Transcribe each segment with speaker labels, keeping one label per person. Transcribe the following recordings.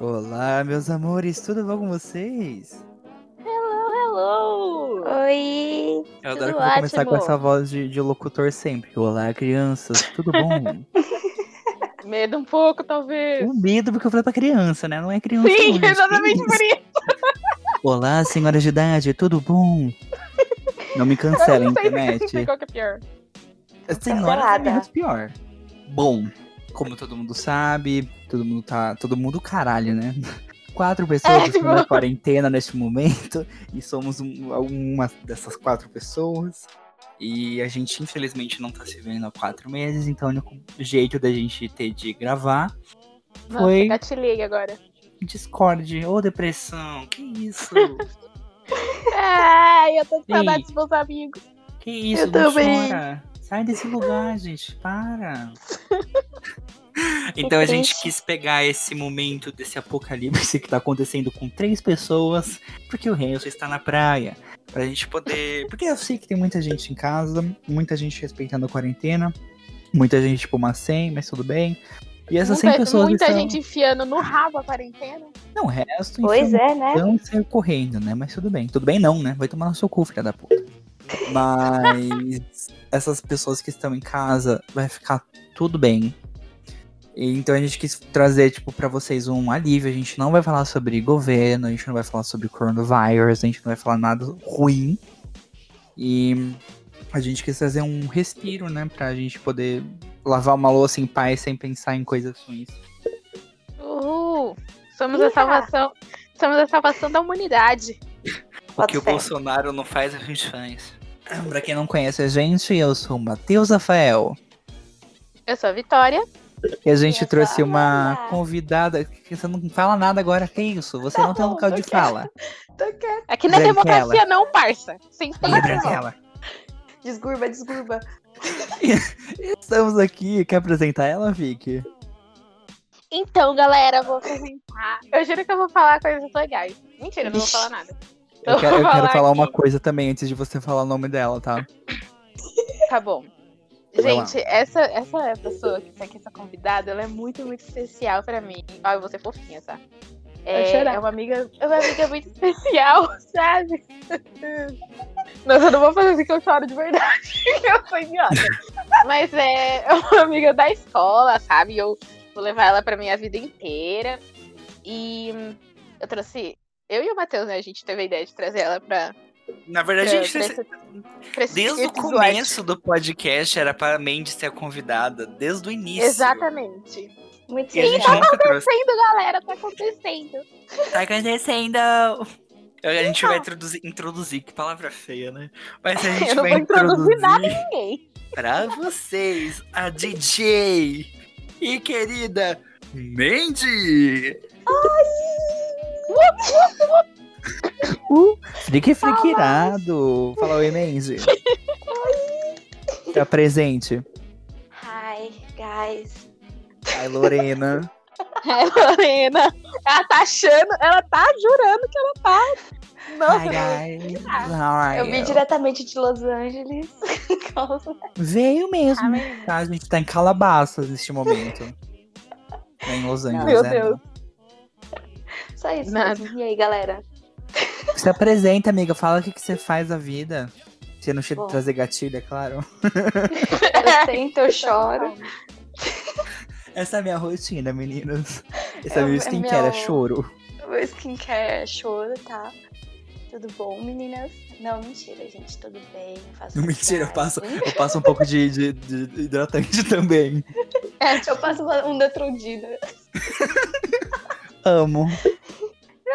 Speaker 1: Olá, meus amores, tudo bom com vocês?
Speaker 2: Hello!
Speaker 3: Oi!
Speaker 1: Eu
Speaker 2: Tudo
Speaker 1: adoro que eu vou começar com
Speaker 2: ótimo.
Speaker 1: essa voz de, de locutor sempre. Olá, crianças, tudo bom?
Speaker 2: Medo um pouco, talvez.
Speaker 1: Com medo, porque eu falei pra criança, né? Não é criança.
Speaker 2: Sim,
Speaker 1: não,
Speaker 2: exatamente
Speaker 1: gente.
Speaker 2: por isso.
Speaker 1: Olá, senhoras de idade, tudo bom? Não me cancela,
Speaker 2: Eu não sei, não sei
Speaker 1: internet.
Speaker 2: qual que é pior. Tá
Speaker 1: Senhoras é
Speaker 3: Cancelada.
Speaker 1: menos pior. Bom, como todo mundo sabe, todo mundo tá. Todo mundo caralho, né? Quatro pessoas
Speaker 2: É,
Speaker 1: estão
Speaker 2: tipo-
Speaker 1: na quarentena neste momento. E somos um- uma dessas quatro pessoas. E a gente, infelizmente, não tá se vendo há quatro meses. Então, o único jeito da gente ter de gravar Foi.
Speaker 2: Nossa, gatilhei agora.
Speaker 1: Discord. Ô, depressão, que isso?
Speaker 2: Ai, eu tô com
Speaker 1: Sim.
Speaker 2: saudade dos meus amigos.
Speaker 1: Que isso,
Speaker 3: Eu
Speaker 1: não
Speaker 3: também.
Speaker 1: chora. Sai desse lugar, gente. Para. então a gente
Speaker 3: triste.
Speaker 1: quis pegar esse momento desse apocalipse que tá acontecendo com três pessoas, porque o Renzo está na praia. Pra gente poder. Porque eu sei que tem muita gente em casa, muita gente respeitando a quarentena, muita gente, tipo, uma 100, mas tudo bem. E essas 100
Speaker 2: muita
Speaker 1: pessoas.
Speaker 2: muita
Speaker 1: estão...
Speaker 2: gente enfiando no rabo a quarentena.
Speaker 1: Não, o resto.
Speaker 3: Pois
Speaker 1: enfim,
Speaker 3: é, né?
Speaker 1: então saiu correndo, né? Mas tudo bem. Tudo bem não, né? Vai tomar no seu cu, filha da puta. Mas essas pessoas que estão em casa, vai ficar tudo bem. E Então a gente quis trazer, tipo, pra vocês um alívio. A gente não vai falar sobre governo, a gente não vai falar sobre coronavírus, a gente não vai falar nada ruim. E a gente quis trazer um respiro, né? Pra gente poder lavar uma louça em paz sem pensar em coisas ruins.
Speaker 2: Uhul! Somos
Speaker 3: Ih,
Speaker 2: a salvação. Somos a salvação da humanidade.
Speaker 1: O que
Speaker 3: Pode
Speaker 1: o
Speaker 3: ser.
Speaker 1: Bolsonaro não faz, a gente faz. Pra quem não conhece a gente, eu sou o Matheus Rafael.
Speaker 2: Eu sou a Vitória.
Speaker 1: E a gente
Speaker 3: Eu sou
Speaker 1: trouxe
Speaker 3: a
Speaker 1: uma
Speaker 3: Ana.
Speaker 1: convidada. que Você não fala nada agora, que isso? Você não, tem
Speaker 3: Não,
Speaker 1: local
Speaker 3: tô
Speaker 1: de
Speaker 3: quieta.
Speaker 1: fala.
Speaker 3: Tô quieta.
Speaker 2: Aqui não é
Speaker 1: Branquela.
Speaker 2: democracia, não, parça. Sem
Speaker 1: Ih,
Speaker 2: falar.
Speaker 1: Branquela.
Speaker 3: Desgurba, desgurba.
Speaker 1: Estamos aqui. Quer apresentar ela, Vicky?
Speaker 2: Então, galera, eu vou apresentar. Eu juro que eu vou falar coisas legais. Mentira, eu não vou falar nada.
Speaker 1: Eu,
Speaker 2: Eu
Speaker 1: quero, eu
Speaker 2: vou
Speaker 1: quero
Speaker 2: falar
Speaker 1: falar uma
Speaker 2: aqui.
Speaker 1: coisa também antes de você falar o nome dela, tá?
Speaker 2: Tá bom.
Speaker 1: Então Vai lá.
Speaker 2: Gente, essa, essa pessoa que tá aqui, essa convidada, ela é muito, muito especial pra mim. Ó, eu vou ser fofinha, tá?
Speaker 3: Vai
Speaker 2: É,
Speaker 3: chorar.
Speaker 2: é uma amiga, é uma amiga muito especial, sabe? Nossa, eu não vou fazer assim que eu choro de verdade. Eu sou idiota. Mas é uma amiga da escola, sabe? Eu vou levar ela pra minha vida inteira. E hum, eu trouxe. Eu e o Matheus, né? A gente teve a ideia de trazer ela pra.
Speaker 1: Na verdade,
Speaker 2: pra-
Speaker 1: a gente, tá-
Speaker 2: pra esse- pra esse
Speaker 1: desde o
Speaker 2: episódio.
Speaker 1: começo do podcast era para a Mandy ser a convidada. Desde o início.
Speaker 2: Exatamente.
Speaker 3: Muito
Speaker 1: E a gente
Speaker 3: legal.
Speaker 1: nunca trouxe.
Speaker 2: acontecendo, galera? Tá acontecendo.
Speaker 1: Tá acontecendo! A gente vai introduzir, introduzir, que palavra feia, né? Mas a gente
Speaker 2: Eu não
Speaker 1: vai
Speaker 2: vou
Speaker 1: introduzir
Speaker 2: introduzir nada em ninguém.
Speaker 1: pra vocês a DJ e querida Mandy! Uh, Frique frique irado! Fala oi, Mandy! Tá presente.
Speaker 3: Hi, guys.
Speaker 1: Ai, Lorena.
Speaker 2: Ai, Lorena, É, ela tá achando, ela tá jurando que ela tá. Nossa,
Speaker 1: guys.
Speaker 3: Eu vi diretamente de Los Angeles.
Speaker 1: Veio mesmo.
Speaker 2: Amém.
Speaker 1: Tá, a gente tá em Calabasas neste momento. É em Los Angeles,
Speaker 2: Meu
Speaker 1: né?
Speaker 2: Deus.
Speaker 3: Só isso.
Speaker 2: Nada.
Speaker 3: mesmo. E aí, galera?
Speaker 1: Se apresenta, amiga. Fala o que, que você faz da vida. Você não chega
Speaker 3: Bom.
Speaker 1: de trazer gatilho, é claro.
Speaker 3: Eu tento, eu choro.
Speaker 1: Essa é a minha rotina, meninas. Esse é
Speaker 3: É
Speaker 1: o
Speaker 3: o-
Speaker 1: meu
Speaker 3: é
Speaker 1: skincare, é
Speaker 3: meu-
Speaker 1: choro.
Speaker 3: Meu skincare é choro, tá? Tudo bom, meninas? Não, mentira, gente. Tudo bem. Eu faço
Speaker 1: Não, mentira, eu passo,
Speaker 3: faculdade.
Speaker 1: eu passo um pouco de, de- de hidratante também.
Speaker 3: Eu passo uma- um Neutrogena.
Speaker 1: Amo.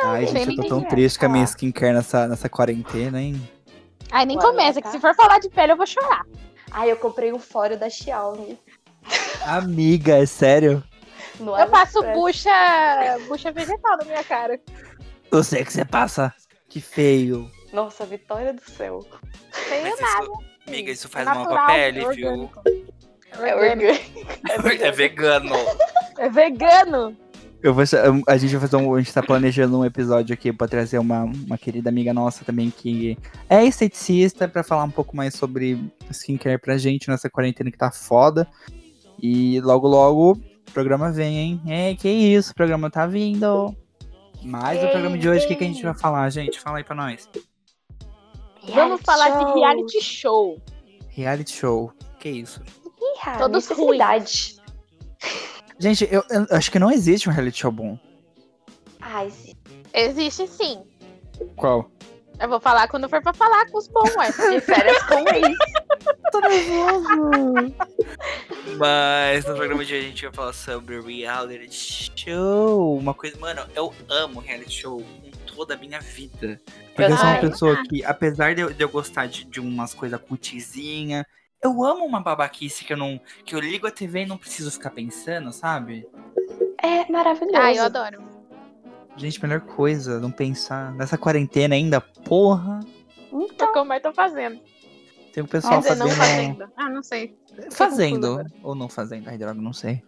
Speaker 1: Ai,
Speaker 2: não sei
Speaker 1: gente, eu
Speaker 2: nem
Speaker 1: tô
Speaker 2: quem
Speaker 1: tão
Speaker 3: é.
Speaker 1: triste com a minha
Speaker 3: Ah.
Speaker 1: skincare nessa, nessa quarentena, hein?
Speaker 2: Ai, nem
Speaker 3: Bora,
Speaker 2: começa,
Speaker 3: tá?
Speaker 2: que se for falar de pele eu vou chorar.
Speaker 3: Ai, eu comprei um fórum da Xiaomi.
Speaker 1: Amiga, é sério?
Speaker 3: No
Speaker 2: Eu passo
Speaker 3: AliExpress.
Speaker 2: bucha, bucha vegetal na minha cara.
Speaker 1: Eu sei que você passa. Que feio.
Speaker 3: Nossa, vitória do céu.
Speaker 2: Tenho nada.
Speaker 1: amiga, isso
Speaker 2: É natural, é orgânico. É orgânico.
Speaker 1: É vegano.
Speaker 2: É vegano.
Speaker 1: Eu vou, a gente vai fazer um. A gente tá planejando um episódio aqui pra trazer uma, uma querida amiga nossa também que é esteticista pra falar um pouco mais sobre skincare pra gente nessa quarentena que tá foda. E logo, logo O programa vem, hein? É, que isso, o programa tá vindo. Mas o programa de hoje, o que, que a gente vai falar, gente? Fala aí pra nós.
Speaker 2: Vamos falar de
Speaker 3: reality.
Speaker 2: reality show.
Speaker 1: Reality show. Que isso?
Speaker 3: show.
Speaker 2: Todos
Speaker 3: necessidade.
Speaker 1: Gente, eu, eu acho que não existe um reality show bom.
Speaker 3: Ai, sim.
Speaker 2: Existe sim.
Speaker 1: Qual?
Speaker 2: Eu vou falar quando for pra falar com os bons, ué. Porque férias com eles.
Speaker 1: Mas no programa de hoje a gente vai falar sobre reality show. Uma coisa, mano, eu amo reality show com toda a minha vida. Porque eu sou uma
Speaker 2: também.
Speaker 1: pessoa que, apesar de eu, de eu gostar de, de umas coisas cutizinha, eu amo uma babaquice que eu não. que eu ligo a TV e não preciso ficar pensando, sabe?
Speaker 3: É maravilhoso.
Speaker 2: Ai, eu adoro.
Speaker 1: Gente, melhor coisa, não pensar. Nessa quarentena ainda, porra.
Speaker 2: Então, como eu tô fazendo.
Speaker 1: Tem o pessoal
Speaker 2: Quer dizer,
Speaker 1: fazendo. um-
Speaker 2: não fazendo. Ah, não sei.
Speaker 1: Fazendo ou não fazendo, ai droga, não sei.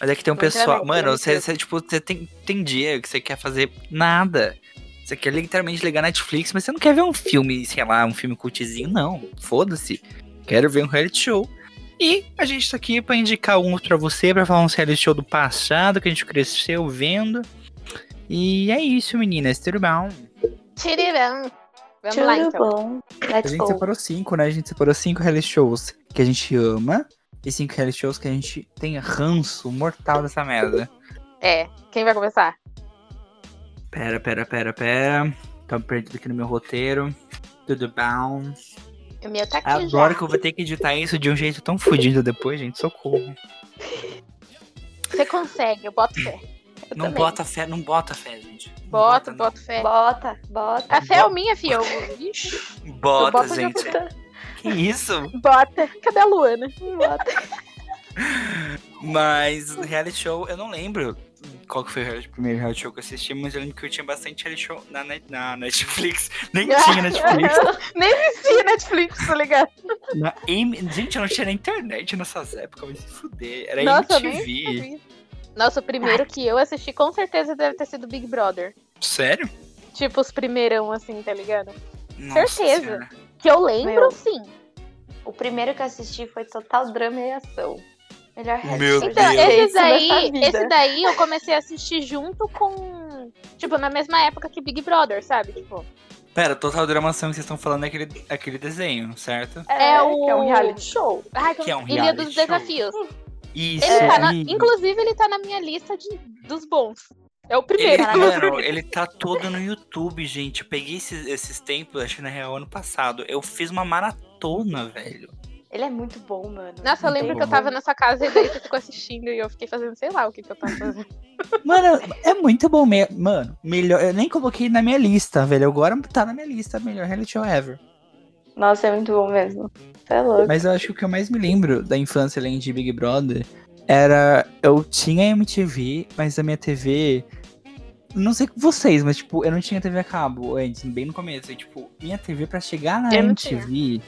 Speaker 1: Mas é que tem um
Speaker 2: Não quero
Speaker 1: pessoal.
Speaker 2: ver,
Speaker 1: Mano,
Speaker 2: quero
Speaker 1: você,
Speaker 2: ver.
Speaker 1: você, tipo, você tem, tem dia que você quer fazer nada. Você quer literalmente ligar Netflix, mas você não quer ver um filme, sei lá, um filme cultizinho, não. Foda-se. Quero ver um reality show. E a gente tá aqui pra indicar um pra você, pra falar um reality show do passado que a gente cresceu vendo. E é isso, meninas. Tudo bom?
Speaker 2: Tirirão. Vamos
Speaker 3: Tudo
Speaker 2: lá, então.
Speaker 3: bom.
Speaker 1: A
Speaker 3: Let's
Speaker 1: gente
Speaker 3: go.
Speaker 1: separou cinco, né? A gente separou cinco reality shows que a gente ama e cinco reality shows que a gente tem ranço mortal dessa merda.
Speaker 2: É. Quem vai começar?
Speaker 1: Pera, pera, pera, pera. Tô perdido aqui no meu roteiro. Tudo bom?
Speaker 2: O meu tá aqui
Speaker 1: Agora
Speaker 2: já.
Speaker 1: que eu vou ter que editar isso de um jeito tão fodido depois, gente. Socorro.
Speaker 2: Você consegue, eu boto fé.
Speaker 3: Eu
Speaker 1: Não
Speaker 3: também.
Speaker 1: bota fé, não bota fé, gente. Não
Speaker 2: Boto,
Speaker 1: não.
Speaker 2: boto fé.
Speaker 3: Bota, bota.
Speaker 2: A fé é o minha, fio. Ixi.
Speaker 1: Bota,
Speaker 2: bota de
Speaker 1: gente. Que isso?
Speaker 2: Bota. Cadê a Luana?
Speaker 3: Bota.
Speaker 1: Mas reality show, eu não lembro qual que foi o reality- primeiro reality show que eu assisti, mas eu lembro que eu tinha bastante reality show na, net- na Netflix. Nem tinha Netflix.
Speaker 2: Nem existia Netflix, tá ligado?
Speaker 1: Na M- Gente, eu não tinha na internet nessas épocas, vai se fuder. Era
Speaker 2: Nossa,
Speaker 1: MTV.
Speaker 2: Nossa, o primeiro que eu assisti com certeza deve ter sido Big Brother.
Speaker 1: Sério?
Speaker 2: Tipo, os primeirão, assim, tá ligado?
Speaker 1: Nossa
Speaker 2: Certeza.
Speaker 1: Senhora.
Speaker 2: Que eu lembro,
Speaker 3: Meu.
Speaker 2: sim.
Speaker 3: O primeiro que eu assisti foi Total Drama e Ação. Melhor
Speaker 1: Meu
Speaker 3: reality show
Speaker 1: Deus.
Speaker 3: que
Speaker 2: Então,
Speaker 3: eu
Speaker 2: esses
Speaker 3: já
Speaker 2: aí,
Speaker 3: assisti nessa vida.
Speaker 2: esse daí eu comecei a assistir junto com. Tipo, na mesma época que Big Brother, sabe? Tipo,
Speaker 1: Pera, Total Dramação que vocês estão falando é aquele, aquele desenho, certo?
Speaker 3: É,
Speaker 2: É
Speaker 3: que é
Speaker 2: o-
Speaker 3: um reality show.
Speaker 2: ai,
Speaker 1: Que é um
Speaker 2: Ilha
Speaker 1: reality
Speaker 2: dos
Speaker 1: show.
Speaker 2: Desafios.
Speaker 1: Isso,
Speaker 2: Ele tá na-
Speaker 1: aí.
Speaker 2: inclusive, ele tá na minha lista de, dos bons. É o
Speaker 1: Ele,
Speaker 2: primeiro.
Speaker 1: mano, ele tá todo no YouTube, gente. Eu peguei esses, esses tempos, acho que na real ano passado. Eu fiz uma maratona, velho.
Speaker 3: Ele é muito bom, mano.
Speaker 2: Nossa, eu
Speaker 1: Muito
Speaker 2: lembro
Speaker 1: bom.
Speaker 2: que eu tava na sua casa e daí você ficou assistindo e eu fiquei fazendo sei lá o que, que eu tava fazendo.
Speaker 1: Mano, é muito bom mesmo. Mano, melhor. Eu nem coloquei na minha lista, velho. Agora tá na minha lista, melhor reality show ever.
Speaker 3: Nossa, é muito bom mesmo. Você é louco.
Speaker 1: Mas eu acho que o que eu mais me lembro da infância, além de Big Brother, era. Eu tinha MTV, mas a minha TV. Não sei com vocês, mas tipo, eu não tinha TV a cabo antes, bem no começo. E, tipo, minha TV pra chegar na
Speaker 2: Eu não
Speaker 1: MTV,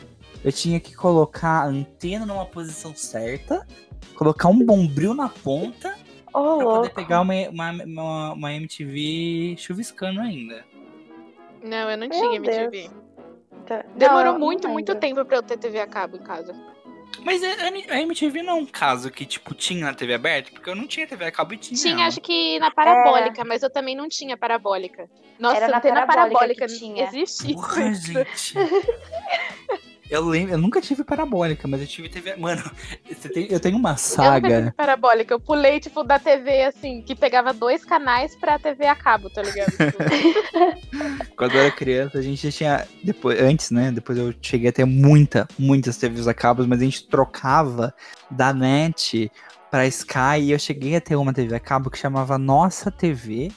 Speaker 1: eu tinha que colocar a antena numa posição certa, colocar um bombril na ponta
Speaker 3: Ô,
Speaker 1: pra poder
Speaker 3: louco.
Speaker 1: pegar uma, uma, uma, uma MTV chuviscando ainda.
Speaker 2: Não, eu não
Speaker 3: Meu
Speaker 2: tinha MTV.
Speaker 3: Tá-
Speaker 2: Demorou
Speaker 3: Não,
Speaker 2: muito,
Speaker 3: não
Speaker 2: muito
Speaker 3: lembro.
Speaker 2: tempo pra eu ter TV a cabo em casa.
Speaker 1: Mas a a MTV não é um caso que, tipo, tinha na TV aberta, porque eu não tinha TV a cabo e tinha.
Speaker 2: Tinha,
Speaker 1: ela.
Speaker 2: acho que na parabólica, mas eu também não tinha parabólica. Nossa,
Speaker 3: Era na
Speaker 2: antena
Speaker 3: parabólica
Speaker 2: parabólica,
Speaker 3: que
Speaker 2: não
Speaker 3: tinha.
Speaker 2: existe isso.
Speaker 1: Porra, gente. Eu lembro, eu nunca tive parabólica, mas eu tive TV. Mano, você tem- eu tenho uma
Speaker 2: Eu não
Speaker 1: saga.
Speaker 2: tive parabólica. Eu pulei, tipo, da TV, assim, que pegava dois canais pra TV a cabo, tá ligado? Tipo,
Speaker 1: Quando eu era criança, a gente tinha. Depois, antes, né? Depois eu cheguei a ter muita, muitas TVs a cabos, mas a gente trocava da net pra Sky e eu cheguei a ter uma TV a cabo que chamava Nossa TV,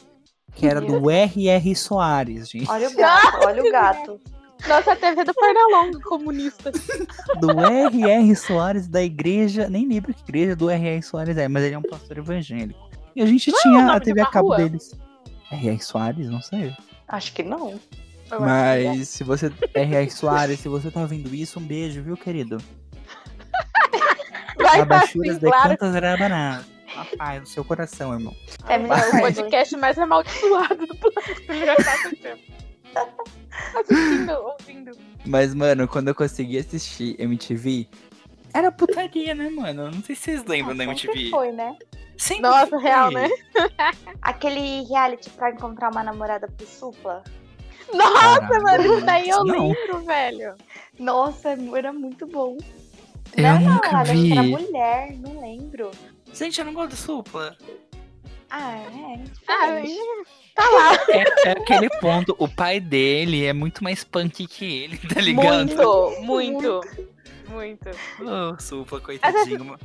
Speaker 1: que era do R.R. Soares, gente.
Speaker 3: Olha o gato, olha o gato.
Speaker 2: Nossa, a TV do Pernalonga, comunista.
Speaker 1: do R.R. Soares da igreja, nem lembro que igreja do R.R. Soares é, mas ele é um pastor evangélico. E a gente
Speaker 2: é o
Speaker 1: tinha
Speaker 2: nome
Speaker 1: a
Speaker 2: de
Speaker 1: TV a
Speaker 2: uma
Speaker 1: cabo
Speaker 2: rua?
Speaker 1: deles. R.R. Soares, não sei.
Speaker 3: Acho que não.
Speaker 2: Eu acho que é.
Speaker 1: Mas se você. R.R. Soares, se você tá ouvindo isso, um beijo, viu, querido?
Speaker 2: Vai tá
Speaker 1: Abaixuras
Speaker 2: assim,
Speaker 1: de
Speaker 2: claro.
Speaker 1: cantas rabaná. Rapaz, no seu coração, irmão.
Speaker 3: É
Speaker 2: É o
Speaker 3: melhor
Speaker 2: podcast mais amaldiçoado do planeta. Já tá assistindo. Assistindo, ouvindo.
Speaker 1: Mas, mano, quando eu consegui assistir MTV, era putaria, né, mano? Não sei se vocês lembram da MTV.
Speaker 3: Foi, né?
Speaker 4: Sempre
Speaker 2: Ah, Nossa,
Speaker 4: foi.
Speaker 2: real, né?
Speaker 3: Aquele reality pra encontrar uma namorada pro supla.
Speaker 2: Nossa,
Speaker 1: Caralho.
Speaker 2: mano, isso daí eu
Speaker 1: Não.
Speaker 2: lembro, velho.
Speaker 3: Nossa, era muito bom.
Speaker 4: Eu
Speaker 3: não,
Speaker 4: nunca
Speaker 3: não, acho que era
Speaker 4: vi.
Speaker 3: mulher, não lembro.
Speaker 4: Gente, eu não gosto do supla.
Speaker 3: Ah, é.
Speaker 2: Ah,
Speaker 3: diferente.
Speaker 2: tá lá.
Speaker 1: É, é aquele ponto, o pai dele é muito mais punk que ele, tá ligado?
Speaker 2: Muito, muito, muito.
Speaker 1: Ô, supla, coitadinho.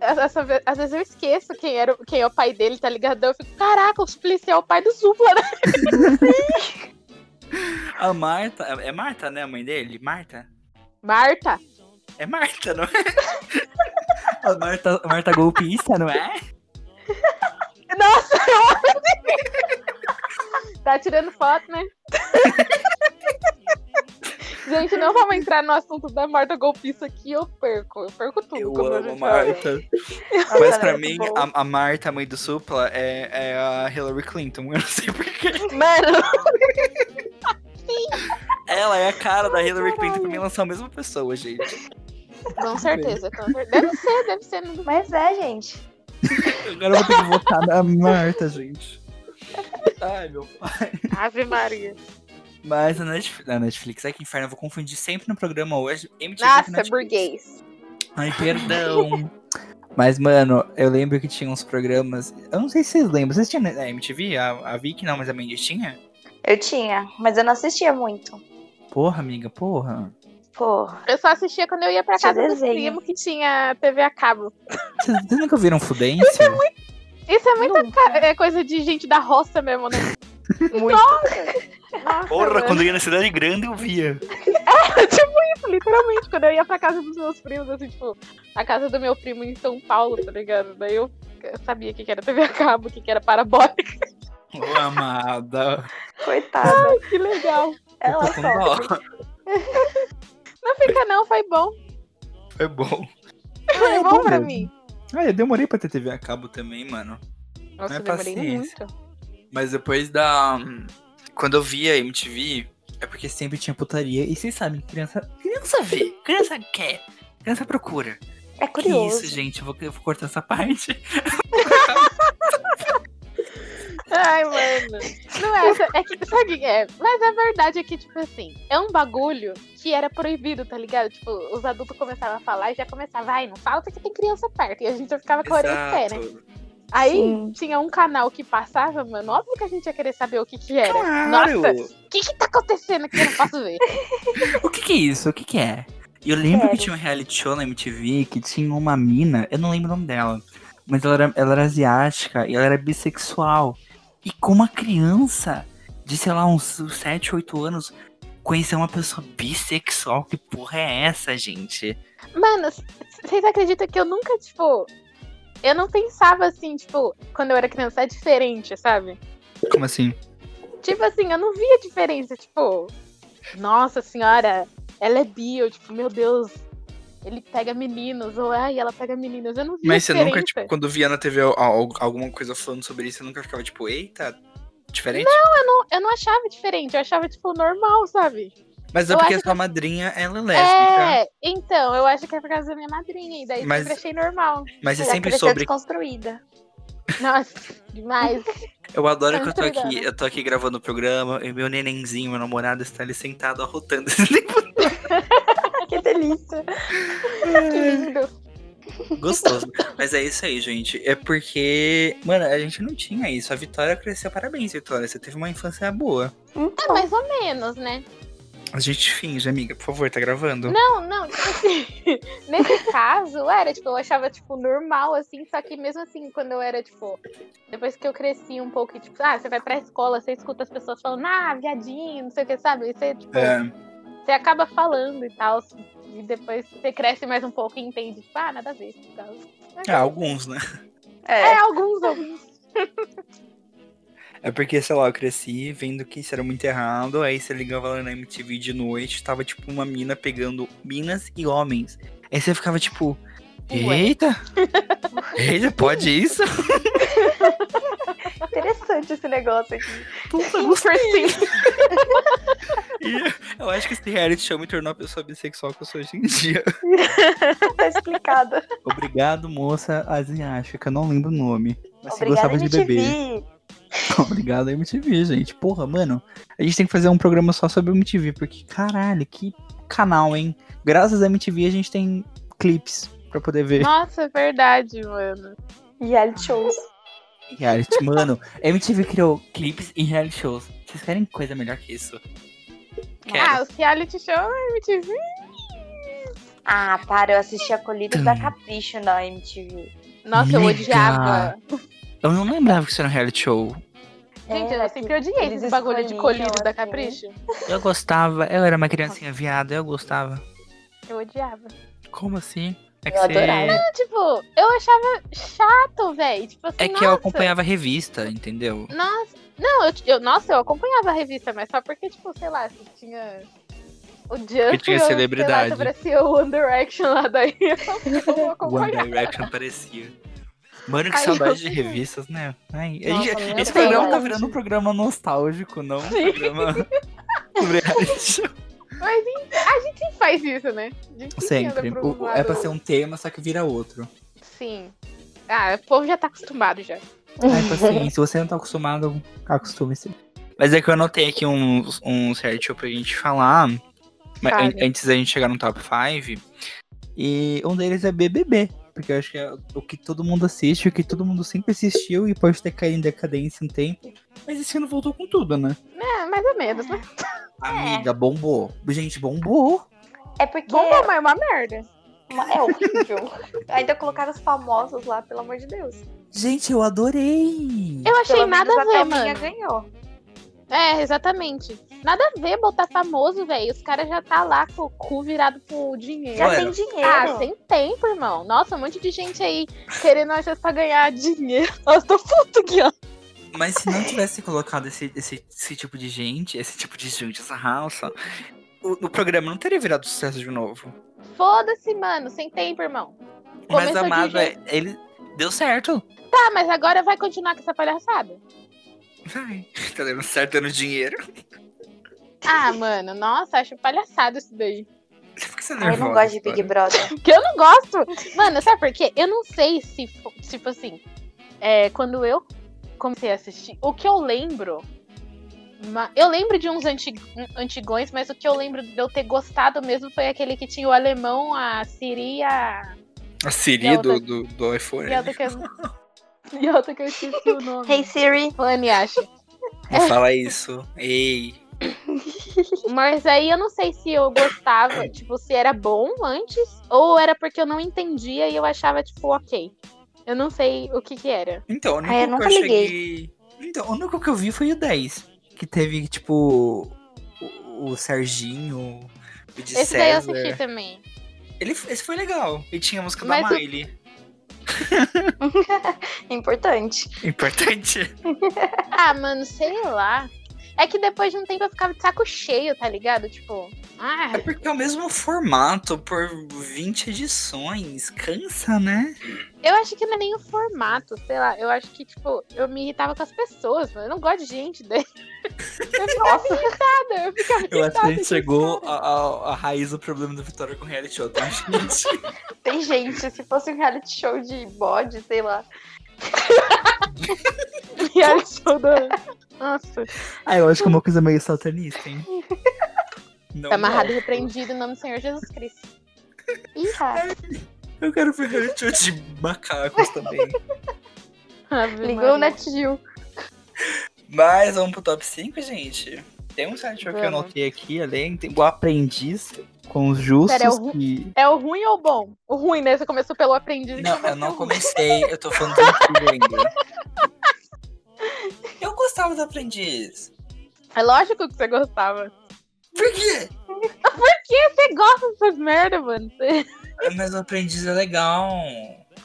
Speaker 2: Às- Às ve- às vezes eu esqueço quem, era, o- quem é o pai dele, tá ligado? Eu fico, caraca, o Suplicy é o pai do Supla, né?
Speaker 1: A Marta, é Marta, né, a mãe dele? Marta?
Speaker 2: Marta.
Speaker 1: É Marta, não é? A Marta, a Marta golpista, não é?
Speaker 2: Nossa, eu amei. Tá tirando foto, né? Gente, não vamos entrar no assunto da Marta golpista aqui, eu perco. Eu perco tudo.
Speaker 1: Eu
Speaker 2: como a
Speaker 1: amo a
Speaker 2: gente fala. é
Speaker 1: Marta. Mas pra
Speaker 3: era
Speaker 1: mim,
Speaker 3: muito boa.
Speaker 1: a, a Marta, mãe do Supla, é, é a Hillary Clinton. Eu não sei porquê.
Speaker 2: Mano,
Speaker 1: Ela é a cara da Hillary Clinton. Pra mim, elas são a mesma pessoa, gente.
Speaker 2: com certeza. com certeza. Deve ser, deve ser. não-
Speaker 3: Mas é, gente.
Speaker 1: Agora eu vou ter que votar na Marta, gente. Ai, meu pai.
Speaker 2: Ave Maria.
Speaker 1: Mas a Netflix, a Netflix, ai que inferno, eu vou confundir sempre no programa hoje. MTV com
Speaker 2: Nossa,
Speaker 1: Netflix.
Speaker 2: burguês.
Speaker 1: Ai, perdão. Mas, mano, eu lembro que tinha uns programas. Eu não sei se vocês lembram. Vocês tinham né, a MTV? A, a Vicky não, mas a Mandy tinha?
Speaker 3: Eu tinha, mas eu não assistia muito.
Speaker 1: Porra, amiga, porra.
Speaker 3: Pô,
Speaker 2: Eu só assistia quando eu ia pra
Speaker 3: Tinha
Speaker 2: casa do
Speaker 3: desenho.
Speaker 2: primo que tinha TV a cabo.
Speaker 1: Vocês vocês nunca viram Fudência?
Speaker 2: Isso é muita ca- é coisa de gente da roça mesmo, né?
Speaker 3: muito.
Speaker 2: Nossa,
Speaker 1: Porra,
Speaker 2: mano.
Speaker 1: quando eu ia na cidade grande eu via.
Speaker 2: Literalmente, quando eu ia pra casa dos meus primos, assim, tipo, a casa do meu primo em São Paulo, tá ligado? Daí eu sabia o que que era TV a cabo, o que que era parabólica.
Speaker 1: Ô, amada.
Speaker 3: Coitada.
Speaker 2: Que legal.
Speaker 3: Ela
Speaker 1: Tô com
Speaker 3: só.
Speaker 1: dó.
Speaker 2: Não fica "Ah, não, foi bom.
Speaker 1: Foi É bom. É
Speaker 2: Foi É, bom pra
Speaker 1: mesmo.
Speaker 2: mim.
Speaker 1: Ah, eu demorei pra ter TV a cabo também, mano.
Speaker 2: Nossa,
Speaker 1: é
Speaker 2: eu demorei
Speaker 1: paciência.
Speaker 2: muito.
Speaker 1: Mas depois da. Quando eu via MTV, é porque sempre tinha putaria. E vocês sabem, criança. Criança vê, criança quer, criança procura.
Speaker 3: É
Speaker 1: Que
Speaker 3: curioso.
Speaker 1: isso, gente? Eu vou, eu vou cortar essa parte.
Speaker 2: Ai, mano. Não é, essa- é que, sabe o que é? Mas a verdade é que, tipo assim, é um bagulho que era proibido, tá ligado? Tipo, os adultos começavam a falar e já começava, ai, não fala porque tem criança perto. E a gente já ficava com a orelha em pé, né? Aí
Speaker 3: Sim.
Speaker 2: tinha um canal que passava, mano, óbvio que a gente ia querer saber o que que era.
Speaker 1: Claro.
Speaker 2: é Nossa, o que que tá acontecendo aqui? Eu não posso ver.
Speaker 1: O que que é isso? O que que é? Eu lembro que
Speaker 3: Sério.
Speaker 1: tinha um reality show na MTV que tinha uma mina, eu não lembro o nome dela, mas ela era, ela era asiática e ela era bissexual. E com uma criança de, sei lá, uns 7, 8 anos, conhecer uma pessoa bissexual, que porra é essa, gente?
Speaker 2: Mano, c- vocês acreditam que eu nunca, tipo. Eu não pensava assim, tipo, quando eu era criança, é diferente, sabe?
Speaker 1: Como assim?
Speaker 2: Tipo assim, eu não via diferença, tipo. Nossa senhora, ela é bio, tipo, meu Deus, ele pega meninos, ou ai, ela pega meninos. Eu não via
Speaker 1: Mas você
Speaker 2: diferença.
Speaker 1: nunca, tipo, quando via na TV al- al- alguma coisa falando sobre isso, você nunca ficava tipo, eita, diferente?
Speaker 2: Não, eu não achava diferente, eu achava, tipo, normal, sabe?
Speaker 1: Mas é
Speaker 2: eu
Speaker 1: porque
Speaker 2: acho
Speaker 1: sua madrinha, ela é lésbica.
Speaker 2: É, então, eu acho que é por causa da minha madrinha, e daí
Speaker 1: Mas-
Speaker 2: sempre achei normal.
Speaker 1: Mas é
Speaker 3: Já
Speaker 1: sempre
Speaker 3: cresceu
Speaker 1: sobre
Speaker 3: desconstruída.
Speaker 2: Nossa, demais.
Speaker 1: Eu adoro
Speaker 2: Tá
Speaker 1: que eu tô
Speaker 2: entregando.
Speaker 1: aqui, eu tô aqui gravando o programa e meu nenenzinho, meu namorado, está ali sentado arrotando esse livro.
Speaker 3: Que delícia.
Speaker 2: que lindo.
Speaker 1: é Gostoso. Mas é isso aí, gente. É porque, mano, a gente não tinha isso. A Vitória cresceu. Parabéns, Vitória. Você teve uma infância boa.
Speaker 2: É
Speaker 3: Então,
Speaker 2: mais ou menos, né?
Speaker 1: A gente finge, amiga, por favor, tá gravando?
Speaker 2: Não, não, tipo assim, nesse caso, era, tipo, eu achava, tipo, normal, assim, só que mesmo assim, quando eu era, tipo, depois que eu cresci um pouco, e, tipo, ah, você vai pra escola, você escuta as pessoas falando, ah, viadinho, não sei o que, sabe? E você, tipo,
Speaker 1: É,
Speaker 2: você acaba falando e tal, e depois você cresce mais um pouco e entende, tipo, ah, nada a ver, e tal.
Speaker 1: É, alguns, né?
Speaker 2: É, alguns, alguns.
Speaker 1: É porque, sei lá, eu cresci vendo que isso era muito errado. Aí você ligava lá na MTV de noite, tava tipo uma mina pegando minas e homens. Aí você ficava tipo,
Speaker 2: Ué.
Speaker 1: eita! Eita, pode isso?
Speaker 3: é interessante esse negócio aqui.
Speaker 5: Puta,
Speaker 2: Interesting.
Speaker 1: E eu acho que esse reality show me tornou a pessoa bissexual que eu sou hoje em dia.
Speaker 3: Tá explicado.
Speaker 1: Obrigado, moça asiática. Eu não lembro o nome. Mas você
Speaker 3: Obrigada,
Speaker 1: gostava de bebê.
Speaker 3: MTV.
Speaker 1: Obrigado, MTV, gente. Porra, mano. A gente tem que fazer um programa só sobre MTV, porque caralho, que canal, hein? Graças à MTV a gente tem clipes pra poder ver.
Speaker 2: Nossa, é verdade, mano.
Speaker 3: Reality shows.
Speaker 1: Reality, mano. MTV criou clipes e reality shows. Vocês querem coisa melhor que isso?
Speaker 2: Ah,
Speaker 1: Quero.
Speaker 2: os reality show na MTV.
Speaker 3: Ah, para, eu assisti a Colírio
Speaker 1: Hum.
Speaker 3: da Capricho na MTV.
Speaker 2: Nossa, eu
Speaker 1: Liga.
Speaker 2: odiava.
Speaker 1: Eu não lembrava que isso era um reality show.
Speaker 2: Gente,
Speaker 3: Era
Speaker 2: eu sempre odiei
Speaker 3: eles
Speaker 2: esse bagulho de
Speaker 3: escolhiam,
Speaker 2: colírio da
Speaker 3: assim.
Speaker 2: Capricho.
Speaker 1: Eu gostava. Eu era uma criancinha viada, eu gostava.
Speaker 2: Eu odiava.
Speaker 1: Como assim? É
Speaker 3: Eu
Speaker 1: que você-
Speaker 3: adorava.
Speaker 2: Não, tipo, eu achava chato, velho. Tipo assim,
Speaker 1: É que
Speaker 2: nossa.
Speaker 1: eu acompanhava a revista, entendeu?
Speaker 2: Nossa, não, eu, eu- nossa, eu acompanhava a revista, mas só porque, tipo, sei lá, se tinha o Justin.
Speaker 1: tinha
Speaker 2: eu-
Speaker 1: celebridade.
Speaker 2: Sei lá, se aparecia o One Direction lá daí. Eu, eu
Speaker 1: One
Speaker 2: acompanhava.
Speaker 1: Direction parecia. Mano, que
Speaker 2: Ai,
Speaker 1: saudade de
Speaker 2: eu-
Speaker 1: revistas, né? Ai, a
Speaker 3: Nossa,
Speaker 1: gente-
Speaker 3: minha
Speaker 1: esse programa tá
Speaker 3: saudade.
Speaker 1: virando um programa nostálgico, não um
Speaker 2: Sim.
Speaker 1: programa sobre reality show.
Speaker 2: Mas em- a gente sempre faz isso, né? A gente anda
Speaker 1: Sempre.
Speaker 2: pro
Speaker 1: O-
Speaker 2: lado-
Speaker 1: é pra ser um tema, só que vira outro.
Speaker 2: Sim. Ah, o povo já tá acostumado já.
Speaker 1: Ai, paciência, se você não tá acostumado, acostume-se. Mas é que eu anotei aqui uns, uns reality show pra gente falar. mas an-
Speaker 2: Fale.
Speaker 1: antes da gente chegar no top 5. E um deles é BBB. Porque eu acho que é o que todo mundo assiste, o que todo mundo sempre assistiu e pode ter caído em decadência um tempo. Mas esse ano voltou com tudo, né?
Speaker 2: É, mais ou menos, né?
Speaker 1: Amiga, bombou. Gente, bombou.
Speaker 3: É porque
Speaker 2: Bom, mas é uma merda.
Speaker 3: uma- é horrível. Ainda colocaram os famosos lá, pelo amor de Deus.
Speaker 1: Gente, eu adorei.
Speaker 2: Eu achei
Speaker 3: Pelo
Speaker 2: nada
Speaker 3: menos
Speaker 2: a ver,
Speaker 3: Thelminha
Speaker 2: mano.
Speaker 3: ganhou.
Speaker 2: É, exatamente. Nada a ver botar famoso, velho. Os caras já tá lá com o cu virado pro dinheiro.
Speaker 3: Já
Speaker 1: Ué.
Speaker 3: tem dinheiro.
Speaker 2: Ah, sem tempo, irmão. Nossa, um monte de gente aí querendo achar pra ganhar dinheiro. Nossa, tô puto, Guilherme.
Speaker 1: Mas se
Speaker 3: É.
Speaker 1: não tivesse colocado esse, esse, esse tipo de gente, esse tipo de gente, essa raça, o, o programa não teria virado sucesso de novo.
Speaker 2: Foda-se, mano. Sem tempo, irmão.
Speaker 1: Mas
Speaker 2: Começou de
Speaker 1: amado,
Speaker 2: jeito-
Speaker 1: ele deu certo.
Speaker 2: Tá, mas agora vai continuar com essa palhaçada.
Speaker 1: Vai. Tá dando certo dando dinheiro.
Speaker 2: Ah, mano. Nossa, acho palhaçada isso daí.
Speaker 1: Por que você é
Speaker 3: Ah, eu
Speaker 1: nervosa?
Speaker 3: não gosto de Big Brother.
Speaker 2: Que eu não gosto. Mano, sabe por quê? Eu não sei se, fo- tipo assim, é, quando eu comecei a assistir, o que eu lembro. ma- Eu lembro de uns anti- um- antigões, mas o que eu lembro de eu ter gostado mesmo foi aquele que tinha o alemão, a Siri e a.
Speaker 1: A Siri do,
Speaker 2: Zelda.
Speaker 1: do, do iPhone.
Speaker 2: E a outra que eu, e a outra que eu esqueci o nome.
Speaker 3: Hey Siri.
Speaker 2: Fanny, acho.
Speaker 1: Não fala isso. Ei.
Speaker 2: Mas aí eu não sei se eu gostava, tipo, se era bom antes, ou era porque eu não entendia e eu achava, tipo, ok. Eu não sei o que que era.
Speaker 1: Então, o único
Speaker 3: Ah, eu
Speaker 1: que
Speaker 3: nunca
Speaker 1: eu
Speaker 3: liguei.
Speaker 1: cheguei. Então, o único que eu vi foi o 10. Que teve, tipo, o, o Serginho, o de
Speaker 2: Esse daí eu
Speaker 1: César.
Speaker 2: assisti também.
Speaker 1: Ele, esse foi legal. E tinha a música
Speaker 2: Mas
Speaker 1: da
Speaker 2: o-
Speaker 1: Miley.
Speaker 3: Importante.
Speaker 1: Importante.
Speaker 2: Ah, mano, sei lá. É que depois de um tempo eu ficava de saco cheio, tá ligado? Tipo, ah,
Speaker 1: É porque é o mesmo formato por 20 edições. Cansa, né?
Speaker 2: eu acho que não é nem o formato, sei lá. Eu acho que, tipo, eu me irritava com as pessoas, mano. Eu não gosto de gente daí. Eu ficava irritada, eu ficava irritada.
Speaker 1: Eu acho que a gente
Speaker 2: com
Speaker 1: chegou à à- à raiz do problema da Vitória com reality show, tá, gente?
Speaker 3: Tem gente, se fosse um reality show de bode, sei lá.
Speaker 2: esse reality show da- tipo, Nossa, tá
Speaker 1: Ah, eu acho que é uma coisa meio satanista, hein? Então, Não,
Speaker 2: tá amarrado e repreendido em nome do Senhor Jesus Cristo.
Speaker 3: Ih, cara,
Speaker 1: não. Eu quero ver reality show de macacos também.
Speaker 2: Ave
Speaker 3: ligou
Speaker 2: Maria.
Speaker 3: o NetGill.
Speaker 1: Mas vamos pro top 5, gente. Tem um reality show que eu
Speaker 2: Vamos.
Speaker 1: anotei aqui, além. Tem o Aprendiz com os Justos.
Speaker 2: Pera, é o-
Speaker 1: que...
Speaker 2: É o ruim ou o bom? O ruim, né? Você começou pelo aprendiz e
Speaker 1: Não,
Speaker 2: começou
Speaker 1: eu não
Speaker 2: pelo ruim.
Speaker 1: comecei. Eu tô falando do antigo ainda. Eu gostava do Aprendiz.
Speaker 2: É lógico que você gostava.
Speaker 1: Por quê?
Speaker 2: Por que você gosta dessas merda, mano? Você-
Speaker 1: Mas o Aprendiz é legal.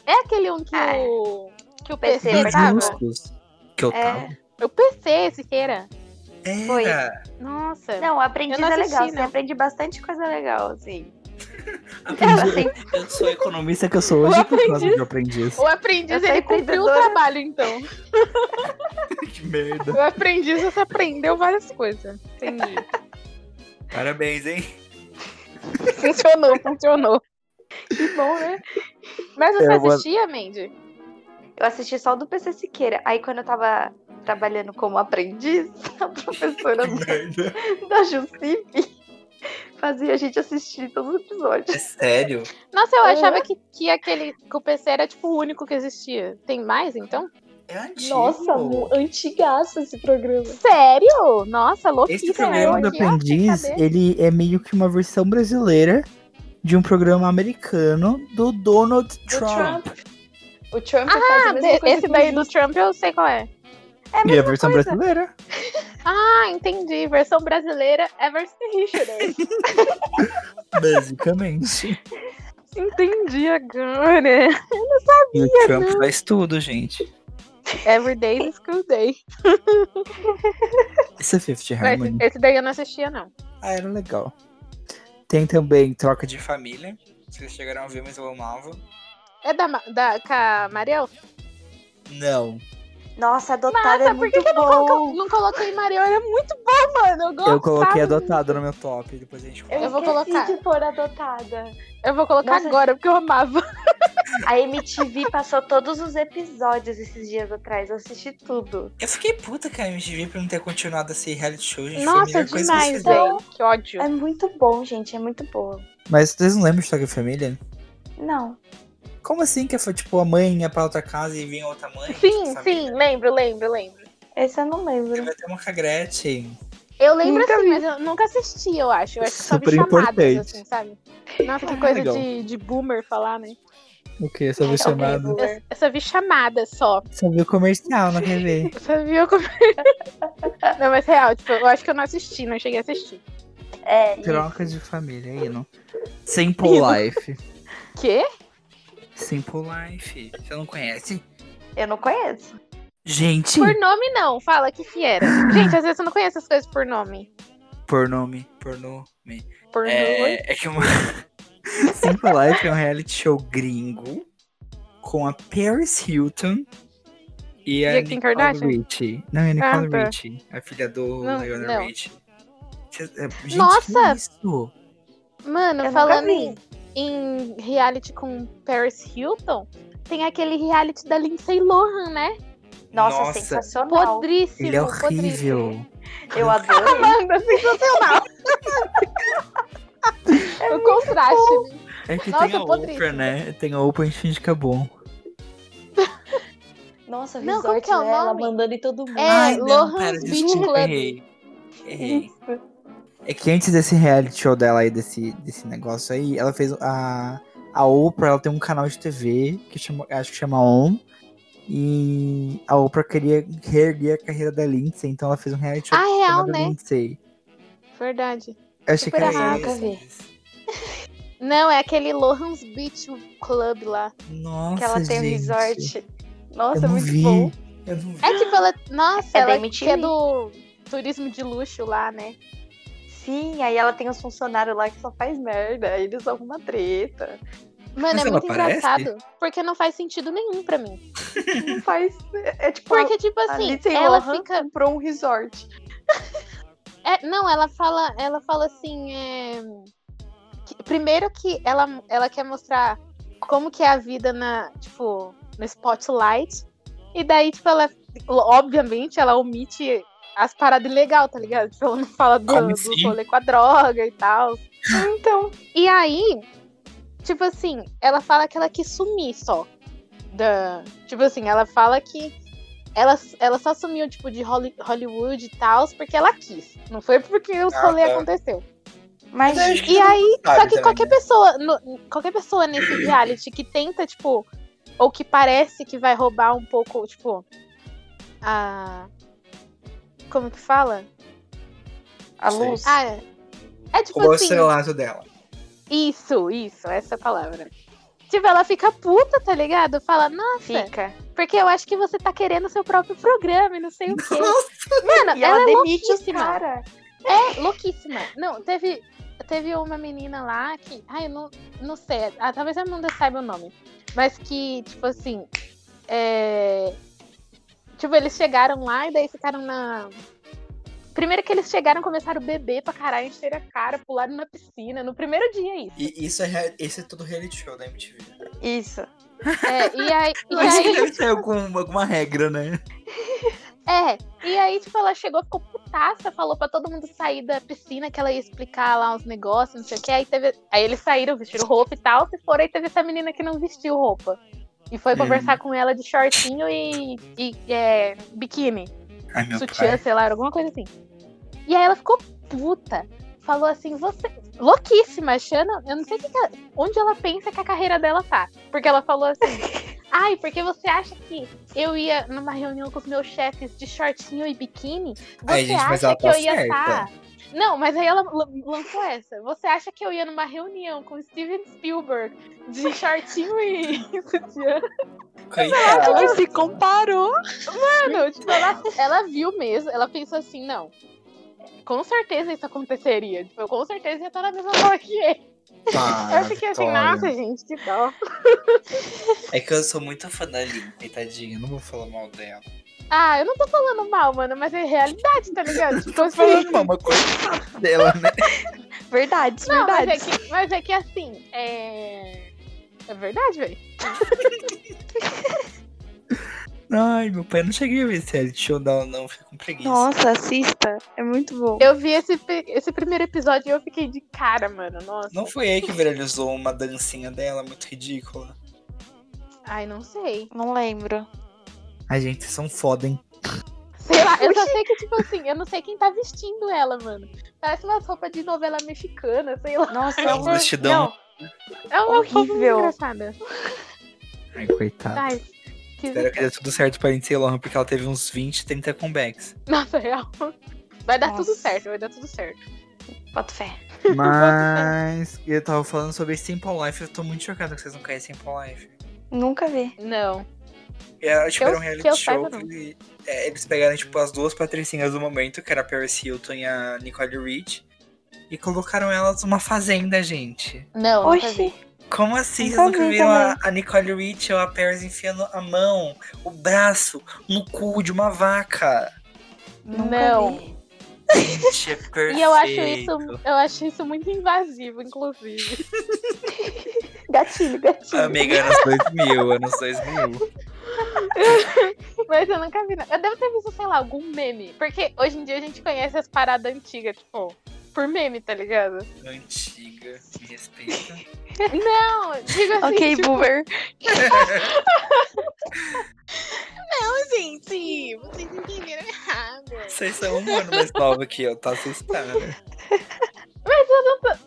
Speaker 2: É aquele um que
Speaker 3: Ah,
Speaker 2: o. Que o
Speaker 3: PC
Speaker 2: PC,
Speaker 1: Dos
Speaker 2: tava?
Speaker 3: Justo.
Speaker 1: Justos. Que eu tava.
Speaker 3: É.
Speaker 2: O PC, Siqueira.
Speaker 1: Era.
Speaker 3: Foi.
Speaker 2: Nossa.
Speaker 3: Não, aprendiz
Speaker 2: Eu não
Speaker 3: é legal.
Speaker 2: assisti,
Speaker 3: Você
Speaker 2: não.
Speaker 3: aprende bastante coisa legal, assim. Ela tem
Speaker 6: Eu sou economista.
Speaker 1: Economista que eu sou hoje
Speaker 2: O
Speaker 1: por causa
Speaker 2: aprendiz.
Speaker 1: do aprendiz.
Speaker 2: O aprendiz,
Speaker 3: Eu sou
Speaker 2: ele cumpriu o
Speaker 3: empreendedora.
Speaker 2: trabalho, então.
Speaker 1: que merda.
Speaker 2: O aprendiz, você aprendeu várias coisas. Entendi.
Speaker 1: Parabéns, hein?
Speaker 2: Funcionou, funcionou. Que bom, né? Mas você
Speaker 1: Eu vou-
Speaker 2: assistia, Mandy?
Speaker 3: Eu assisti só o do PC Siqueira. Aí quando eu tava trabalhando como aprendiz, a professora do-
Speaker 1: Merda.
Speaker 3: da Jusipe fazia a gente assistir todos os episódios.
Speaker 6: É sério?
Speaker 2: Nossa, eu
Speaker 3: Aham.
Speaker 2: achava que, que aquele que o PC era tipo o único que existia. Tem mais, então?
Speaker 6: É antigo.
Speaker 3: Nossa, mu- antigaço esse programa.
Speaker 2: Sério? Nossa,
Speaker 6: Esse
Speaker 2: louquíssimo.
Speaker 6: programa
Speaker 1: do é um Aprendiz, ele é meio que uma versão brasileira de um programa americano do Donald
Speaker 3: O
Speaker 1: Trump.
Speaker 3: Trump. O Trump faz a mesma coisa
Speaker 2: Esse
Speaker 3: que
Speaker 2: daí
Speaker 3: o
Speaker 2: do Trump eu sei qual é.
Speaker 1: E a versão
Speaker 3: coisa.
Speaker 1: brasileira.
Speaker 2: Ah, entendi. Versão brasileira é versão Richard.
Speaker 1: Basicamente.
Speaker 2: entendi agora.
Speaker 1: E o Trump faz tudo, gente.
Speaker 2: Every day is school day.
Speaker 1: Isso é Fifth
Speaker 2: Mas
Speaker 1: Harmony.
Speaker 2: esse daí eu não assistia, não.
Speaker 1: Ah, era legal. Tem também Troca de Família. Vocês chegaram a ver, mas eu amava.
Speaker 2: É da, Ma- da com a Mariel?
Speaker 1: Não.
Speaker 3: Jusipe. Nossa, adotada é
Speaker 2: Nossa, por
Speaker 3: muito
Speaker 2: que, que eu não, coloco-
Speaker 3: bom.
Speaker 2: não coloquei Mariel? Era muito bom, mano. Eu gostava.
Speaker 1: Eu coloquei adotado no meu top. Depois a gente
Speaker 2: Eu vou
Speaker 3: esqueci
Speaker 2: colocar.
Speaker 3: de pôr adotada.
Speaker 2: Eu vou colocar
Speaker 3: Nossa.
Speaker 2: agora, porque eu amava.
Speaker 3: A MTV passou todos os episódios esses dias atrás. Eu assisti tudo.
Speaker 6: Eu fiquei puta com a MTV por não ter continuado esse reality show, gente. Foi a
Speaker 2: Nossa,
Speaker 6: melhor coisa que
Speaker 2: demais,
Speaker 6: eles fizeram.
Speaker 2: velho. Que ódio.
Speaker 3: É muito bom, gente. É muito boa.
Speaker 1: Mas vocês não lembram de Troca de Família?
Speaker 3: Não.
Speaker 1: Como assim que foi, tipo, a mãe ia pra outra casa e vinha outra mãe?
Speaker 2: Sim,
Speaker 6: Família?
Speaker 2: sim, lembro, lembro, lembro.
Speaker 3: Esse eu não lembro.
Speaker 1: Teve até uma Gretchen.
Speaker 2: Eu lembro
Speaker 3: Nunca
Speaker 2: assim,
Speaker 3: vi.
Speaker 2: mas eu nunca assisti, eu acho. Eu acho que só vi
Speaker 1: Super
Speaker 2: chamadas,
Speaker 1: importante.
Speaker 2: assim, sabe? Nossa, que
Speaker 1: Ah,
Speaker 2: coisa
Speaker 1: legal.
Speaker 2: de, de boomer falar, né?
Speaker 1: O quê? Só
Speaker 3: É,
Speaker 1: viu chamado?
Speaker 2: Eu, eu só vi chamadas só.
Speaker 1: Só viu comercial na TV.
Speaker 2: Eu só vi o comer- Não, mas real, tipo, eu acho que eu não assisti, não cheguei a assistir.
Speaker 3: É,
Speaker 1: Troca de Família, aí, não. Simple Life.
Speaker 2: Quê?
Speaker 1: Simple Life. Você não conhece?
Speaker 3: eu não conheço.
Speaker 1: Gente,
Speaker 2: Por nome não, fala o que que era. Gente, às vezes eu não conheço as coisas por nome.
Speaker 1: por nome, por nome.
Speaker 2: Por nome.
Speaker 6: É, é que uma...
Speaker 1: Simple Life é um reality show gringo com a Paris Hilton e
Speaker 2: E
Speaker 1: a
Speaker 2: a Kim
Speaker 1: Nicole
Speaker 2: Kardashian?
Speaker 1: Richie. Não, é a Nicole
Speaker 2: Ah, tá.
Speaker 1: Richie, a filha do
Speaker 2: Não,
Speaker 1: Lionel
Speaker 2: não.
Speaker 1: Richie. Cê- é, Gente,
Speaker 2: Nossa!
Speaker 1: que isso?
Speaker 2: Mano,
Speaker 3: Eu
Speaker 2: falando em,
Speaker 3: nunca vi.
Speaker 2: em reality com Paris Hilton, tem aquele reality da Lindsay Lohan, né?
Speaker 3: Nossa,
Speaker 6: Nossa.
Speaker 3: sensacional.
Speaker 2: Podríssimo.
Speaker 1: Ele é
Speaker 2: podríssimo.
Speaker 1: horrível.
Speaker 3: Eu adorei.
Speaker 2: Manda sensacional. o contraste. né?
Speaker 1: É que
Speaker 2: Nossa,
Speaker 1: tem a
Speaker 2: podríssimo.
Speaker 1: Oprah, né? Tem a Oprah e finge que é bom.
Speaker 3: Nossa, o
Speaker 2: Não, qual
Speaker 3: resort
Speaker 2: que é o
Speaker 3: dela
Speaker 2: nome?
Speaker 3: mandando em todo mundo.
Speaker 2: É, Lohan's Beach Club.
Speaker 1: errei. Errei.
Speaker 3: Isso.
Speaker 1: É que antes desse reality show dela aí, desse, desse negócio aí, ela fez a... A Oprah, ela tem um canal de TV que chama, acho que chama On. E a Oprah queria reerguer a carreira da Lindsay, então ela fez um reality show
Speaker 2: Ah,
Speaker 3: é
Speaker 2: real,
Speaker 1: chamado
Speaker 2: né?
Speaker 1: Lindsay.
Speaker 2: Verdade.
Speaker 1: Eu achei que
Speaker 3: Super
Speaker 1: era
Speaker 3: errado,
Speaker 1: esse.
Speaker 3: nunca
Speaker 2: Não, é aquele Lohan's Beach Club lá.
Speaker 1: Nossa,
Speaker 3: que ela tem um
Speaker 1: gente.
Speaker 3: resort.
Speaker 1: Eu
Speaker 3: Nossa,
Speaker 1: não
Speaker 3: muito
Speaker 1: vi.
Speaker 3: bom.
Speaker 1: Eu não vi.
Speaker 2: É tipo, ela. Nossa,
Speaker 3: É da
Speaker 2: ela
Speaker 3: MTV.
Speaker 2: que é do turismo de luxo lá, né?
Speaker 3: Sim, aí ela tem os funcionários lá que só faz merda. Aí eles arrumam uma treta.
Speaker 6: Mas
Speaker 2: Mano, é
Speaker 6: ela
Speaker 2: muito
Speaker 6: aparece?
Speaker 2: engraçado. Porque não faz sentido nenhum pra mim.
Speaker 3: Não faz. É, é tipo.
Speaker 2: Porque, tipo
Speaker 3: a
Speaker 2: assim,
Speaker 3: Lindsay
Speaker 2: ela
Speaker 3: Lohan
Speaker 2: fica.
Speaker 3: comprou um resort.
Speaker 2: É, não, ela fala, ela fala assim, é, que- primeiro que ela, ela quer mostrar como que é a vida na, tipo, no spotlight, e daí, tipo, ela, obviamente, ela omite as paradas ilegais, tá ligado? Tipo, ela não fala do,
Speaker 6: Como
Speaker 2: do
Speaker 6: assim?
Speaker 2: rolê com a droga e tal.
Speaker 3: Então.
Speaker 2: E aí, tipo assim, ela fala que ela quis sumir só. Da... Tipo assim, ela fala que ela, ela só sumiu, tipo, de Holly- Hollywood e tal, porque ela quis. Não foi porque o
Speaker 6: Ah,
Speaker 2: rolê
Speaker 6: tá.
Speaker 2: aconteceu.
Speaker 3: Mas.
Speaker 6: Mas eu acho que
Speaker 2: E
Speaker 6: todo
Speaker 2: aí,
Speaker 6: mundo sabe
Speaker 2: só que
Speaker 6: também,
Speaker 2: qualquer
Speaker 6: né?
Speaker 2: pessoa, no- qualquer pessoa nesse reality que tenta, tipo, ou que parece que vai roubar um pouco, tipo, a. Como que fala?
Speaker 3: A
Speaker 6: Sei.
Speaker 3: luz.
Speaker 2: Ah, é. é tipo
Speaker 6: Roubou o
Speaker 2: assim.
Speaker 6: estrelato dela.
Speaker 2: Isso, isso, essa é palavra. Tipo, ela fica puta, tá ligado? Fala, nossa,
Speaker 3: fica.
Speaker 2: porque eu acho que você tá querendo seu próprio programa e não sei o quê. Mano,
Speaker 3: E
Speaker 2: ela,
Speaker 3: ela,
Speaker 2: é
Speaker 3: demite os
Speaker 2: louquíssima.
Speaker 3: caras.
Speaker 2: É louquíssima. Não, teve. teve uma menina lá que. Ai, eu não, não sei. Ah, talvez a Amanda saiba o nome. Mas que, tipo assim. é, Tipo, eles chegaram lá e daí ficaram na. Primeiro que eles chegaram, começaram a beber pra caralho, encher a cara, pularam na piscina. No primeiro dia, isso.
Speaker 1: E isso é, rea- esse é todo reality show da MTV.
Speaker 3: Isso.
Speaker 2: É, e aí. e
Speaker 7: Mas
Speaker 2: aí-
Speaker 7: deve ter algum- alguma regra, né?
Speaker 2: É, e aí, tipo, ela chegou, ficou putaça, falou pra todo mundo sair da piscina, que ela ia explicar lá uns negócios, não sei o que. Aí, teve... aí eles saíram, vestiram roupa e tal, se foram, aí teve essa menina que não vestiu roupa. E foi
Speaker 7: Hum.
Speaker 2: conversar com ela de shortinho e, e, é, biquíni,
Speaker 1: Ai, meu
Speaker 2: sutiã, sei lá, era alguma coisa assim. E aí ela ficou puta, falou assim, você... Louquíssima, achando... Eu não sei o que que ela- onde ela pensa que a carreira dela tá. Porque ela falou assim... Ai, porque você acha que eu ia numa reunião com os meus chefes de shortinho e biquíni? Você
Speaker 1: Ai, gente,
Speaker 2: acha
Speaker 1: mas ela
Speaker 2: que
Speaker 1: tá
Speaker 2: eu ia
Speaker 1: certa.
Speaker 2: estar... Não, mas aí ela lan- lançou essa. Você acha que eu ia numa reunião com Steven Spielberg de shortinho e sutiã? é
Speaker 1: pai.
Speaker 3: Ela
Speaker 6: Ah,
Speaker 1: Coitada.
Speaker 2: né?
Speaker 3: que se comparou.
Speaker 2: Mano, tipo, ela, ela viu mesmo, ela pensou assim, não. Com certeza isso aconteceria. Tipo, eu com certeza ia estar na mesma bola que ele.
Speaker 7: Ah,
Speaker 2: eu fiquei assim,
Speaker 7: Vitória.
Speaker 2: nossa, gente, que dó.
Speaker 1: É que eu sou muito fã da Lin, coitadinha. Não vou falar mal dela.
Speaker 2: Ah, eu não tô falando mal, mano, mas é realidade, tá ligado? Tipo, assim,
Speaker 7: Falando mal, uma coisa dela, né?
Speaker 3: Verdade,
Speaker 2: Não, mas
Speaker 3: verdade.
Speaker 2: é, que, mas é que assim, é. É verdade, velho.
Speaker 1: Ai, meu pai, eu não cheguei a ver esse reality show dela, não. Fiquei com preguiça.
Speaker 3: Nossa, assista. É muito bom.
Speaker 2: Eu vi esse, pe- esse primeiro episódio e eu fiquei de cara, mano. Nossa.
Speaker 1: Não foi aí que viralizou uma dancinha dela muito ridícula?
Speaker 2: Ai, não sei.
Speaker 3: Não lembro.
Speaker 7: Ai, gente, vocês são foda, hein?
Speaker 2: Sei lá, eu só sei que, tipo assim, eu não sei quem tá vestindo ela, mano. Parece umas roupas de novela mexicana, sei lá.
Speaker 3: Nossa,
Speaker 1: É um
Speaker 3: horror-
Speaker 1: vestidão.
Speaker 2: É uma roupa muito
Speaker 3: Horrível.
Speaker 2: engraçada.
Speaker 7: Ai, coitado.
Speaker 2: Ai, Ah, que...
Speaker 7: Espero
Speaker 1: que dê tudo certo pra Lindsay Lohan, porque ela teve uns 20, 30 comebacks.
Speaker 2: Nossa, real. Vai dar
Speaker 3: Nossa.
Speaker 2: tudo certo, vai dar tudo certo.
Speaker 3: Bota fé.
Speaker 7: Mas
Speaker 1: Eu tava falando sobre Simple Life, eu tô muito chocado que vocês não conhecem Simple Life.
Speaker 3: Nunca vi.
Speaker 2: Não.
Speaker 1: Era, tipo,
Speaker 2: eu-
Speaker 1: era um reality
Speaker 2: que eu
Speaker 1: show
Speaker 2: saiba,
Speaker 1: que
Speaker 2: não.
Speaker 1: ele- é, eles pegaram, tipo, as duas patricinhas do momento, que era a Paris Hilton e a Nicole Reed, e colocaram elas numa fazenda, gente.
Speaker 2: Não, nunca vi.
Speaker 3: Oxi.
Speaker 1: Como assim? Vocês
Speaker 3: Nunca
Speaker 1: nunca
Speaker 3: vi
Speaker 1: viram a, a Nicole Reed ou a Paris enfiando a mão, o braço, no cu de uma vaca?
Speaker 3: Nunca
Speaker 2: Não.
Speaker 3: vi.
Speaker 1: Gente, é perfeito.
Speaker 2: E eu acho isso, eu acho isso muito invasivo, inclusive.
Speaker 3: Gatilho, gatilho.
Speaker 1: Amiga, é anos 2000, anos 2000.
Speaker 2: Mas eu nunca vi. Não. Eu devo ter visto, sei lá, algum meme. Porque hoje em dia a gente conhece as paradas antigas, tipo, por meme, tá ligado?
Speaker 1: Antiga, me respeita.
Speaker 2: Não, digo assim,
Speaker 3: Ok,
Speaker 2: tipo,
Speaker 3: boomer.
Speaker 2: gente, assim, vocês entenderam errado.
Speaker 1: Vocês são um ano mais novo que eu, tá assustado.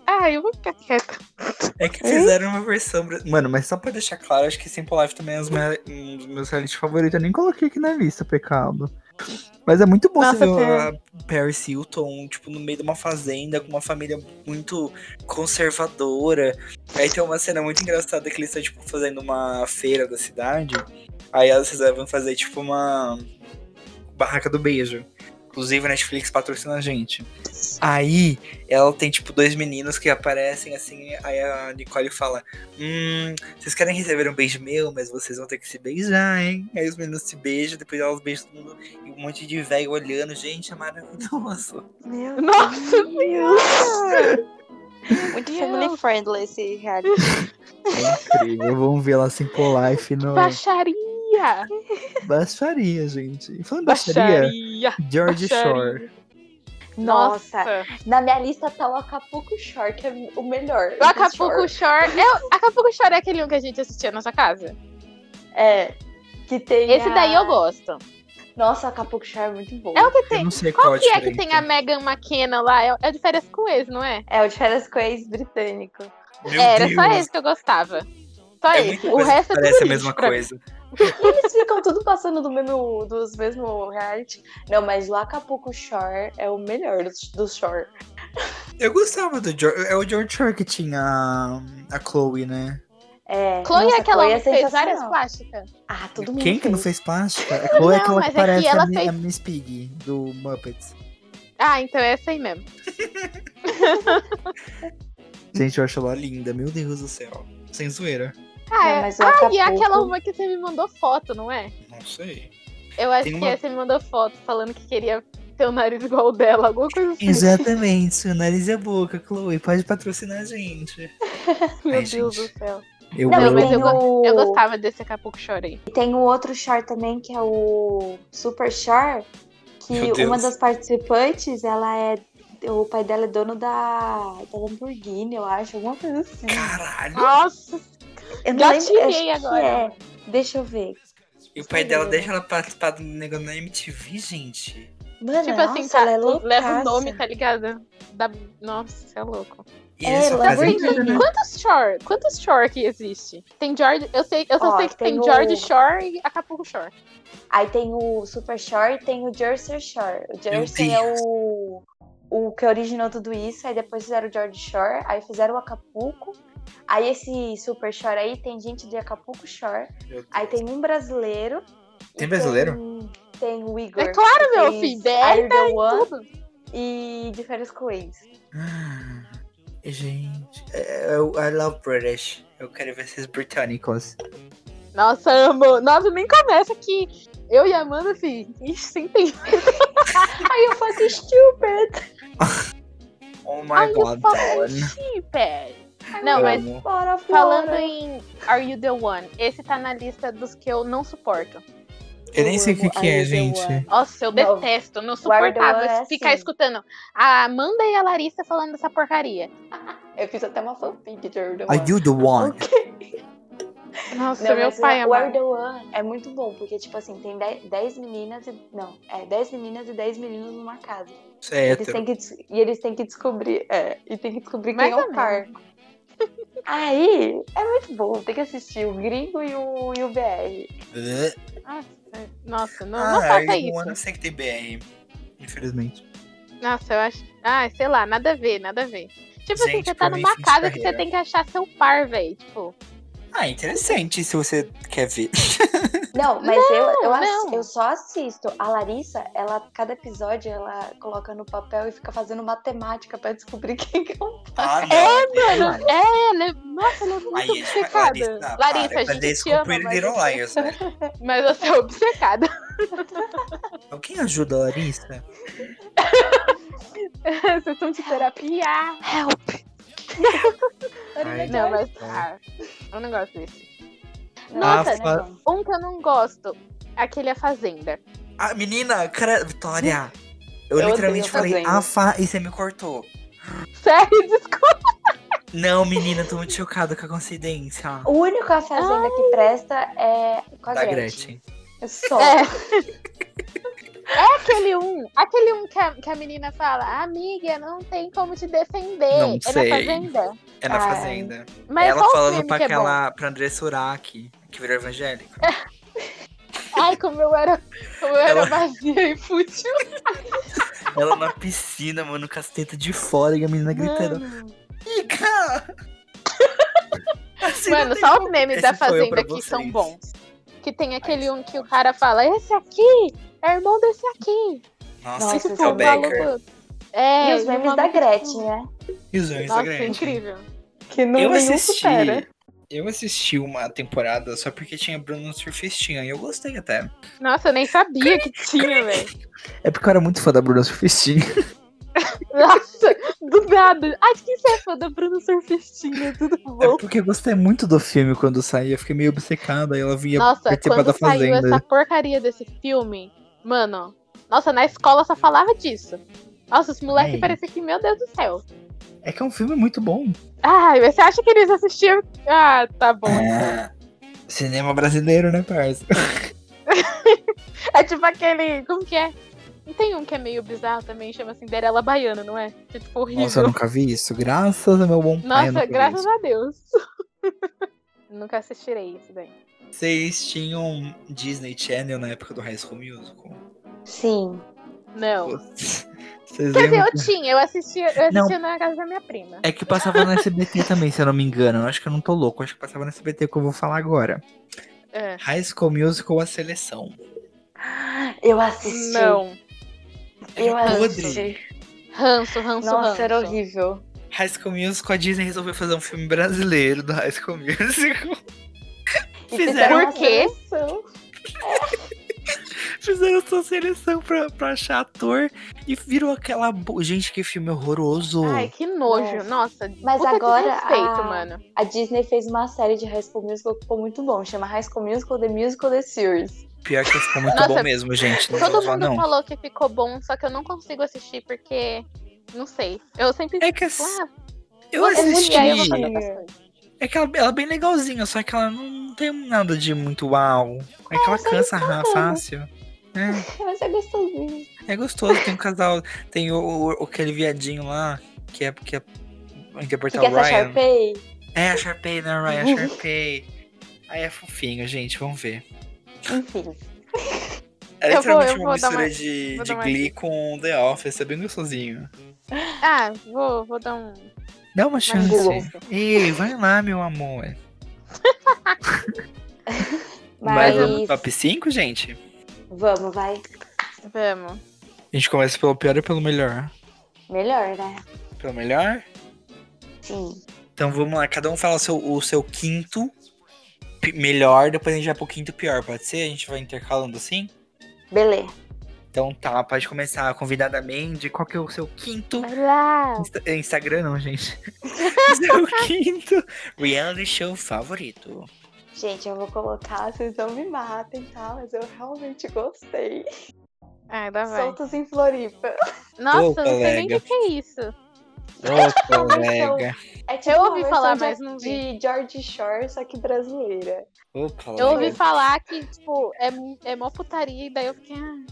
Speaker 2: Ah, eu vou ficar quieta.
Speaker 1: É que fizeram uma versão. bra- Mano, mas só pra deixar claro, acho que Simple Life também é um dos me- um dos meus reality favoritos. Eu nem coloquei aqui na lista, pecado. Mas é muito bom você
Speaker 2: Nossa,
Speaker 1: ver
Speaker 2: cara.
Speaker 1: a Paris Hilton, tipo, no meio de uma fazenda, com uma família muito conservadora. Aí tem uma cena muito engraçada que eles estão, tipo, fazendo uma feira da cidade. Aí elas resolvem fazer, tipo, uma barraca do beijo. Inclusive, a Netflix patrocina a gente. Aí, ela tem, tipo, dois meninos que aparecem, assim, aí a Nicole fala, hum, vocês querem receber um beijo meu, mas vocês vão ter que se beijar, hein? Aí os meninos se beijam, depois elas beijam todo mundo, e um monte de velho olhando, gente, é maravilhoso.
Speaker 3: Meu
Speaker 2: Nossa
Speaker 3: Deus. Muito
Speaker 2: Deus.
Speaker 3: family friendly esse reality.
Speaker 7: é incrível. Vamos ver lá Simple Life no
Speaker 2: Baixaria!
Speaker 7: Baixaria, gente. E Falando em baixaria,
Speaker 2: Baixaria!
Speaker 7: George Shore.
Speaker 2: baixaria. Nossa!
Speaker 3: Na minha lista tá o Acapulco Shore, que é o melhor.
Speaker 2: O Acapulco Shore. É, Acapulco Shore é aquele um que a gente assistia na sua casa.
Speaker 3: É. Que tem.
Speaker 2: Esse
Speaker 3: a-
Speaker 2: daí eu gosto.
Speaker 3: Nossa, Acapulco Shore é muito bom.
Speaker 2: É o que
Speaker 1: Eu
Speaker 2: tem.
Speaker 1: não sei
Speaker 2: Qual
Speaker 1: qual,
Speaker 2: que é que
Speaker 1: diferença.
Speaker 2: tem a Megan McKenna lá? É, é de férias com ex, não é?
Speaker 3: É o de férias com ex britânico.
Speaker 1: Meu
Speaker 2: é, era só
Speaker 1: Deus,
Speaker 2: esse que eu gostava. Só
Speaker 1: é
Speaker 2: esse.
Speaker 1: muita
Speaker 2: O
Speaker 1: coisa que
Speaker 2: resto é tudo
Speaker 1: Parece a
Speaker 2: lixo
Speaker 1: mesma
Speaker 2: pra mim.
Speaker 1: coisa.
Speaker 3: Eles ficam tudo passando do mesmo, dos mesmos reality. Não, mas o Acapulco Shore é o melhor dos, dos Shore.
Speaker 1: Eu gostava do George,
Speaker 7: É o George Shore que tinha a- a Chloe, né?
Speaker 3: É,
Speaker 2: Chloe
Speaker 3: nossa,
Speaker 2: é aquela
Speaker 3: Chloe
Speaker 2: que fez várias
Speaker 3: sensacional.
Speaker 2: plásticas.
Speaker 3: Ah, todo mundo
Speaker 7: Quem que não
Speaker 3: fez.
Speaker 7: fez plástica? A Chloe é
Speaker 2: Não,
Speaker 7: aquela
Speaker 2: mas é
Speaker 7: que
Speaker 2: que
Speaker 7: parece
Speaker 2: ela
Speaker 7: a, Mi-
Speaker 2: fez-
Speaker 7: a Miss Piggy, do Muppets.
Speaker 2: Ah, então é essa aí mesmo.
Speaker 7: Gente, eu acho ela linda, meu Deus do céu. Sem zoeira.
Speaker 2: Ah, é.
Speaker 3: mas o Acapulco...
Speaker 2: E aquela uma que você me mandou foto, não é?
Speaker 1: Não sei.
Speaker 2: Eu acho
Speaker 1: Tem
Speaker 2: que
Speaker 1: uma-
Speaker 2: essa me mandou foto falando que queria ter o nariz igual o dela, alguma coisa assim.
Speaker 7: Exatamente, seu nariz e a
Speaker 1: Boca, Chloe, pode patrocinar a gente.
Speaker 2: Meu
Speaker 1: Ai,
Speaker 2: Deus
Speaker 1: gente.
Speaker 2: do céu.
Speaker 7: Eu
Speaker 3: Não,
Speaker 2: Não,
Speaker 7: amo.
Speaker 2: mas eu,
Speaker 3: tem
Speaker 2: go-
Speaker 3: o-
Speaker 2: eu gostava desse Acapulco Chorei.
Speaker 3: E tem um outro short também, que é o Super Shore,
Speaker 1: Meu
Speaker 3: que
Speaker 1: Deus.
Speaker 3: uma das participantes, ela é. O pai dela é dono da, da Lamborghini, eu acho, alguma coisa assim.
Speaker 1: Caralho.
Speaker 2: Nossa,
Speaker 3: Eu não lembro, eu acho
Speaker 2: gatilhei
Speaker 3: que
Speaker 2: agora.
Speaker 3: é. Deixa eu ver.
Speaker 1: E o pai dela deixa ela participar do negócio na MTV, gente.
Speaker 3: Mano,
Speaker 2: Tipo
Speaker 3: nossa,
Speaker 2: assim, tá,
Speaker 3: ela é
Speaker 2: leva o
Speaker 3: loucaça.
Speaker 2: nome, tá ligado? Da... Nossa, você é louco.
Speaker 1: E
Speaker 3: É,
Speaker 1: eles só
Speaker 3: ela é
Speaker 1: fazem
Speaker 3: bonita,
Speaker 1: né?
Speaker 2: Quantos Shore? Quantos Shore que existe? Tem George. Eu, sei, eu só
Speaker 3: Ó,
Speaker 2: sei que tem,
Speaker 3: tem o-
Speaker 2: George Shore e Acapulco Shore.
Speaker 3: Aí tem o Super Shore e tem o Jersey Shore. O Jersey é
Speaker 1: Deus.
Speaker 3: o, o que originou tudo isso. Aí depois fizeram o George Shore. Aí fizeram o Acapulco. Aí esse Super Shore aí tem gente de Acapulco Shore.
Speaker 1: Meu Deus.
Speaker 3: Aí tem um brasileiro. e
Speaker 7: Tem brasileiro?
Speaker 3: Tem, tem o Igor.
Speaker 2: É claro,
Speaker 3: que
Speaker 2: meu
Speaker 3: fez
Speaker 2: filho, deve
Speaker 3: Are You The One
Speaker 2: Tudo.
Speaker 3: e de férias com o ex.
Speaker 1: Ah,
Speaker 7: Gente, é- eu, I love British. Eu quero ver esses britânicos.
Speaker 2: Nossa, amo. Nossa, nem começa que eu e a Amanda, filho, isso sem tem.
Speaker 3: Aí eu faço stupid.
Speaker 1: Oh my
Speaker 2: Ai, eu
Speaker 1: god.
Speaker 2: falo chipé. Não,
Speaker 1: Eu
Speaker 2: mas
Speaker 1: amo.
Speaker 3: Bora, fora.
Speaker 2: falando em Are You The One, esse tá na lista dos que eu não suporto.
Speaker 7: Eu nem
Speaker 3: Eu
Speaker 7: sei o que,
Speaker 3: amo
Speaker 7: que é,
Speaker 3: Are You The
Speaker 7: gente.
Speaker 3: One.
Speaker 2: Nossa, eu
Speaker 3: Não.
Speaker 2: detesto, não
Speaker 3: The One
Speaker 2: suportável
Speaker 3: é
Speaker 2: ficar
Speaker 3: assim.
Speaker 2: escutando a Amanda e a Larissa falando dessa porcaria.
Speaker 3: Eu fiz até uma fanfic de Are You The One.
Speaker 7: Are you the one?
Speaker 2: Nossa,
Speaker 3: Não,
Speaker 2: meu
Speaker 3: mas
Speaker 2: pai
Speaker 3: o-
Speaker 2: amado.
Speaker 3: o Are the One é muito bom, porque, tipo assim, tem 10 meninas e. Não, é 10 meninas e 10 meninos numa casa.
Speaker 1: Isso é
Speaker 3: Eles
Speaker 1: hétero.
Speaker 3: têm que, des- e eles têm que descobrir. É, e tem que descobrir
Speaker 2: Mais
Speaker 3: quem é
Speaker 2: ou
Speaker 3: o par. Aí é muito bom, tem que assistir o gringo e o, e o BR.
Speaker 2: Nossa, Ah, é. Nossa, não, não
Speaker 1: Ah,
Speaker 2: faça
Speaker 1: eu
Speaker 2: isso.
Speaker 1: não sei que tem BR.
Speaker 7: Infelizmente.
Speaker 2: Nossa, eu acho. Ah, sei lá, nada a ver, nada a ver. Tipo assim,
Speaker 1: Gente,
Speaker 2: você
Speaker 1: pra
Speaker 2: tá
Speaker 1: mim,
Speaker 2: numa
Speaker 1: fim de
Speaker 2: casa que você
Speaker 1: carreira.
Speaker 2: tem que achar seu par, velho. Tipo,
Speaker 1: Ah, interessante se você quer ver.
Speaker 3: Não, mas eu, eu, ass-
Speaker 2: não.
Speaker 3: eu só assisto. A Larissa, ela, cada episódio, ela coloca no papel e fica fazendo matemática pra descobrir quem que é o
Speaker 1: Ah, não.
Speaker 2: mano, é, ela é- nossa, ela é muito
Speaker 1: Aí a gente vai.
Speaker 2: obcecada.
Speaker 1: Larissa, ah,
Speaker 2: Larissa,
Speaker 1: para,
Speaker 2: a
Speaker 1: fazer
Speaker 2: gente
Speaker 1: isso
Speaker 2: te
Speaker 1: com
Speaker 2: ama,
Speaker 1: Pretty
Speaker 2: mas,
Speaker 1: Little Liars, né?
Speaker 2: mas eu sou obcecada.
Speaker 7: Alguém ajuda a Larissa?
Speaker 2: Vocês estão de terapia.
Speaker 3: Help!
Speaker 7: Ai,
Speaker 2: Não, mas ah, eu não gosto desse. Nossa,
Speaker 7: Ah,
Speaker 3: né?
Speaker 7: fa-
Speaker 2: um que eu não gosto, aquele é A Fazenda.
Speaker 1: Ah, menina, cara, Vitória. Eu,
Speaker 3: Eu
Speaker 1: literalmente
Speaker 3: odeio
Speaker 1: falei,
Speaker 3: fazenda.
Speaker 1: ah, fa... e você me cortou.
Speaker 2: Sério, desculpa.
Speaker 1: Não, menina, tô muito chocado com a coincidência.
Speaker 3: O único a fazenda que presta é com a
Speaker 1: Da
Speaker 3: Gretchen.
Speaker 1: Gretchen.
Speaker 3: Só.
Speaker 2: É. É aquele um, aquele um que a, que a menina fala, amiga, não tem como te defender.
Speaker 7: Não
Speaker 2: é
Speaker 7: sei.
Speaker 2: na fazenda.
Speaker 1: É na
Speaker 3: Ai.
Speaker 1: Fazenda.
Speaker 2: Mas
Speaker 1: Ela
Speaker 2: só o
Speaker 1: falando
Speaker 2: meme
Speaker 1: pra
Speaker 2: que é bom.
Speaker 1: aquela. pra André Suraki, que virou evangélica.
Speaker 2: Ai, como eu era, como eu era
Speaker 1: Ela-
Speaker 2: vazia e fútil.
Speaker 1: Ela na piscina, mano, com as tetas de fora.
Speaker 7: Fora e a menina gritando.
Speaker 2: Mano,
Speaker 1: Fica! Assim, não
Speaker 2: Mano,
Speaker 1: tem
Speaker 2: só
Speaker 1: como.
Speaker 2: os memes
Speaker 1: Esse
Speaker 2: da
Speaker 1: sou eu pra
Speaker 2: Fazenda que são
Speaker 1: vocês.
Speaker 2: bons. Que tem aquele
Speaker 1: Ai,
Speaker 2: um que o cara fala, esse aqui é irmão desse aqui.
Speaker 1: Nossa,
Speaker 3: Nossa,
Speaker 1: Nossa
Speaker 3: esse é
Speaker 1: Phil
Speaker 3: o
Speaker 2: um
Speaker 1: Baker.
Speaker 2: maluco. É,
Speaker 3: E os
Speaker 2: um
Speaker 3: memes da
Speaker 2: maluco-
Speaker 3: Gretchen, né?
Speaker 1: E os
Speaker 7: é
Speaker 1: memes da
Speaker 2: Nossa,
Speaker 1: Gretchen.
Speaker 2: incrível.
Speaker 3: Que não
Speaker 1: Eu assisti. Eu assisti uma temporada só porque tinha Bruno Surfistinha e eu gostei até.
Speaker 2: Nossa, eu nem sabia que tinha, velho.
Speaker 7: É porque eu era muito fã da Bruna Surfistinha.
Speaker 2: Nossa, do nada. Acho que você é fã da Bruna Surfistinha, tudo bom.
Speaker 7: É porque eu gostei muito do filme quando saía. Eu fiquei meio obcecada. Aí ela vinha
Speaker 2: Nossa,
Speaker 7: participar da
Speaker 2: quando saiu
Speaker 7: Fazenda.
Speaker 2: essa porcaria desse filme, mano. Nossa, na escola só falava disso. Nossa, os moleques
Speaker 7: Gente.
Speaker 2: pareciam que, meu Deus do céu.
Speaker 7: É que é um filme muito bom.
Speaker 2: Ai, mas você acha que eles assistiam? Ah, tá bom.
Speaker 7: É. Cinema brasileiro, né, parça?
Speaker 2: É tipo aquele. Como que é? Não tem um que é meio bizarro também, chama Cinderela Baiana, não é? Que é tipo horrível.
Speaker 7: Nossa, eu nunca vi isso. Graças ao meu bom pai. eu
Speaker 2: Nossa,
Speaker 7: nunca vi
Speaker 2: graças
Speaker 7: isso.
Speaker 2: a Deus. nunca assistirei isso daí.
Speaker 1: Vocês tinham Disney Channel na época do High School Musical?
Speaker 3: Sim.
Speaker 2: Não.
Speaker 7: Vocês
Speaker 2: Quer dizer,
Speaker 7: lembram?
Speaker 2: eu tinha, eu assistia, eu
Speaker 7: Não.
Speaker 2: assistia na casa da minha prima.
Speaker 7: É que passava no SBT também, se eu não me engano. Eu acho que eu não tô louco. Eu acho que passava no SBT que eu vou falar agora.
Speaker 2: É.
Speaker 7: High School Musical, a seleção.
Speaker 3: Eu assisti.
Speaker 2: Não.
Speaker 3: Eu
Speaker 1: podre.
Speaker 3: assisti.
Speaker 2: Ranço, ranço, ranço.
Speaker 3: Nossa, era horrível.
Speaker 1: High School Musical, a Disney resolveu fazer um filme brasileiro do High School Musical.
Speaker 3: E
Speaker 1: Fizeram-
Speaker 3: uma
Speaker 2: Por quê?
Speaker 3: seleção.
Speaker 1: Fizeram sua seleção pra, pra achar ator e virou aquela. bo- Gente, que filme horroroso.
Speaker 2: Ai, que nojo. Nossa,
Speaker 3: Mas
Speaker 2: puta
Speaker 3: agora
Speaker 2: desrespeito,
Speaker 3: a-
Speaker 2: mano.
Speaker 3: A Disney fez uma série de High School Musical que ficou muito bom. Chama High School Musical The Musical The Series.
Speaker 1: Pior que ficou muito
Speaker 2: Nossa,
Speaker 1: bom mesmo, gente. Não vou
Speaker 2: Todo
Speaker 1: falar,
Speaker 2: mundo
Speaker 1: não.
Speaker 2: falou que ficou bom, só que eu não consigo assistir porque. Não sei. Eu sempre.
Speaker 1: É que
Speaker 2: fico,
Speaker 1: ass-
Speaker 2: ah,
Speaker 1: eu
Speaker 3: É
Speaker 2: vou assistir,
Speaker 1: assisti.
Speaker 2: aí eu vou fazer
Speaker 3: né?
Speaker 2: outras coisas.
Speaker 1: É que ela, ela é bem legalzinha, só que ela não tem nada de muito uau. É que ela cansa
Speaker 2: então tá
Speaker 1: ra- fácil.
Speaker 3: Mas é gostosinho.
Speaker 1: É gostoso, tem um casal. Tem o, o- aquele viadinho lá, que é porque é interpretar
Speaker 3: Que
Speaker 1: o
Speaker 3: essa
Speaker 1: Ryan.
Speaker 3: Sharpay?
Speaker 1: É, a Sharpay, né, Ryan? A
Speaker 2: Uhum.
Speaker 1: Sharpay. Aí é fofinho, gente, vamos ver.
Speaker 3: Enfim.
Speaker 1: É
Speaker 2: Eu vou-
Speaker 1: literalmente
Speaker 2: eu
Speaker 1: uma
Speaker 2: vou dar
Speaker 1: mistura
Speaker 2: uma-
Speaker 1: de,
Speaker 2: vou
Speaker 1: de
Speaker 2: dar uma-
Speaker 1: Glee com The Office, é bem gostosinho.
Speaker 2: Ah, vou, vou dar um.
Speaker 1: Dá uma chance.
Speaker 2: Google.
Speaker 1: Ei, vai lá, meu amor. Mas
Speaker 3: Mas
Speaker 2: um
Speaker 1: vamos pro é top 5, gente?
Speaker 3: vamos, vai.
Speaker 2: Vamos.
Speaker 1: A gente começa pelo pior ou pelo melhor?
Speaker 3: Melhor, né?
Speaker 1: Pelo melhor?
Speaker 3: Sim.
Speaker 1: Então vamos lá, cada um fala o seu, o seu quinto pi- melhor, depois a gente vai pro quinto pior, pode ser? A gente vai intercalando assim?
Speaker 3: Beleza.
Speaker 1: Então tá, pode começar convidada Mandy, qual que é o seu quinto?
Speaker 2: Vai lá.
Speaker 1: Insta- é Instagram não, gente. seu quinto reality show favorito.
Speaker 3: Gente, eu vou colocar, vocês não me matem, tá? Mas eu realmente gostei.
Speaker 2: Ah,
Speaker 3: Tá
Speaker 2: dá vai.
Speaker 3: Soltos em Floripa.
Speaker 2: Nossa,
Speaker 1: Ô,
Speaker 2: não sei nem
Speaker 1: colega.
Speaker 2: o que, que é isso.
Speaker 1: Ô,
Speaker 3: colega.
Speaker 1: colega.
Speaker 3: É tipo
Speaker 2: Eu
Speaker 3: uma
Speaker 2: ouvi
Speaker 3: versão
Speaker 2: falar,
Speaker 3: de,
Speaker 2: mas não vi.
Speaker 3: de George Shore, só que brasileira.
Speaker 1: Ô, colega.
Speaker 2: Eu ouvi falar que, tipo, é, mu- é mó putaria, e daí eu fiquei. ah,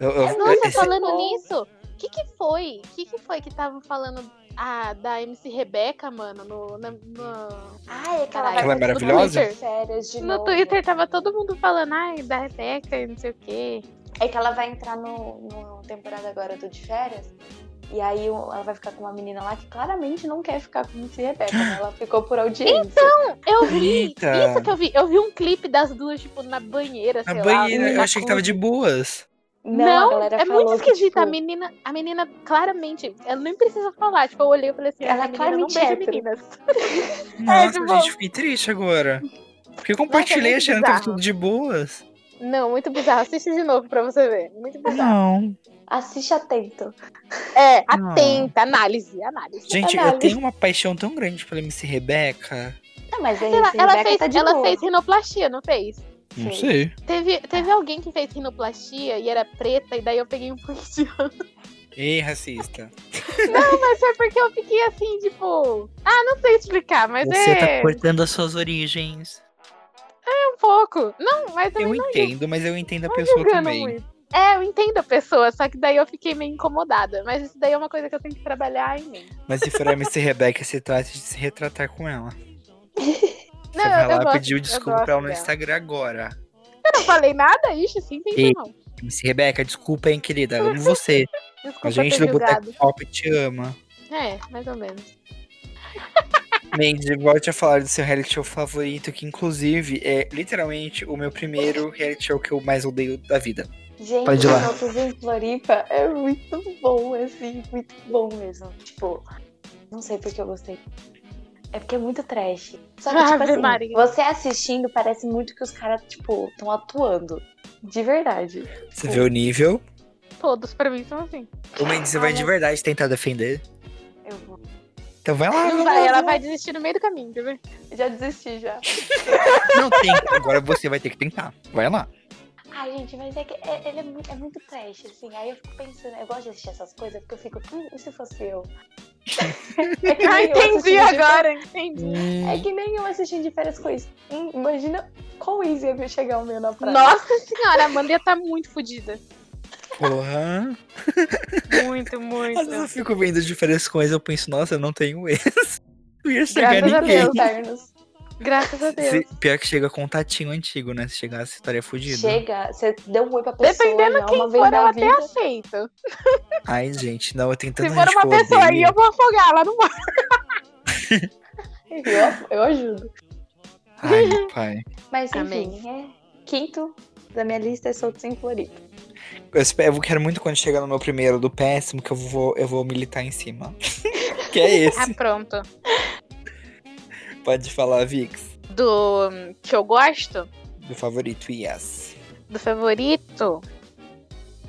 Speaker 1: Eu- eu-
Speaker 2: Nossa,
Speaker 1: É,
Speaker 2: tá
Speaker 1: esse-
Speaker 2: falando
Speaker 3: bom.
Speaker 2: nisso, o que que foi? O que que foi que estavam falando ah, da MC Rebeca, mano, no, na- no,
Speaker 3: Ai, aquela
Speaker 2: Caralho.
Speaker 1: Ela é
Speaker 3: vai fazer
Speaker 1: maravilhosa?
Speaker 3: umas Férias de
Speaker 2: no
Speaker 3: novo.
Speaker 2: Twitter tava todo mundo falando, ai, da Rebeca e não sei o quê.
Speaker 3: É que ela vai entrar no, no temporada agora do de férias. E aí o- ela vai ficar com uma menina lá que claramente não quer ficar com Miss Rebeca, né? Ela ficou por audiência.
Speaker 2: Então, Eu vi!
Speaker 1: Eita.
Speaker 2: Isso que eu vi, eu vi um clipe das duas, tipo, na banheira,
Speaker 1: Na
Speaker 2: sei
Speaker 1: banheira,
Speaker 2: lá.
Speaker 1: eu achei que tava de boas.
Speaker 3: não, a galera
Speaker 2: é
Speaker 3: falou
Speaker 2: muito esquisita.
Speaker 3: que,
Speaker 2: A,
Speaker 3: tipo,
Speaker 2: menina, a menina, claramente, ela nem precisa falar. Tipo, eu olhei e falei assim,
Speaker 3: Ela
Speaker 2: essa
Speaker 3: é
Speaker 2: menina não
Speaker 3: claramente
Speaker 2: beija
Speaker 3: hétero.
Speaker 2: meninas.
Speaker 1: Nossa,
Speaker 2: É, de boa.
Speaker 1: gente, fiquei triste agora. Porque eu compartilhei
Speaker 2: muito
Speaker 1: achando que tava
Speaker 2: bizarro.
Speaker 1: tudo de boas.
Speaker 2: Não, muito bizarro. Assiste de novo pra você ver. Muito É bizarro.
Speaker 1: Não.
Speaker 3: Assiste atento.
Speaker 2: É,
Speaker 1: Não.
Speaker 2: atenta, análise, análise.
Speaker 1: Gente, eu
Speaker 3: Análise.
Speaker 1: tenho uma paixão tão grande pela MC Rebeca.
Speaker 3: Não, mas aí
Speaker 2: Sei lá,
Speaker 3: Miss
Speaker 2: ela
Speaker 3: Rebeca
Speaker 2: fez,
Speaker 3: tá de
Speaker 2: ela
Speaker 3: boa.
Speaker 2: fez rinoplastia, não fez?
Speaker 1: Não
Speaker 3: Sim.
Speaker 1: sei.
Speaker 2: Teve, teve alguém que fez rinoplastia e era preta, e daí eu peguei um pouquinho.
Speaker 1: Ei, racista.
Speaker 2: Mas foi porque eu fiquei assim, tipo. Ah, não sei explicar, mas
Speaker 1: Você tá
Speaker 2: é
Speaker 1: cortando as suas origens.
Speaker 2: um pouco. Não, mas eu
Speaker 1: Eu
Speaker 2: não
Speaker 1: entendo, mas eu entendo a
Speaker 2: tô
Speaker 1: pessoa
Speaker 2: julgando
Speaker 1: também.
Speaker 2: muito. É, eu entendo a pessoa, só que daí eu fiquei meio incomodada. Mas isso daí é uma coisa que eu tenho que trabalhar em mim.
Speaker 1: Mas se for a MC Rebeca, se trata de se retratar com ela.
Speaker 2: Não,
Speaker 1: Você
Speaker 2: eu,
Speaker 1: vai
Speaker 2: eu
Speaker 1: lá
Speaker 2: gosto,
Speaker 1: pedir
Speaker 2: eu
Speaker 1: desculpa
Speaker 2: gosto
Speaker 1: pra ela no
Speaker 2: dela.
Speaker 1: Instagram agora.
Speaker 2: Eu não falei nada, ixi, sim, tem
Speaker 1: E-
Speaker 2: não.
Speaker 1: MC Rebeca, desculpa, hein, querida. Eu Amo você.
Speaker 2: Desculpa
Speaker 1: A gente
Speaker 2: ter
Speaker 1: do
Speaker 2: julgado.
Speaker 1: Boteco Pop te ama.
Speaker 2: É, mais ou menos.
Speaker 1: Mandy, volte a falar do seu reality show favorito, que inclusive é literalmente o meu primeiro reality show que eu mais odeio da vida.
Speaker 3: Gente,
Speaker 1: Pode ir lá.
Speaker 3: Soltos em Floripa é muito bom, assim, muito bom mesmo. Tipo, não sei porque eu gostei. É porque é muito trash. Só que, tipo
Speaker 2: Ah, Ave
Speaker 3: assim,
Speaker 2: Maria.
Speaker 3: você assistindo parece muito que os caras, tipo, estão atuando. De verdade.
Speaker 1: Você vê o nível?
Speaker 2: Todos pra mim são assim.
Speaker 1: O Mandy, você vai de verdade tentar defender?
Speaker 3: Eu vou.
Speaker 1: Então vai lá.
Speaker 2: Não vai, ela vai desistir no meio do caminho, quer ver?
Speaker 3: Já desisti, já.
Speaker 1: Não tem. Agora você vai ter que tentar. Vai lá.
Speaker 3: Ai, gente, mas é que é- ele é muito, é muito trash, assim. Aí eu fico pensando, eu gosto de assistir essas coisas, porque eu fico, hum, e se fosse eu? é que
Speaker 2: Ah,
Speaker 3: nem eu
Speaker 2: entendi
Speaker 3: assistindo de
Speaker 2: agora, entendi.
Speaker 3: férias- É que nem eu assistindo de férias com isso. Hum, imagina quão easy ia chegar o meu na praia.
Speaker 2: Nossa senhora, a Amanda ia tá muito fodida.
Speaker 1: Porra.
Speaker 2: Muito,
Speaker 1: Às vezes eu
Speaker 2: muito.
Speaker 1: fico vendo diferentes coisas eu penso, nossa, eu não tenho ex. Não ia chegar
Speaker 2: Graças a
Speaker 1: ninguém.
Speaker 2: Deus.
Speaker 3: Internos.
Speaker 2: Graças a Deus.
Speaker 1: Se- pior que chega com um tatinho antigo, né? Se chegasse, estaria fudido.
Speaker 3: Chega, você deu um oi pra pessoa,
Speaker 2: Dependendo
Speaker 3: não,
Speaker 2: quem
Speaker 3: uma
Speaker 2: for,
Speaker 3: vez
Speaker 2: eu
Speaker 3: na
Speaker 2: até
Speaker 3: vida.
Speaker 2: aceito.
Speaker 1: Ai, gente, não, eu tenho tanta
Speaker 2: Se for
Speaker 1: gente
Speaker 2: uma
Speaker 1: que eu
Speaker 2: pessoa aí,
Speaker 1: odeio.
Speaker 2: eu vou afogar ela no mar.
Speaker 3: Eu, eu ajudo.
Speaker 1: Ai, meu pai.
Speaker 3: Mas enfim,
Speaker 2: Amém.
Speaker 3: é... quinto da minha lista é Soltos em Floripa.
Speaker 1: Eu, espero, eu quero muito quando chegar no meu primeiro do péssimo que eu vou, eu vou militar em cima. que é
Speaker 2: Ah,
Speaker 1: esse.
Speaker 2: pronto.
Speaker 1: Pode falar, Vix.
Speaker 2: Do hum, que eu gosto,
Speaker 1: Do favorito, yes.
Speaker 2: do favorito.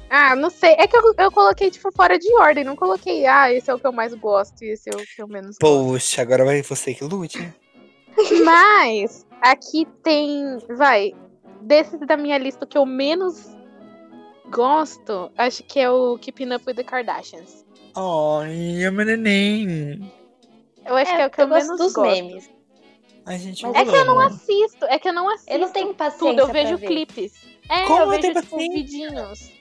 Speaker 2: Ah, não sei. É que eu, eu coloquei, tipo, fora de ordem. Não coloquei, ah, esse é o que eu mais gosto e esse é o que eu menos gosto.
Speaker 1: Poxa, agora vai você que lute. hein?
Speaker 2: Mas aqui tem. Vai. Desses da minha lista o que eu menos gosto, acho que é o Keeping Up with the Kardashians.
Speaker 1: Ai, meu neném.
Speaker 2: Eu acho que é o que eu,
Speaker 3: eu gosto
Speaker 2: menos
Speaker 3: dos
Speaker 2: gosto.
Speaker 3: memes.
Speaker 1: A gente
Speaker 3: Mas
Speaker 2: É que eu não
Speaker 1: ama.
Speaker 2: assisto, é que eu não assisto
Speaker 3: Eu não tenho paciência.
Speaker 2: tudo, eu vejo
Speaker 3: pra ver.
Speaker 2: clipes. É,
Speaker 1: Como
Speaker 2: eu
Speaker 1: não tem
Speaker 2: vejo tipo,
Speaker 1: paciência?
Speaker 2: vidinhos.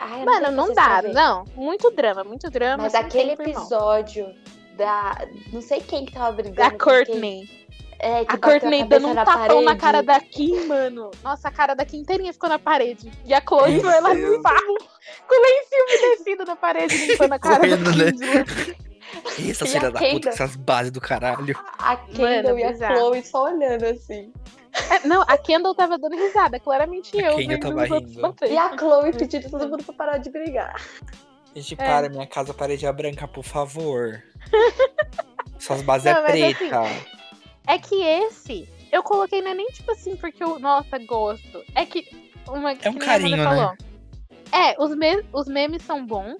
Speaker 3: Ai, eu
Speaker 2: Mano,
Speaker 3: tenho
Speaker 2: não
Speaker 3: paciência pra
Speaker 2: dá,
Speaker 3: ver.
Speaker 2: não. Muito drama, muito drama.
Speaker 3: Mas
Speaker 2: assim,
Speaker 3: aquele
Speaker 2: tempo, irmão.
Speaker 3: episódio da. Não sei quem que tava
Speaker 2: Da
Speaker 3: brigando. com quem,
Speaker 2: Courtney.
Speaker 3: É, que
Speaker 2: A
Speaker 3: bateu
Speaker 2: Courtney
Speaker 3: cabeça
Speaker 2: dando um
Speaker 3: na
Speaker 2: tapão na
Speaker 3: parede.
Speaker 2: cara da Kim, mano. Nossa, a cara da Kim inteirinha ficou na parede. E a Chloe
Speaker 1: Meu
Speaker 2: viu ela
Speaker 1: Deus.
Speaker 2: no barro, com o lencinho descido na parede, limpando a cara da
Speaker 1: Correndo, né?
Speaker 2: Kim. de lã.
Speaker 1: Essa
Speaker 3: E
Speaker 1: filha
Speaker 3: a
Speaker 1: da puta com
Speaker 3: Kendall?
Speaker 1: essas bases do caralho.
Speaker 3: A Kendall
Speaker 2: Mano,
Speaker 3: e a
Speaker 2: bizarro.
Speaker 3: Chloe só olhando assim.
Speaker 2: É, Não, a Kendall tava dando risada, claramente
Speaker 1: A
Speaker 2: eu.
Speaker 1: Kendall
Speaker 2: vendo
Speaker 1: tava
Speaker 2: os outros
Speaker 1: rindo.
Speaker 2: papéis.
Speaker 3: E a Chloe pedindo todo mundo pra parar de brigar.
Speaker 1: A gente para, minha casa
Speaker 2: é
Speaker 1: pareja branca, por favor. Suas bases
Speaker 2: Não,
Speaker 1: é
Speaker 2: mas assim,
Speaker 1: preta.
Speaker 2: É que esse, eu coloquei, não é nem tipo assim, porque eu, nossa, gosto. É que uma que
Speaker 1: um
Speaker 2: nem a Amanda
Speaker 1: carinho, né?
Speaker 2: falou. É, os, me os memes são bons.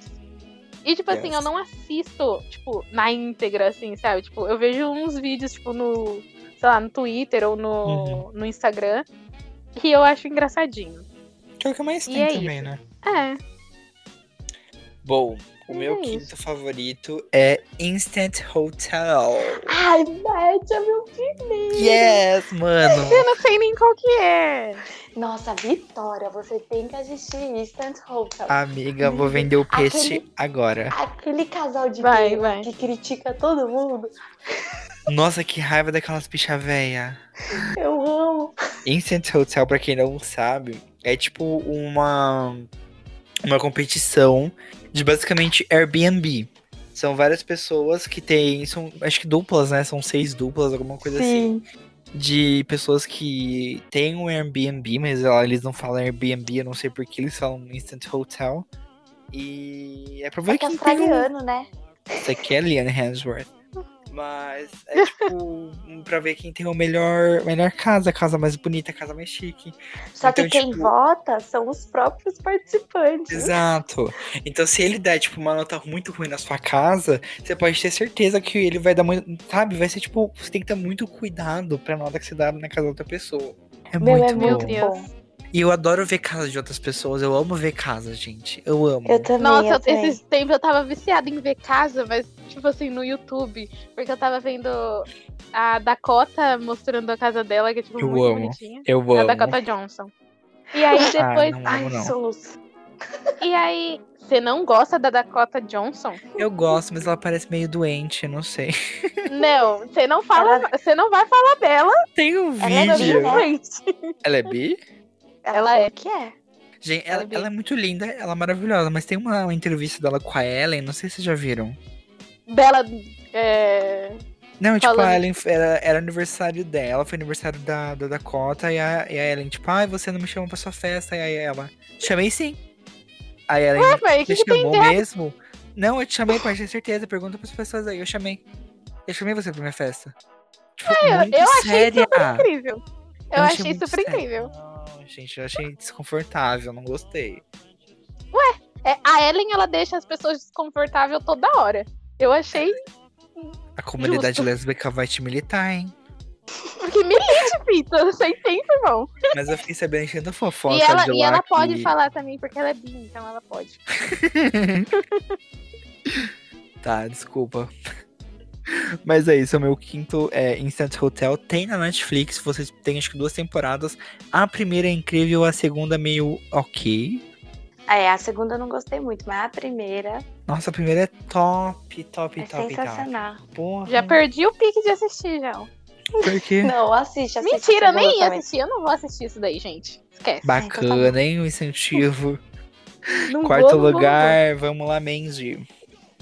Speaker 2: E, tipo assim,
Speaker 1: Yes.
Speaker 2: eu não assisto, tipo, na íntegra, assim, sabe? Tipo, eu vejo uns vídeos, tipo, no, sei lá, no Twitter ou no,
Speaker 1: Uhum.
Speaker 2: no Instagram, que eu acho engraçadinho.
Speaker 1: Que é o que mais
Speaker 2: E
Speaker 1: tem
Speaker 2: é
Speaker 1: também,
Speaker 2: isso.
Speaker 1: né?
Speaker 2: É,
Speaker 1: Bom, o
Speaker 2: Mas
Speaker 1: meu
Speaker 2: é
Speaker 1: quinto
Speaker 2: isso.
Speaker 1: favorito é Instant Hotel.
Speaker 3: Ai, Beth, é meu
Speaker 1: Yes, mano.
Speaker 2: eu não sei nem qual que é.
Speaker 3: Nossa, Vitória, você tem que assistir Instant Hotel.
Speaker 1: Ah. Amiga, vou vender o
Speaker 3: Aquele-
Speaker 1: peixe agora.
Speaker 3: Aquele casal de
Speaker 2: Vai,
Speaker 3: gay
Speaker 2: vai.
Speaker 3: que critica todo mundo.
Speaker 1: Nossa, que raiva daquelas bicha véia.
Speaker 3: Eu amo.
Speaker 1: Instant Hotel, pra quem não sabe, é tipo uma uma competição de basicamente Airbnb. São várias pessoas que têm, são acho que duplas, né? São seis duplas, alguma coisa assim,
Speaker 3: Sim.
Speaker 1: de pessoas que têm um Airbnb, mas ela- eles não falam Airbnb, eu não sei por que eles falam Instant Hotel. E é pra ver
Speaker 3: É que é
Speaker 1: quem tem um
Speaker 3: australiano, né?
Speaker 1: isso aqui é Liane Hemsworth. Mas é tipo um pra ver quem tem o melhor, melhor casa, a casa mais bonita, a casa mais chique.
Speaker 3: Só que
Speaker 1: Então,
Speaker 3: quem
Speaker 1: tipo-
Speaker 3: vota são os próprios participantes.
Speaker 1: Exato. Então se ele der tipo uma nota muito ruim na sua casa, você pode ter certeza que ele vai dar muito, sabe? Vai ser tipo, você tem que ter muito cuidado pra nota que você dá na casa da outra pessoa. É
Speaker 3: Meu,
Speaker 1: muito
Speaker 3: é
Speaker 2: meu
Speaker 1: bom.
Speaker 2: Deus.
Speaker 3: bom.
Speaker 1: E eu adoro ver casa de outras pessoas, eu amo ver casa, gente. Eu amo.
Speaker 3: Eu também,
Speaker 2: Nossa,
Speaker 3: eu também.
Speaker 2: esses tempos eu tava viciada em ver casa, mas tipo assim, no YouTube. Porque eu tava vendo a Dakota mostrando a casa dela, que é tipo
Speaker 1: Eu
Speaker 2: muito
Speaker 1: amo.
Speaker 2: bonitinha.
Speaker 1: Eu
Speaker 2: A
Speaker 1: amo.
Speaker 2: Dakota Johnson. E
Speaker 3: Ah,
Speaker 2: aí depois.
Speaker 1: Ah, não
Speaker 3: Ai,
Speaker 1: amo não.
Speaker 3: soluço.
Speaker 2: E aí. Você não gosta da Dakota Johnson?
Speaker 1: Eu gosto, mas ela parece meio doente, eu não sei.
Speaker 2: Não, você não fala.
Speaker 3: Ela-
Speaker 2: Você não vai falar dela.
Speaker 1: Tem um
Speaker 3: Ela é bi,
Speaker 1: vídeo.
Speaker 3: né?
Speaker 2: gente.
Speaker 1: Ela é bi?
Speaker 2: Ela
Speaker 3: falou
Speaker 2: é.
Speaker 3: que é.
Speaker 1: Gente,
Speaker 2: Ela
Speaker 1: ela,
Speaker 2: é bem-
Speaker 1: ela é muito linda, ela é maravilhosa, mas tem uma, uma entrevista dela com a Ellen, não sei se vocês já viram.
Speaker 2: Dela. É...
Speaker 1: Não, tipo,
Speaker 2: Falando-
Speaker 1: a Ellen f- era, era aniversário dela, foi aniversário da, da Dakota, e a, e a Ellen, tipo, ai, você não me chamou pra sua festa, e aí ela, chamei sim. Aí a Ellen,
Speaker 2: Mas o Ah, que,
Speaker 1: você
Speaker 2: que tem
Speaker 1: chamou
Speaker 2: dela?
Speaker 1: mesmo? Não, eu te chamei, pode ter certeza, pergunta pras pessoas aí, eu chamei. Eu chamei você pra minha festa. Tipo, muito
Speaker 2: É, Eu achei
Speaker 1: séria.
Speaker 2: super incrível. Eu,
Speaker 1: Eu
Speaker 2: achei,
Speaker 1: muito
Speaker 2: super
Speaker 1: séria.
Speaker 2: incrível.
Speaker 1: Não, gente, eu achei desconfortável, não gostei.
Speaker 2: É, a Ellen, ela deixa as pessoas desconfortáveis toda hora. Eu achei
Speaker 1: A comunidade
Speaker 2: Justo.
Speaker 1: lésbica vai te militar, hein?
Speaker 2: Porque milite, Pita. Você entende, irmão?
Speaker 1: Mas eu fiquei sabendo que tanta fofoca
Speaker 2: E ela,
Speaker 1: de lá
Speaker 2: e ela
Speaker 1: que-
Speaker 2: pode falar também, porque ela é bi, então ela pode.
Speaker 1: Tá, desculpa. Mas é isso, é o meu quinto é, Instant Hotel. Tem na Netflix, vocês têm acho que duas temporadas. A primeira é incrível, a segunda é meio ok.
Speaker 3: É, a segunda eu não gostei muito, mas a primeira
Speaker 1: Nossa, a primeira é top, top,
Speaker 3: é
Speaker 1: top, top.
Speaker 3: sensacional.
Speaker 1: Porra,
Speaker 2: Já perdi o pique de assistir, já.
Speaker 1: por quê?
Speaker 3: Não, assiste, assiste.
Speaker 2: Mentira,
Speaker 3: a
Speaker 2: eu nem
Speaker 3: segunda
Speaker 2: ia
Speaker 3: também.
Speaker 2: assistir. Eu não vou assistir isso daí, gente. Esquece.
Speaker 1: Bacana, hein? O incentivo.
Speaker 2: Um
Speaker 3: Não
Speaker 1: Quarto
Speaker 3: vou, não vou,
Speaker 1: lugar, vamos lá, Menzi.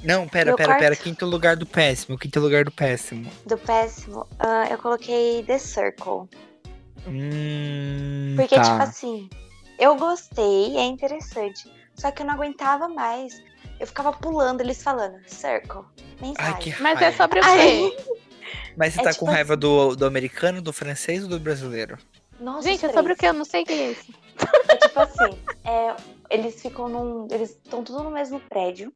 Speaker 1: Não, pera,
Speaker 3: Meu
Speaker 1: pera, pera.
Speaker 3: quarto.
Speaker 1: Quinto lugar do péssimo, quinto lugar do péssimo.
Speaker 3: não. Do péssimo, ah, eu coloquei The Circle.
Speaker 1: Hum,
Speaker 3: Porque,
Speaker 1: tá.
Speaker 2: é
Speaker 3: tipo assim, Eu gostei, é interessante. Só que eu não aguentava mais. Eu ficava pulando eles falando, circle, mensagem.
Speaker 1: Ai, que raiva.
Speaker 2: Mas é sobre o
Speaker 3: Ai.
Speaker 2: quê?
Speaker 1: Mas você
Speaker 3: é
Speaker 1: tá
Speaker 3: tipo
Speaker 1: com raiva do, do americano, do francês ou do brasileiro?
Speaker 3: Nossa,
Speaker 2: Gente, é
Speaker 3: os
Speaker 2: sobre o
Speaker 3: três.
Speaker 2: quê? Eu não sei o que é isso.
Speaker 3: É tipo assim, é, eles ficam num. Eles estão tudo no mesmo prédio,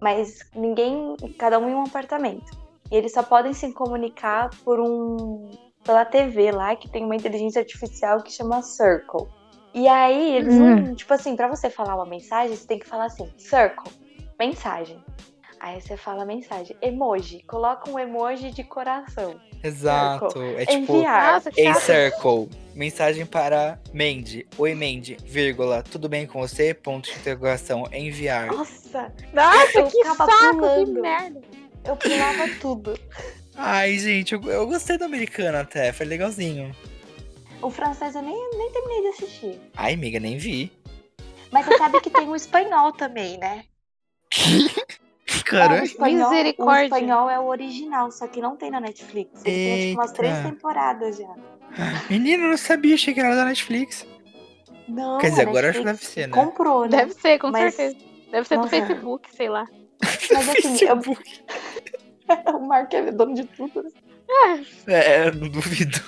Speaker 3: mas ninguém. Cada um em um apartamento. E eles só podem se comunicar por um. pela TV lá, que tem uma inteligência artificial que chama Circle. E aí, eles não. Tipo assim, pra você falar uma mensagem, você tem que falar assim, Circle, mensagem. Aí você fala mensagem, emoji, coloca um emoji de coração.
Speaker 1: Exato. É tipo.
Speaker 3: Enviar.
Speaker 2: Nossa, que
Speaker 1: Ei,
Speaker 2: chato.
Speaker 1: Circle. Mensagem para Mandy. Oi, Mandy. Vírgula. Tudo bem com você? Ponto de interrogação. Enviar.
Speaker 3: Nossa,
Speaker 2: Nossa,
Speaker 3: Eu
Speaker 2: que
Speaker 3: ficava
Speaker 2: saco, que
Speaker 3: pulando.
Speaker 2: merda.
Speaker 3: eu pulava tudo.
Speaker 1: Ai, gente, eu, eu gostei do americano até. Foi legalzinho.
Speaker 3: O francês eu nem, nem terminei de assistir.
Speaker 1: Ai, amiga, nem vi.
Speaker 3: Mas você sabe que tem o espanhol também, né? É, o
Speaker 1: Caramba.
Speaker 3: espanhol,
Speaker 2: Misericórdia.
Speaker 3: O espanhol é o original, só que não tem na Netflix. Ele tem tipo, umas
Speaker 1: Eita.
Speaker 3: três temporadas já.
Speaker 1: Menino, eu não sabia. Achei que era da Netflix.
Speaker 3: Não,
Speaker 1: Quer dizer,
Speaker 3: a
Speaker 1: agora acho que deve
Speaker 3: Netflix
Speaker 1: ser, né?
Speaker 3: Comprou, né?
Speaker 2: Deve ser, com
Speaker 3: Mas-
Speaker 2: certeza. Deve ser do
Speaker 3: Nossa.
Speaker 2: Facebook, sei lá.
Speaker 3: Mas assim, eu-
Speaker 1: Facebook.
Speaker 3: o Mark é dono de tudo. né?
Speaker 1: É, eu não duvido.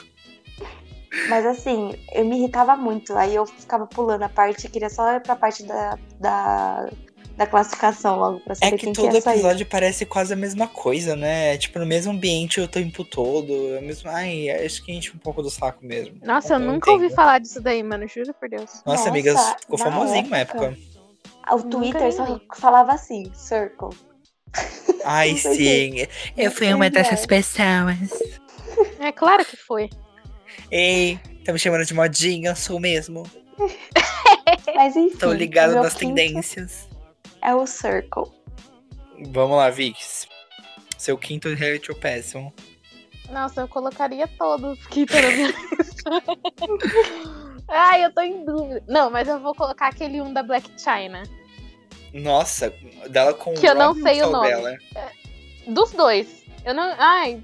Speaker 3: Mas assim, eu me irritava muito. Aí eu ficava pulando a parte, queria só ir pra parte da, da, da classificação logo, pra saber
Speaker 1: É que
Speaker 3: quem
Speaker 1: todo
Speaker 3: que ia sair.
Speaker 1: episódio parece quase a mesma coisa, né? Tipo, no mesmo ambiente o tempo todo. É o mesmo... Ai, acho que enche um pouco do saco mesmo.
Speaker 2: Nossa, eu
Speaker 1: Não
Speaker 2: nunca ouvi
Speaker 1: entendo.
Speaker 2: falar disso daí, mano. Juro por Deus.
Speaker 1: Nossa, amiga,
Speaker 3: Nossa,
Speaker 1: ficou
Speaker 3: na
Speaker 1: famosinho na época.
Speaker 3: O
Speaker 2: Nunca
Speaker 3: Twitter só
Speaker 2: vi.
Speaker 3: falava assim, circle.
Speaker 1: Ai,
Speaker 3: Não
Speaker 1: sim.
Speaker 3: sei
Speaker 1: Eu fui
Speaker 3: Não
Speaker 1: uma
Speaker 3: sei quem
Speaker 1: dessas
Speaker 3: é.
Speaker 1: pessoas.
Speaker 2: É claro que foi.
Speaker 1: Ei, tá me chamando de modinha, sou mesmo.
Speaker 3: Mas enfim.
Speaker 1: Tô ligado
Speaker 3: meu
Speaker 1: nas
Speaker 3: quinto
Speaker 1: tendências.
Speaker 3: É o circle.
Speaker 1: Vamos lá, Vix. Seu quinto reality ou péssimo.
Speaker 2: Nossa, eu colocaria todos que estão na minha lista. Ai, eu tô em dúvida. Não, mas eu vou colocar aquele um da Black China.
Speaker 1: Nossa, dela com
Speaker 2: Que eu não
Speaker 1: Robin
Speaker 2: sei o
Speaker 1: ou só
Speaker 2: nome.
Speaker 1: dela?
Speaker 2: Dos dois. Eu não. Ai.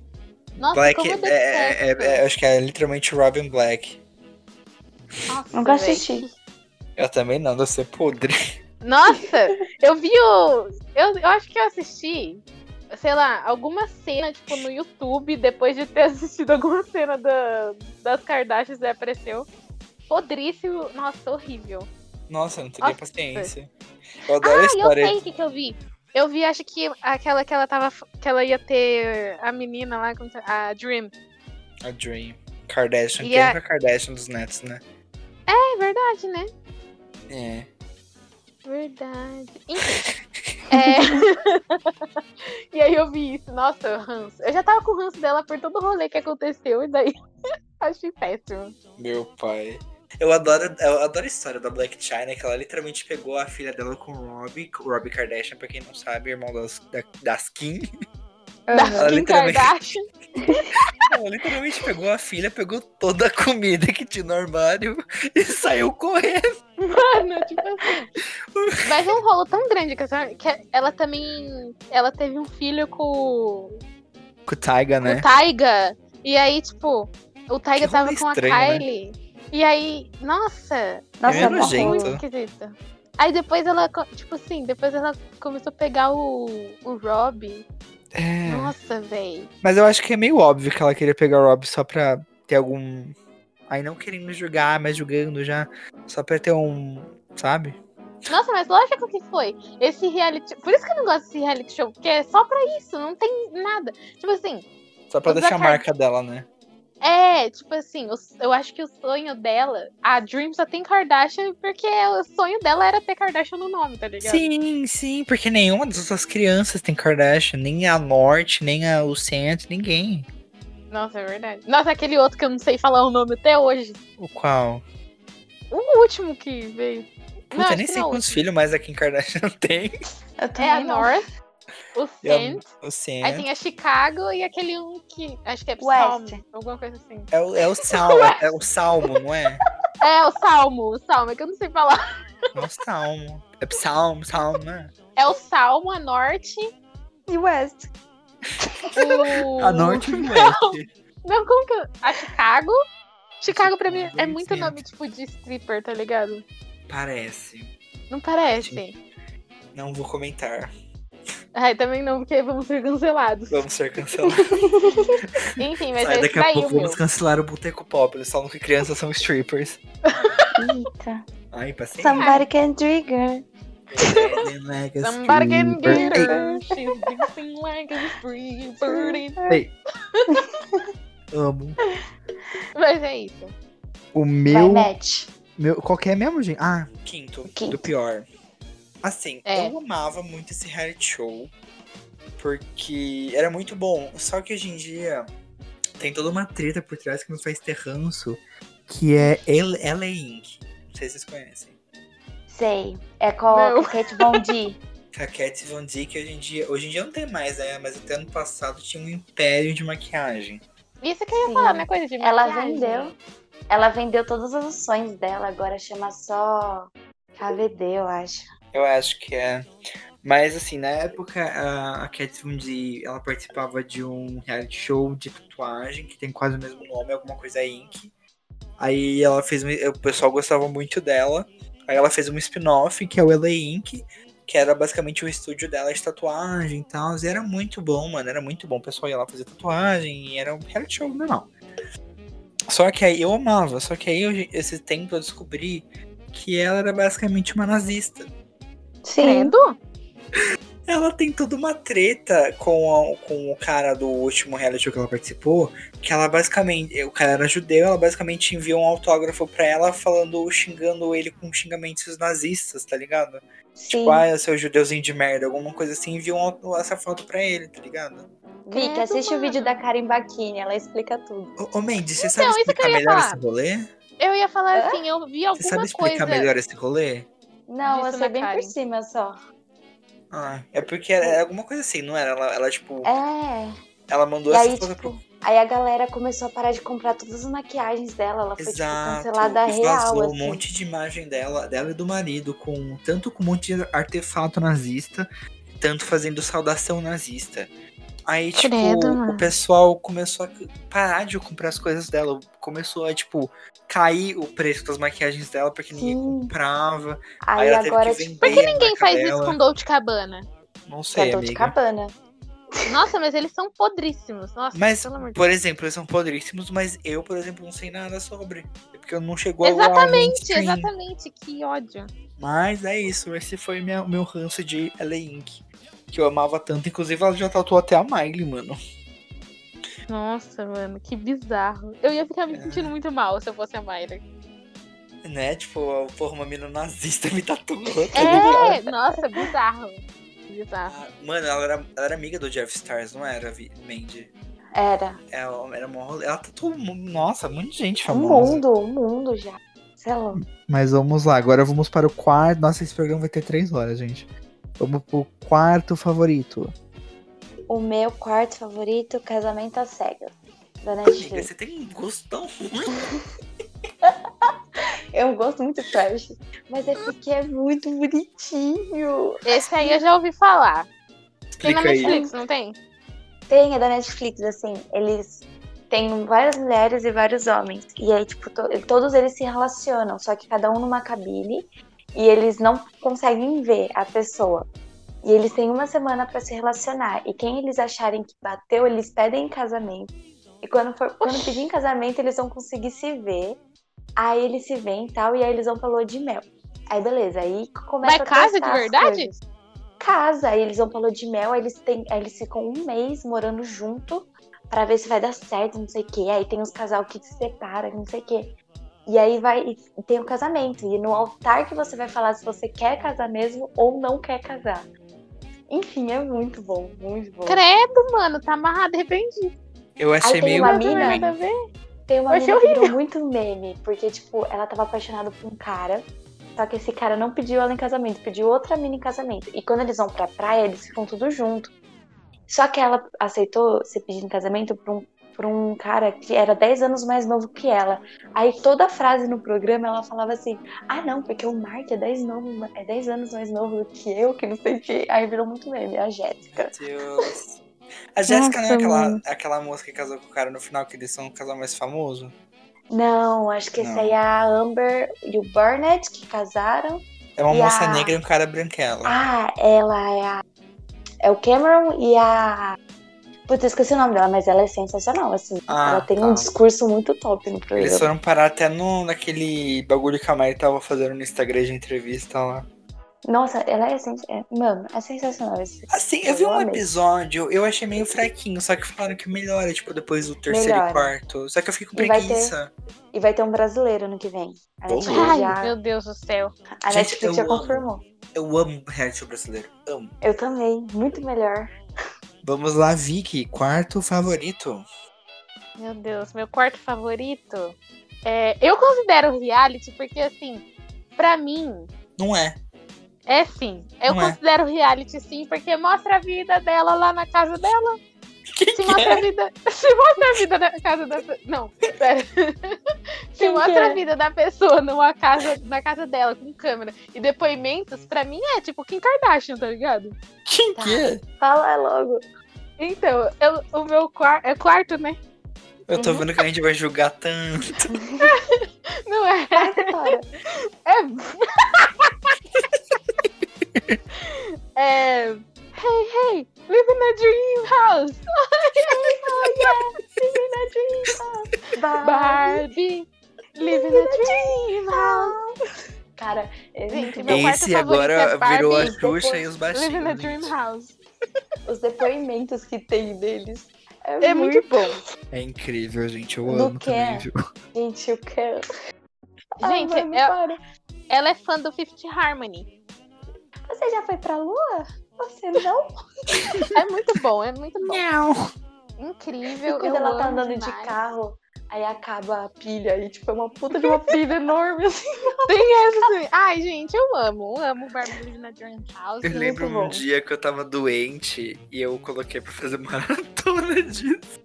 Speaker 2: Nossa,
Speaker 1: Black,
Speaker 2: como eu
Speaker 1: é, é,
Speaker 2: detesto.
Speaker 1: é- é- acho que é literalmente Robin Black.
Speaker 2: Nossa,
Speaker 3: Nunca
Speaker 2: véi.
Speaker 3: assisti.
Speaker 1: Eu também não, deve ser podre.
Speaker 2: Nossa, eu vi o. Eu, eu acho que eu assisti, sei lá, alguma cena, tipo, no YouTube, depois de ter assistido alguma cena da, das Kardashians e apareceu. Podríssimo, nossa, horrível.
Speaker 1: Nossa, eu não teria
Speaker 2: Nossa. Ah,
Speaker 1: paciência. Eu adoro a história.
Speaker 2: eu sei o que, que eu vi. Eu vi, acho que aquela que ela tava. que ela ia ter a menina lá, como se- a Dream.
Speaker 1: A Dream. Kardashian.
Speaker 2: E
Speaker 1: Quem
Speaker 2: a-
Speaker 1: é a Kardashian dos netos, né?
Speaker 2: É verdade, né?
Speaker 1: É.
Speaker 2: Verdade. Enfim. É. e aí eu vi isso. Nossa, o ranço. Eu já tava com o ranço dela por todo o rolê que aconteceu. E daí achei péssimo.
Speaker 1: Meu pai. Eu adoro, eu adoro a história da Black China, que ela literalmente pegou a filha dela com o Rob, o Rob Kardashian, pra quem não sabe, irmão das, da, das Kim.
Speaker 2: Da Kim
Speaker 1: literalmente-
Speaker 2: Kardashian.
Speaker 1: Ela literalmente pegou a filha, pegou toda a comida que tinha no armário e saiu correndo.
Speaker 2: Mano, tipo assim. Mas é um rolo tão grande que, essa- que ela também. Ela teve um filho com,
Speaker 1: Com o Taiga,
Speaker 2: com o Taiga. E aí, tipo, o
Speaker 1: né?
Speaker 2: Taiga
Speaker 1: Que
Speaker 2: tava
Speaker 1: rolê
Speaker 2: com
Speaker 1: estranho,
Speaker 2: a
Speaker 1: né?
Speaker 2: Kylie. E aí, nossa,
Speaker 3: Nossa,
Speaker 1: É
Speaker 3: tá
Speaker 1: nojento.
Speaker 3: ruim.
Speaker 2: Muito esquisito. Aí depois ela, co- tipo assim, depois ela começou a pegar o, o Rob.
Speaker 1: É.
Speaker 2: Nossa, véi.
Speaker 1: Mas eu acho que é meio óbvio que ela queria pegar o Rob só pra ter algum. Aí não querendo julgar, mas julgando já. Só pra ter um. Sabe?
Speaker 2: Nossa, mas lógico que foi. Esse reality. Por isso que eu não gosto desse reality show, porque é só pra isso, não tem nada. Tipo assim,
Speaker 1: Só pra
Speaker 2: O
Speaker 1: deixar a
Speaker 2: Black
Speaker 1: marca dela, né?
Speaker 2: é, tipo assim, o- eu acho que o sonho dela, a Dream só tem Kardashian, porque o sonho dela era ter Kardashian no nome, tá ligado?
Speaker 1: Sim, sim, porque nenhuma das outras crianças tem Kardashian, nem a Norte, nem a, o Centro, ninguém.
Speaker 2: Nossa, é verdade. Nossa, aquele outro que eu não sei falar o nome até hoje.
Speaker 1: O qual?
Speaker 2: O último que veio. Não,
Speaker 1: Puta,
Speaker 2: acho
Speaker 1: nem
Speaker 2: que
Speaker 1: sei
Speaker 2: não.
Speaker 1: quantos filhos mais a Kim Kardashian tem.
Speaker 3: Eu
Speaker 2: É a
Speaker 3: também não.
Speaker 2: North, o
Speaker 1: E a-
Speaker 2: Saint,
Speaker 1: O
Speaker 2: aí
Speaker 1: Centro.
Speaker 2: tem a Chicago e aquele um que acho que é
Speaker 3: West.
Speaker 2: Psalm, alguma coisa assim.
Speaker 1: É o, é o Salmo, é o Salmo, não é?
Speaker 2: É, o Salmo, o Salmo, é que eu não sei falar.
Speaker 1: É o Salmo. É Psalmo, Salmo, né?
Speaker 2: É o Salmo, a Norte,
Speaker 3: E West.
Speaker 2: o...
Speaker 1: A Norte é. e o West.
Speaker 2: Não, como que eu... A Chicago? Chicago pra mim é
Speaker 1: Chicago e
Speaker 2: muito
Speaker 1: Saint.
Speaker 2: nome, tipo, de stripper, tá ligado?
Speaker 1: Parece.
Speaker 2: Não parece.
Speaker 1: Não vou comentar.
Speaker 2: Ai, também não, porque vamos ser cancelados.
Speaker 1: Vamos ser cancelados.
Speaker 2: Enfim, mas
Speaker 1: Sai
Speaker 2: é
Speaker 1: daqui
Speaker 2: isso
Speaker 1: a
Speaker 2: daí
Speaker 1: pouco. né?
Speaker 2: o meu.
Speaker 1: Vamos cancelar o Boteco Pop. Eles falam que crianças são strippers.
Speaker 3: Eita.
Speaker 1: Ai, paciência.
Speaker 3: Somebody can trigger.
Speaker 2: Somebody can get
Speaker 7: Ei,
Speaker 2: her. She's dancing like a free birdie.
Speaker 7: Amo.
Speaker 2: Mas é isso.
Speaker 7: O
Speaker 3: Vai,
Speaker 7: meu,
Speaker 3: Matt.
Speaker 7: meu. Qual que é mesmo, gente? Ah,
Speaker 1: Quinto,
Speaker 3: Quinto.
Speaker 1: do pior. Assim,
Speaker 2: É.
Speaker 1: eu amava muito esse reality show. Porque era muito bom. Só que hoje em dia tem toda uma treta por trás que me faz ter ranço. Que é L- LA Inc. Não sei se vocês conhecem.
Speaker 3: Sei. É com
Speaker 2: Não.
Speaker 3: a Kate Von D.
Speaker 1: Com é A Kat Von D, que hoje em dia. Hoje em dia não tem mais, né? Mas até ano passado tinha um império de maquiagem.
Speaker 2: Isso que eu ia
Speaker 3: Sim.
Speaker 2: falar, né? Coisa de
Speaker 3: Ela
Speaker 2: maquiagem.
Speaker 3: vendeu. Ela vendeu todas as ações dela, agora chama só KVD, eu acho.
Speaker 1: Eu acho que é. Mas assim, na época a, a Kat Von D, ela participava de um reality show de tatuagem que tem quase o mesmo nome, alguma coisa Inc. Aí ela fez um, o pessoal gostava muito dela. Aí ela fez um spin-off que é o LA Inc, que era basicamente o estúdio dela de tatuagem e tal. E era muito bom, mano, era muito bom. O pessoal ia lá fazer tatuagem e era um reality show normal. Só que aí eu amava, só que aí eu, esse tempo eu descobri que ela era basicamente uma nazista.
Speaker 3: Sim.
Speaker 2: Credo?
Speaker 1: Ela tem toda uma treta com, a- com o cara do último reality show que ela participou, que ela basicamente, o cara era judeu, ela basicamente enviou um autógrafo pra ela falando, xingando ele com xingamentos nazistas, tá ligado?
Speaker 3: Sim.
Speaker 1: Tipo, ah, seu judeuzinho de merda, alguma coisa assim, enviou um auto- essa foto pra ele, tá ligado?
Speaker 3: Vicky,
Speaker 2: Credo,
Speaker 3: assiste o
Speaker 2: mano.
Speaker 3: vídeo da Karen Baquini, ela explica tudo.
Speaker 1: Ô, ô Mandy, você
Speaker 2: Então,
Speaker 1: sabe
Speaker 2: isso que eu
Speaker 1: explicar
Speaker 2: ia
Speaker 1: melhor
Speaker 2: falar.
Speaker 1: esse rolê?
Speaker 2: Eu ia falar
Speaker 3: Hã?
Speaker 2: assim, eu vi
Speaker 1: Você sabe
Speaker 2: alguma
Speaker 1: explicar
Speaker 2: coisa.
Speaker 1: melhor esse rolê?
Speaker 3: Não,
Speaker 2: Disso
Speaker 3: eu sei
Speaker 2: na
Speaker 3: bem
Speaker 2: Karen.
Speaker 3: por cima só.
Speaker 1: Ah, é porque era, era alguma coisa assim, não era? Ela, ela, tipo,
Speaker 3: É.
Speaker 1: ela mandou
Speaker 3: E
Speaker 1: essa
Speaker 3: aí,
Speaker 1: foto pro
Speaker 3: tipo, aí a galera começou a parar de comprar todas as maquiagens dela. Ela foi,
Speaker 1: Exato.
Speaker 3: tipo, cancelada
Speaker 1: e
Speaker 3: real.
Speaker 1: vazou um
Speaker 3: assim.
Speaker 1: monte de imagem dela, dela e do marido, com tanto com um monte de artefato nazista, tanto fazendo saudação nazista. Aí, tipo,
Speaker 2: Credo, mano.
Speaker 1: o pessoal começou a parar de comprar as coisas dela. Começou a, tipo, cair o preço das maquiagens dela porque ninguém
Speaker 3: Sim.
Speaker 1: comprava. Aí,
Speaker 3: Aí
Speaker 1: ela
Speaker 3: agora,
Speaker 1: teve que vender.
Speaker 3: tipo,
Speaker 2: Por que ninguém
Speaker 1: marca
Speaker 2: faz isso
Speaker 1: dela.
Speaker 2: com Dolce Cabana?
Speaker 1: Não sei,
Speaker 3: é Dolce
Speaker 1: amiga.
Speaker 3: Cabana.
Speaker 2: Nossa, mas eles são podríssimos. Nossa,
Speaker 1: Mas,
Speaker 2: pelo amor de
Speaker 1: por exemplo, eles são podríssimos, mas eu, por exemplo, não sei nada sobre. Porque eu não chegou lá o
Speaker 2: Exatamente,
Speaker 1: mainstream.
Speaker 2: exatamente. Que ódio.
Speaker 1: Mas é isso, esse foi minha, meu ranço de LA Inc. Que eu amava tanto, inclusive ela já tatuou até a Miley, mano.
Speaker 2: Nossa, mano, que bizarro. Eu ia ficar me
Speaker 1: É.
Speaker 2: sentindo muito mal se eu fosse a Miley.
Speaker 1: Né? Tipo, porra, uma mina nazista me tatuou. tá ligado?
Speaker 2: É, nossa, bizarro. Bizarro.
Speaker 1: Ah, Mano, ela era, ela era amiga do Jeff Stars, não era, Vi- Mandy?
Speaker 3: Era.
Speaker 1: Ela, era mó rolê. ela tatuou, mu- nossa, muita gente
Speaker 3: Um
Speaker 1: famosa.
Speaker 3: mundo, um mundo já. Sei lá.
Speaker 7: Mas vamos lá, agora vamos para o quarto. Nossa, esse programa vai ter três horas, gente. Vamos pro quarto favorito.
Speaker 3: O meu quarto favorito, Casamento às Cegas. Da
Speaker 1: Amiga,
Speaker 3: Netflix.
Speaker 1: você tem um gosto tão ruim.
Speaker 3: Eu gosto muito de trash, mas é porque é muito bonitinho.
Speaker 2: Esse aí eu já ouvi falar. Tem
Speaker 1: Explica
Speaker 2: na
Speaker 1: aí.
Speaker 2: Netflix, não tem?
Speaker 3: Tem, é da Netflix, assim, eles têm várias mulheres e vários homens. E aí, tipo, to- todos eles se relacionam, só que cada um numa cabine e eles não conseguem ver a pessoa. E eles têm uma semana pra se relacionar. E quem eles acharem que bateu, eles pedem em casamento. E quando, for, quando pedir em casamento, eles vão conseguir se ver. Aí eles se veem e tal, e aí eles vão pra lua de mel. Aí beleza, aí começa
Speaker 2: Mas
Speaker 3: a
Speaker 2: casa de
Speaker 3: testar as
Speaker 2: verdade?
Speaker 3: coisas casa. Aí eles vão pra lua de mel, aí eles, têm, aí eles ficam um mês morando junto pra ver se vai dar certo, não sei o quê. Aí tem os casal que se separa, não sei o quê. E aí vai e tem o casamento. E no altar que você vai falar se você quer casar mesmo ou não quer casar. Enfim, é muito bom, muito bom.
Speaker 2: Credo, mano, tá amarrado, arrependido.
Speaker 1: Eu achei
Speaker 3: tem
Speaker 1: meio.
Speaker 3: uma
Speaker 2: Não tem
Speaker 3: mina-
Speaker 1: ruim.
Speaker 2: nada a ver.
Speaker 3: Tem uma
Speaker 2: Eu achei
Speaker 3: menina que virou muito meme, porque, tipo, ela tava apaixonada por um cara, só que esse cara não pediu ela em casamento, pediu outra mina em casamento. E quando eles vão pra praia, eles ficam tudo junto. Só que ela aceitou ser pedida em casamento por um, por um cara que era 10 anos mais novo que ela. Aí toda frase no programa ela falava assim: Ah, não, porque o Mark é 10, novo, é 10 anos mais novo do que eu, que não sei o que. Aí virou muito meme, a Jéssica.
Speaker 1: Meu Deus. A Jéssica não é
Speaker 2: Nossa,
Speaker 1: aquela,
Speaker 2: mano.
Speaker 1: aquela moça que casou com o cara no final, que eles são o casal mais famoso?
Speaker 3: Não, acho que esse
Speaker 1: Não.
Speaker 3: aí é a Amber e o Burnett que casaram.
Speaker 1: É uma
Speaker 3: E
Speaker 1: moça
Speaker 3: a-
Speaker 1: negra e um cara branquela.
Speaker 3: Ah, ela é a. É o Cameron e a. Putz, eu esqueci o nome dela, mas ela é sensacional, assim.
Speaker 1: Ah,
Speaker 3: ela tem
Speaker 1: tá.
Speaker 3: um discurso muito top no programa.
Speaker 1: Eles foram parar até no, naquele bagulho que a Mari tava fazendo no Instagram de entrevista lá.
Speaker 3: Nossa, ela é sensacional. Mano, é sensacional. Esse...
Speaker 1: Assim, eu vi um
Speaker 3: amei.
Speaker 1: episódio, eu achei meio fraquinho, só que falaram que melhora, tipo, depois do terceiro
Speaker 3: Melhora.
Speaker 1: e quarto. Só que eu fiquei com
Speaker 3: E vai ter-
Speaker 1: preguiça.
Speaker 3: E vai ter um brasileiro ano que vem. A
Speaker 1: Bom.
Speaker 3: Netflix
Speaker 2: Ai,
Speaker 3: já,
Speaker 2: meu Deus do céu.
Speaker 3: a
Speaker 1: Gente,
Speaker 3: Netflix já
Speaker 1: eu amo.
Speaker 3: confirmou.
Speaker 1: Eu amo reality show brasileiro. Amo.
Speaker 3: Eu também, muito melhor.
Speaker 1: Vamos lá, Vicky, quarto favorito.
Speaker 2: Meu Deus, meu quarto favorito. É, eu considero reality porque, assim, pra mim,
Speaker 1: Não é.
Speaker 2: é sim. Eu
Speaker 1: Não é.
Speaker 2: considero reality sim porque mostra a vida dela lá na casa dela.
Speaker 1: Que é?
Speaker 2: Se mostra a vida. Se mostra a vida na casa da. pe- Não, pera. Se
Speaker 3: Quem
Speaker 2: mostra
Speaker 3: que é?
Speaker 2: a vida da pessoa numa casa, na casa dela, com câmera e depoimentos, pra mim é tipo Kim Kardashian, tá ligado?
Speaker 1: Quem
Speaker 2: Tá.
Speaker 1: que é?
Speaker 3: Fala logo.
Speaker 2: Então, eu- o meu quarto. É quarto, né?
Speaker 1: Eu tô
Speaker 3: Uhum.
Speaker 1: vendo que a gente vai julgar tanto.
Speaker 2: Não é.
Speaker 3: Ai, Vitória.
Speaker 2: É. Hey, hey, live in a dream house.
Speaker 3: Bye.
Speaker 2: Barbie, live in a dream house.
Speaker 3: Cara, é, eu-
Speaker 2: Gente, meu quarto
Speaker 1: Esse agora
Speaker 2: favorito é Barbie.
Speaker 1: virou a
Speaker 3: depois-
Speaker 1: Xuxa e os
Speaker 2: Live in a
Speaker 1: baixinhos.
Speaker 2: dream
Speaker 1: gente.
Speaker 2: house.
Speaker 3: os depoimentos que tem deles é,
Speaker 2: É muito bom.
Speaker 1: É incrível, gente. Eu
Speaker 3: Do
Speaker 1: amo
Speaker 3: que
Speaker 1: também,
Speaker 3: é?
Speaker 1: viu?
Speaker 3: Gente, eu quero. Ai,
Speaker 2: Gente,
Speaker 3: mano,
Speaker 2: é-
Speaker 3: para.
Speaker 2: ela é fã do Fifth Harmony.
Speaker 3: Você já foi pra lua? Você não?
Speaker 2: É muito bom, é muito bom.
Speaker 1: Não.
Speaker 2: Incrível.
Speaker 3: E
Speaker 2: eu
Speaker 3: quando ela tá
Speaker 2: amo
Speaker 3: andando de
Speaker 2: demais.
Speaker 3: carro, aí acaba a pilha. E, tipo, é uma puta de uma pilha enorme, assim.
Speaker 2: Tem essa também. Ai, gente, eu amo. Amo Barbie Live in a Dream House.
Speaker 1: Eu
Speaker 2: muito
Speaker 1: lembro um
Speaker 2: bom.
Speaker 1: dia que eu tava doente e eu coloquei pra fazer maratona disso.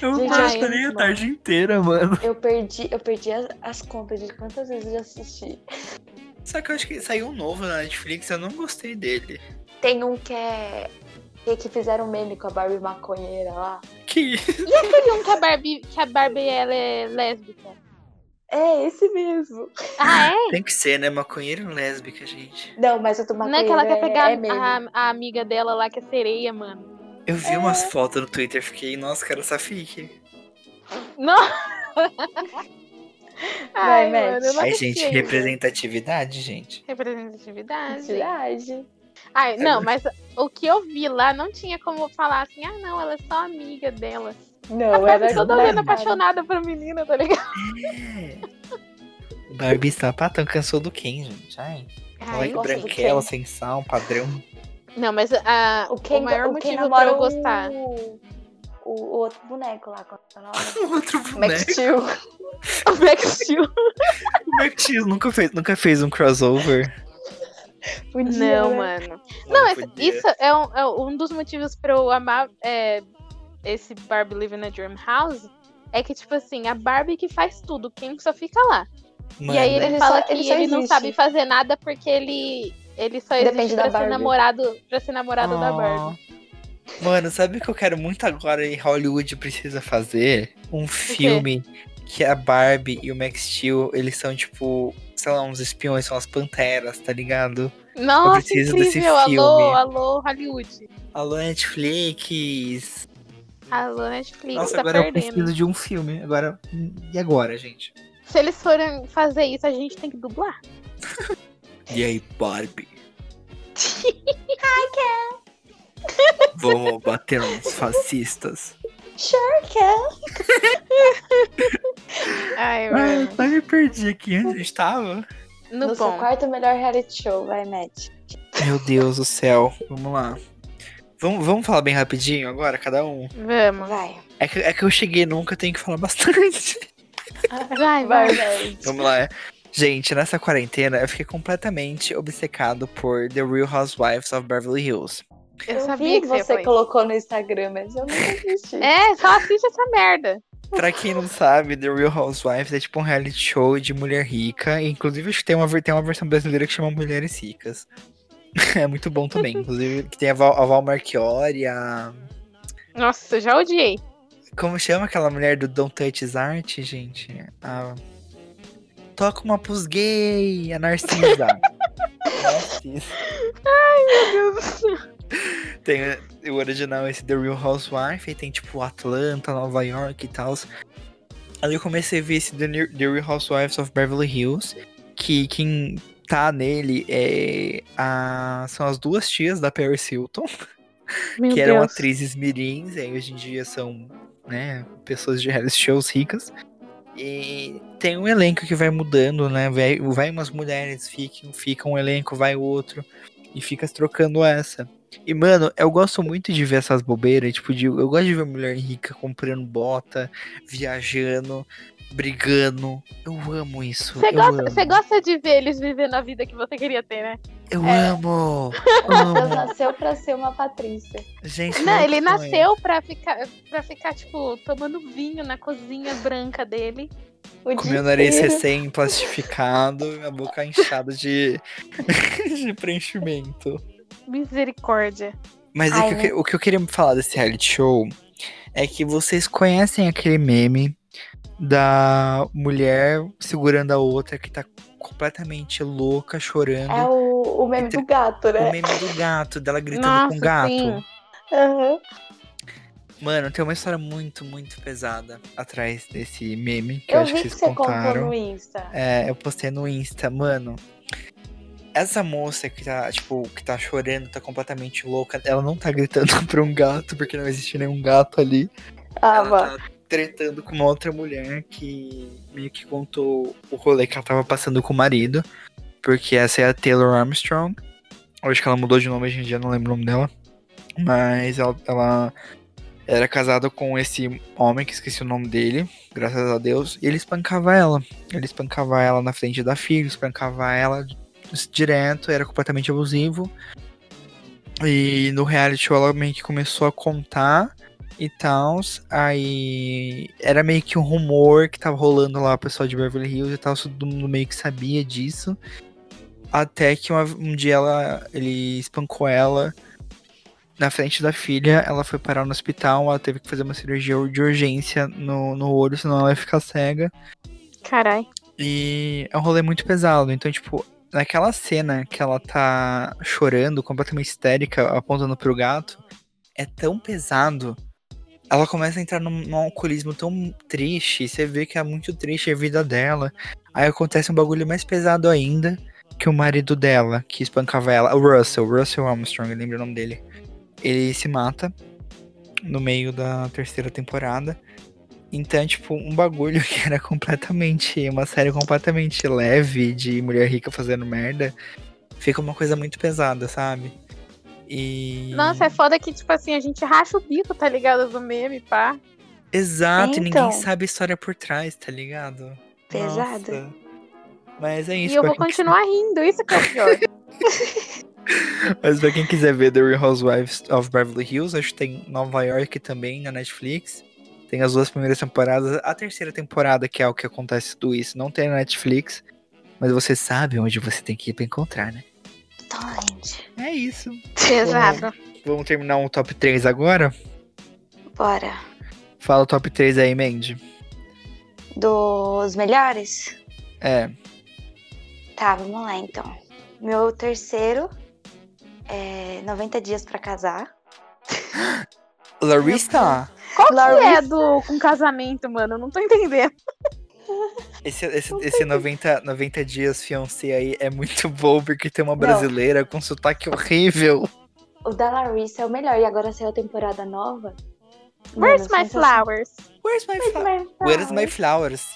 Speaker 1: Eu
Speaker 3: Gente,
Speaker 1: maratonei
Speaker 2: é
Speaker 1: a
Speaker 2: muito
Speaker 1: tarde inteira, mano.
Speaker 3: Eu perdi, eu perdi as, as contas de quantas vezes eu já assisti.
Speaker 1: Só que eu acho que saiu um novo na Netflix, eu não gostei dele.
Speaker 3: Tem um que é. Que, que fizeram meme com a Barbie maconheira lá.
Speaker 1: Que
Speaker 2: E aquele um que a Barbie, que a Barbie ela é lésbica?
Speaker 3: É esse mesmo.
Speaker 2: Ah, é?
Speaker 1: tem que ser, né? Maconheiro e lésbica, gente.
Speaker 3: Não, mas eu tô
Speaker 2: Não é
Speaker 3: maconheira.
Speaker 2: que ela quer pegar
Speaker 3: Ah, é, é meme.
Speaker 2: a, a amiga dela lá que é sereia, mano.
Speaker 1: Eu vi umas fotos no Twitter, fiquei, nossa, cara, essa fique.
Speaker 2: Não!
Speaker 3: Vai, Matt.
Speaker 2: eu não
Speaker 1: Ai,
Speaker 2: assisti
Speaker 1: gente,
Speaker 2: ainda.
Speaker 1: representatividade, gente.
Speaker 3: Ah,
Speaker 2: Representatividade.
Speaker 3: Verdade.
Speaker 2: Ai,
Speaker 1: É
Speaker 2: não,
Speaker 1: muito-
Speaker 2: mas o que eu vi lá não tinha como falar assim, ah, não, ela é só amiga dela.
Speaker 3: Não,
Speaker 2: Ela
Speaker 3: era
Speaker 2: é toda vendo
Speaker 3: na cara.
Speaker 2: apaixonada por menina, tá ligado?
Speaker 1: Barbie sapatão cansou do Ken, gente. Ai,
Speaker 2: Ai,
Speaker 1: moleque
Speaker 3: gosto do
Speaker 1: branquela,
Speaker 3: Ken.
Speaker 1: sem sal, padrão.
Speaker 2: não, mas ah,
Speaker 3: O Ken, tá-
Speaker 2: o maior
Speaker 3: o Ken
Speaker 2: motivo pra
Speaker 3: namora um
Speaker 2: eu
Speaker 3: o-
Speaker 2: gostar.
Speaker 3: O, o outro boneco lá, qual é o nome?
Speaker 1: Outro boneco.
Speaker 3: Max Steel.
Speaker 2: O Max Steel.
Speaker 1: Como é que tio nunca fez, nunca fez um crossover?
Speaker 3: Podia,
Speaker 2: Não,
Speaker 3: né?
Speaker 2: mano. Não, mas isso é um, é um dos motivos pra eu amar é, esse Barbie Living a Dream House. É que, tipo assim, a Barbie que faz tudo, quem só fica lá.
Speaker 1: Mano,
Speaker 2: E aí ele,
Speaker 3: Ele
Speaker 2: fala
Speaker 3: só-
Speaker 2: que
Speaker 3: ele
Speaker 2: ele,
Speaker 3: só
Speaker 2: não
Speaker 3: existe.
Speaker 2: sabe fazer nada porque ele, ele só existe
Speaker 3: Depende da
Speaker 2: pra ser
Speaker 3: Barbie.
Speaker 2: namorado, pra ser namorado é
Speaker 1: Oh.
Speaker 2: da Barbie.
Speaker 1: Ah. Mano, sabe o que eu quero muito agora e Hollywood precisa fazer? Um filme que a Barbie e o Max Steel, eles são tipo, sei lá, uns espiões, são as panteras, tá ligado?
Speaker 2: Nossa,
Speaker 1: preciso desse
Speaker 2: incrível. Alô,
Speaker 1: filme.
Speaker 2: alô, Hollywood.
Speaker 1: Alô, Netflix!
Speaker 2: Alô, Netflix,
Speaker 1: Nossa,
Speaker 2: tá
Speaker 1: agora eu
Speaker 2: perdendo.
Speaker 1: preciso de um filme. Agora, e agora, gente?
Speaker 2: Se eles forem fazer isso, a gente tem que dublar.
Speaker 1: E aí, Barbie? Vamos bater nos fascistas.
Speaker 3: Ken.
Speaker 2: Ai,
Speaker 1: Ai,
Speaker 2: mano.
Speaker 1: eu me perdi aqui onde a gente tava.
Speaker 2: No,
Speaker 3: No,
Speaker 2: no
Speaker 3: seu
Speaker 2: bom.
Speaker 3: quarto melhor reality show, vai, Matt.
Speaker 1: Meu Deus do céu, vamos lá. Vamos, vamos falar bem rapidinho agora, cada um?
Speaker 2: Vamos.
Speaker 3: Vai.
Speaker 1: É que, é que eu cheguei nunca, eu tenho que falar bastante.
Speaker 2: Vai,
Speaker 3: Vai,
Speaker 2: vai.
Speaker 3: Matt.
Speaker 1: vamos lá. é. Gente, nessa quarentena eu fiquei completamente obcecado por The Real Housewives of Beverly Hills.
Speaker 2: Eu,
Speaker 3: Eu
Speaker 2: sabia
Speaker 3: vi
Speaker 2: que
Speaker 3: que
Speaker 2: você
Speaker 3: você
Speaker 2: ia falar
Speaker 3: colocou no Instagram, mas eu nunca assisti.
Speaker 2: isso. É, só assiste essa merda.
Speaker 1: Pra quem não sabe, The Real Housewives é tipo um reality show de mulher rica. e, Inclusive, acho que tem uma, ver- tem uma versão brasileira que chama Mulheres Ricas. É muito bom também. Inclusive, que tem a Val, a Val Marchiori, a.
Speaker 2: Nossa, eu já odiei.
Speaker 1: Como chama aquela mulher do Don't Touch His Art, gente? A... Toca uma pros gay, a Narcisa. Narcisa.
Speaker 2: Meu Deus.
Speaker 1: Tem eh, o original esse The Real Housewife, e tem tipo Atlanta, Nova York e tal. Aí eu comecei a ver esse The New- The Real Housewives of Beverly Hills, que quem tá nele é a... são as duas tias da Paris Hilton,
Speaker 2: Meu
Speaker 1: que
Speaker 2: Deus.
Speaker 1: eram atrizes mirins, e aí hoje em dia são né, pessoas de reality shows ricas. E tem um elenco que vai mudando, né? Vai, vai umas mulheres, fica, fica um elenco, vai outro, e fica trocando essa. E, mano, eu gosto muito de ver essas bobeiras, tipo, de, eu gosto de ver mulher rica comprando bota, viajando, brigando. Eu amo isso.
Speaker 2: Você
Speaker 1: eu
Speaker 2: gosta,
Speaker 1: amo.
Speaker 2: você gosta de ver eles vivendo a vida que você queria ter, né?
Speaker 1: Eu
Speaker 2: é.
Speaker 1: amo!
Speaker 3: Deus
Speaker 1: amo.
Speaker 3: nasceu pra ser uma Patrícia.
Speaker 1: Gente,
Speaker 2: Não,
Speaker 1: meu
Speaker 2: ele
Speaker 1: sonho.
Speaker 2: nasceu pra ficar, pra ficar, tipo, tomando vinho na cozinha branca dele.
Speaker 3: O
Speaker 1: Com
Speaker 3: dia
Speaker 1: meu nariz
Speaker 3: inteiro.
Speaker 1: recém-plastificado, minha boca inchada de, de preenchimento.
Speaker 2: Misericórdia.
Speaker 1: Mas é
Speaker 3: Ai, né?
Speaker 1: que eu que- o que eu queria falar desse reality show é que vocês conhecem aquele meme da mulher segurando a outra que tá completamente louca, chorando.
Speaker 3: É o, o meme do gato,
Speaker 1: o...
Speaker 3: né?
Speaker 1: meme do gato, dela gritando
Speaker 2: Nossa,
Speaker 1: com o gato.
Speaker 2: sim.
Speaker 3: Aham.
Speaker 1: Mano, tem uma história muito, muito pesada atrás desse meme que eu,
Speaker 3: Eu
Speaker 1: acho
Speaker 3: vi
Speaker 1: que
Speaker 3: que
Speaker 1: vocês
Speaker 3: você
Speaker 1: contaram.
Speaker 3: contou no Insta.
Speaker 1: É, eu postei no Insta, mano. Essa moça que tá, tipo, que tá chorando, tá completamente louca, ela não tá gritando pra um gato, porque não existe nenhum gato ali.
Speaker 3: Ah, mano.
Speaker 1: Ela tá tretando com uma outra mulher que meio que contou o rolê que ela tava passando com o marido. Porque essa é a Taylor Armstrong. Eu acho que ela mudou de nome hoje em dia, não lembro o nome dela. Mas ela, ela era casada com esse homem, que esqueci o nome dele, graças a Deus. E ele espancava ela. Ele espancava ela na frente da filha, espancava ela direto, era completamente abusivo. E no reality show ela meio que começou a contar e tal. Aí era meio que um rumor que tava rolando lá, o pessoal de Beverly Hills e tal, todo mundo meio que sabia disso. Até que uma- um dia ela, ele espancou ela na frente da filha, ela foi parar no hospital, ela teve que fazer uma cirurgia de urgência no, no olho, senão ela ia ficar cega.
Speaker 2: Carai.
Speaker 1: E é um rolê muito pesado. Então, tipo, naquela cena que ela tá chorando, completamente histérica, apontando pro gato, é tão pesado. Ela começa a entrar num, num alcoolismo tão triste. Você vê que é muito triste a vida dela. Aí acontece um bagulho mais pesado ainda. Que o marido dela, que espancava ela, o Russell, Russell Armstrong, eu lembro o nome dele. Ele se mata no meio da terceira temporada. Então, tipo, um bagulho que era completamente. Uma série completamente leve de mulher rica fazendo merda. Fica uma coisa muito pesada, sabe? E.
Speaker 2: Nossa, é foda que, tipo assim, a gente racha o bico, tá ligado? Do meme, pá.
Speaker 1: Exato, e
Speaker 3: Então.
Speaker 1: ninguém sabe a história por trás, tá ligado?
Speaker 3: Pesado.
Speaker 1: Nossa. Mas é isso.
Speaker 2: e eu
Speaker 1: pra
Speaker 2: vou
Speaker 1: quem quiser-
Speaker 2: continuar rindo, isso que é o pior.
Speaker 1: Mas pra quem quiser ver The Real Housewives of Beverly Hills, acho que tem Nova York também na Netflix. Tem as duas primeiras temporadas. A terceira temporada, que é o que acontece tudo isso, não tem na Netflix. Mas você sabe onde você tem que ir pra encontrar, né?
Speaker 3: Torrent.
Speaker 1: É isso.
Speaker 2: Pesado.
Speaker 1: Vamos terminar um top 3 agora?
Speaker 3: Bora.
Speaker 1: Fala o top 3 aí, Mandy.
Speaker 3: Dos melhores?
Speaker 1: É,
Speaker 3: Tá, vamos lá então. Meu terceiro é 90 dias pra casar.
Speaker 1: Larissa!
Speaker 2: Qual que é
Speaker 3: Larissa.
Speaker 2: do com casamento, mano? Eu não tô entendendo.
Speaker 1: Esse, esse, esse 90, 90 dias fiancé aí é muito bom, porque tem uma brasileira com sotaque horrível.
Speaker 3: O da Larissa é o melhor e agora saiu a temporada nova.
Speaker 2: Where's
Speaker 3: Mano,
Speaker 2: my flowers?
Speaker 1: Where's my flowers?
Speaker 3: sensacional.
Speaker 1: Where's my flowers?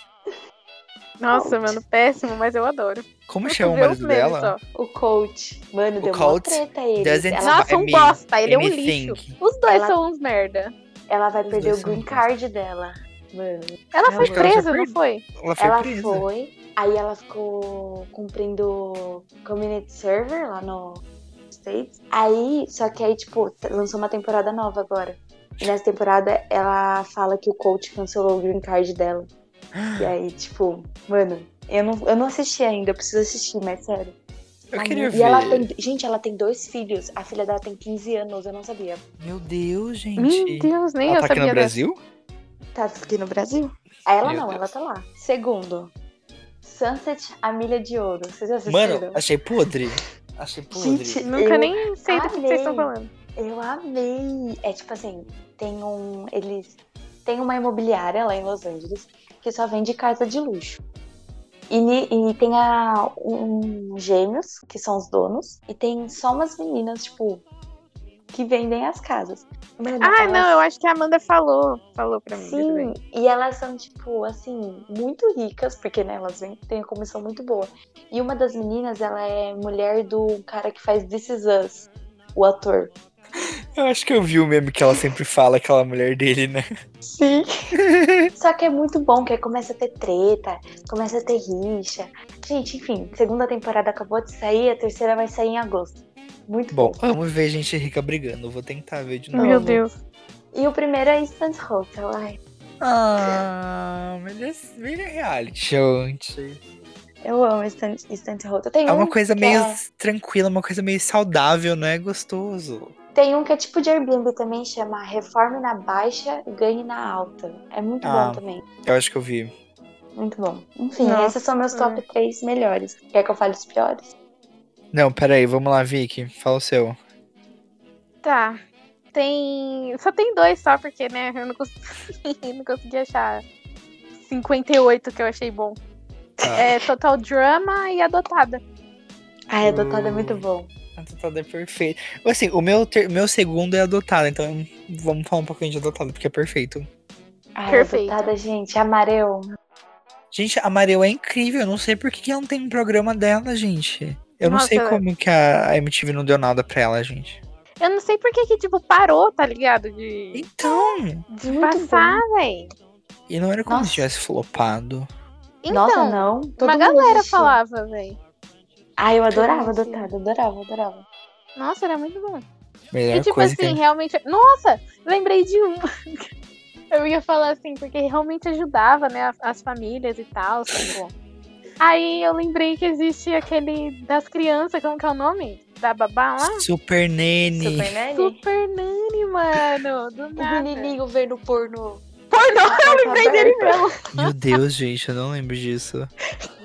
Speaker 2: Nossa,
Speaker 3: Coach.
Speaker 2: mano, péssimo, mas eu adoro.
Speaker 1: Como
Speaker 2: Eu
Speaker 1: chama o
Speaker 2: fui ver os
Speaker 1: marido
Speaker 2: memes
Speaker 1: dela?
Speaker 2: só.
Speaker 3: O coach. Mano, deu uma
Speaker 1: coach
Speaker 3: treta a eles.
Speaker 1: doesn't-
Speaker 3: Ela,
Speaker 2: Nossa, um
Speaker 1: me-
Speaker 2: bosta, ele é um
Speaker 1: Anything.
Speaker 2: lixo. Os dois
Speaker 3: Ela-
Speaker 2: são uns merda.
Speaker 3: ela vai perder
Speaker 1: dois
Speaker 3: o
Speaker 1: são
Speaker 3: green
Speaker 1: bons.
Speaker 3: card dela. Mano,
Speaker 2: Ela foi
Speaker 1: é
Speaker 3: Acho que ela
Speaker 2: presa,
Speaker 1: foi
Speaker 2: não foi?
Speaker 1: Ela foi
Speaker 3: ela
Speaker 1: presa.
Speaker 3: foi, aí ela ficou cumprindo community server lá no States. Aí, só que aí, tipo, t- lançou uma temporada nova agora. E nessa temporada ela fala que o coach cancelou o green card dela. E aí, tipo, mano, eu não, eu não assisti ainda, eu preciso assistir, mas sério.
Speaker 1: Eu
Speaker 3: Mano,
Speaker 1: queria
Speaker 3: e
Speaker 1: ver.
Speaker 3: ela tem. Gente, ela tem dois filhos. A filha dela tem 15 anos, eu não sabia.
Speaker 1: Meu Deus, gente.
Speaker 2: Meu Deus, nem
Speaker 1: ela
Speaker 2: eu
Speaker 1: tá aqui
Speaker 2: sabia
Speaker 1: no
Speaker 2: dessa.
Speaker 1: Brasil?
Speaker 3: Tá aqui no Brasil? Ah, Ela
Speaker 1: Meu
Speaker 3: não,
Speaker 1: Deus.
Speaker 3: ela tá lá. Segundo, Sunset, a milha de ouro. Vocês já assistiram?
Speaker 1: Mano, achei podre. Achei podre.
Speaker 3: Gente,
Speaker 2: Nunca
Speaker 3: eu-
Speaker 2: nem sei do que vocês estão
Speaker 3: amei.
Speaker 2: falando.
Speaker 3: Eu amei. É tipo assim, tem um. Eles. Tem uma imobiliária lá em Los Angeles que só vende casa de luxo. E, ni- e tem a, um gêmeos, que são os donos, e tem só umas meninas, tipo, que vendem as casas. Mano,
Speaker 2: Ah,
Speaker 3: elas-
Speaker 2: não, eu acho que a Amanda falou. Falou pra mim. tudo
Speaker 3: Sim,
Speaker 2: bem.
Speaker 3: e elas são, tipo, assim, muito ricas, porque né, elas vêm- têm uma comissão muito boa. E uma das meninas, ela é mulher do cara que faz This Is Us, o ator.
Speaker 1: Eu acho que eu vi o meme que ela sempre fala, aquela mulher dele, né?
Speaker 3: Sim. Só que é muito bom, que aí começa a ter treta, começa a ter rixa. Gente, enfim, segunda temporada acabou de sair, a terceira vai sair em agosto. Muito bom.
Speaker 1: Bom, vamos ver gente rica brigando. Vou tentar ver de novo.
Speaker 2: Meu Deus.
Speaker 3: E o primeiro é Instant Hotel. Ai,
Speaker 1: Ah, mas é meio reality show. gente.
Speaker 3: eu amo Instant, Instant Hotel. Tem
Speaker 1: É uma
Speaker 3: um
Speaker 1: coisa
Speaker 3: que
Speaker 1: meio
Speaker 3: é-
Speaker 1: tranquila, uma coisa meio saudável, não é gostoso.
Speaker 3: Tem um que é tipo de Airbnb também, chama Reforme na Baixa, Ganhe na Alta. É muito
Speaker 1: Ah.
Speaker 3: bom também.
Speaker 1: Eu acho que eu vi.
Speaker 3: Muito bom. Enfim,
Speaker 2: Nossa.
Speaker 3: esses são meus top três melhores. Quer que eu fale os piores?
Speaker 1: Não, peraí, vamos lá, Vicky. Fala o seu.
Speaker 2: Tá. Tem. Só tem dois só, porque, né? Eu não consegui, não consegui achar 58 que eu achei bom.
Speaker 1: Tá.
Speaker 2: É Total Drama e Adotada.
Speaker 3: Ai, Adotada é muito
Speaker 1: Hum.
Speaker 3: bom.
Speaker 1: Adotada é perfeito. Assim, o meu, ter- meu segundo é adotado, então vamos falar um pouquinho de adotado, porque é perfeito.
Speaker 3: Ai,
Speaker 2: Perfeito.
Speaker 3: Adotada, gente, amarelo.
Speaker 1: Gente, a Mareu é incrível. Eu não sei por que que ela não tem um programa dela, gente. Eu não
Speaker 2: Nossa,
Speaker 1: sei
Speaker 2: ela-
Speaker 1: como que a a MTV não deu nada pra ela, gente.
Speaker 2: Eu não sei por que, que tipo, parou, tá ligado? De,
Speaker 1: Então.
Speaker 2: de
Speaker 3: Muito
Speaker 2: passar, véi.
Speaker 1: E não era como
Speaker 3: Nossa.
Speaker 1: se tivesse flopado.
Speaker 2: Então,
Speaker 3: Nossa, não. Todo
Speaker 2: uma
Speaker 3: mundo
Speaker 2: galera
Speaker 3: assistia.
Speaker 2: falava, véi.
Speaker 3: Ai, eu adorava
Speaker 2: mundo
Speaker 3: Adotada, adorava, adorava.
Speaker 2: Nossa, era muito bom.
Speaker 1: Melhor
Speaker 2: e tipo
Speaker 1: coisa que
Speaker 2: assim,
Speaker 1: É, a gente-
Speaker 2: realmente. Nossa, lembrei de um. Eu ia falar assim, porque realmente ajudava, né, as- as famílias e tal. Tipo. Aí eu lembrei que existe aquele das crianças, como que é o nome? Da babá lá?
Speaker 1: Super Nene.
Speaker 3: Super Nanny?
Speaker 2: ah. Super Nani, mano. Do
Speaker 3: O
Speaker 2: nada.
Speaker 3: menininho vendo porno.
Speaker 2: Pornô,
Speaker 3: eu
Speaker 2: lembrei dele mesmo.
Speaker 1: Meu Deus, gente, eu não lembro disso.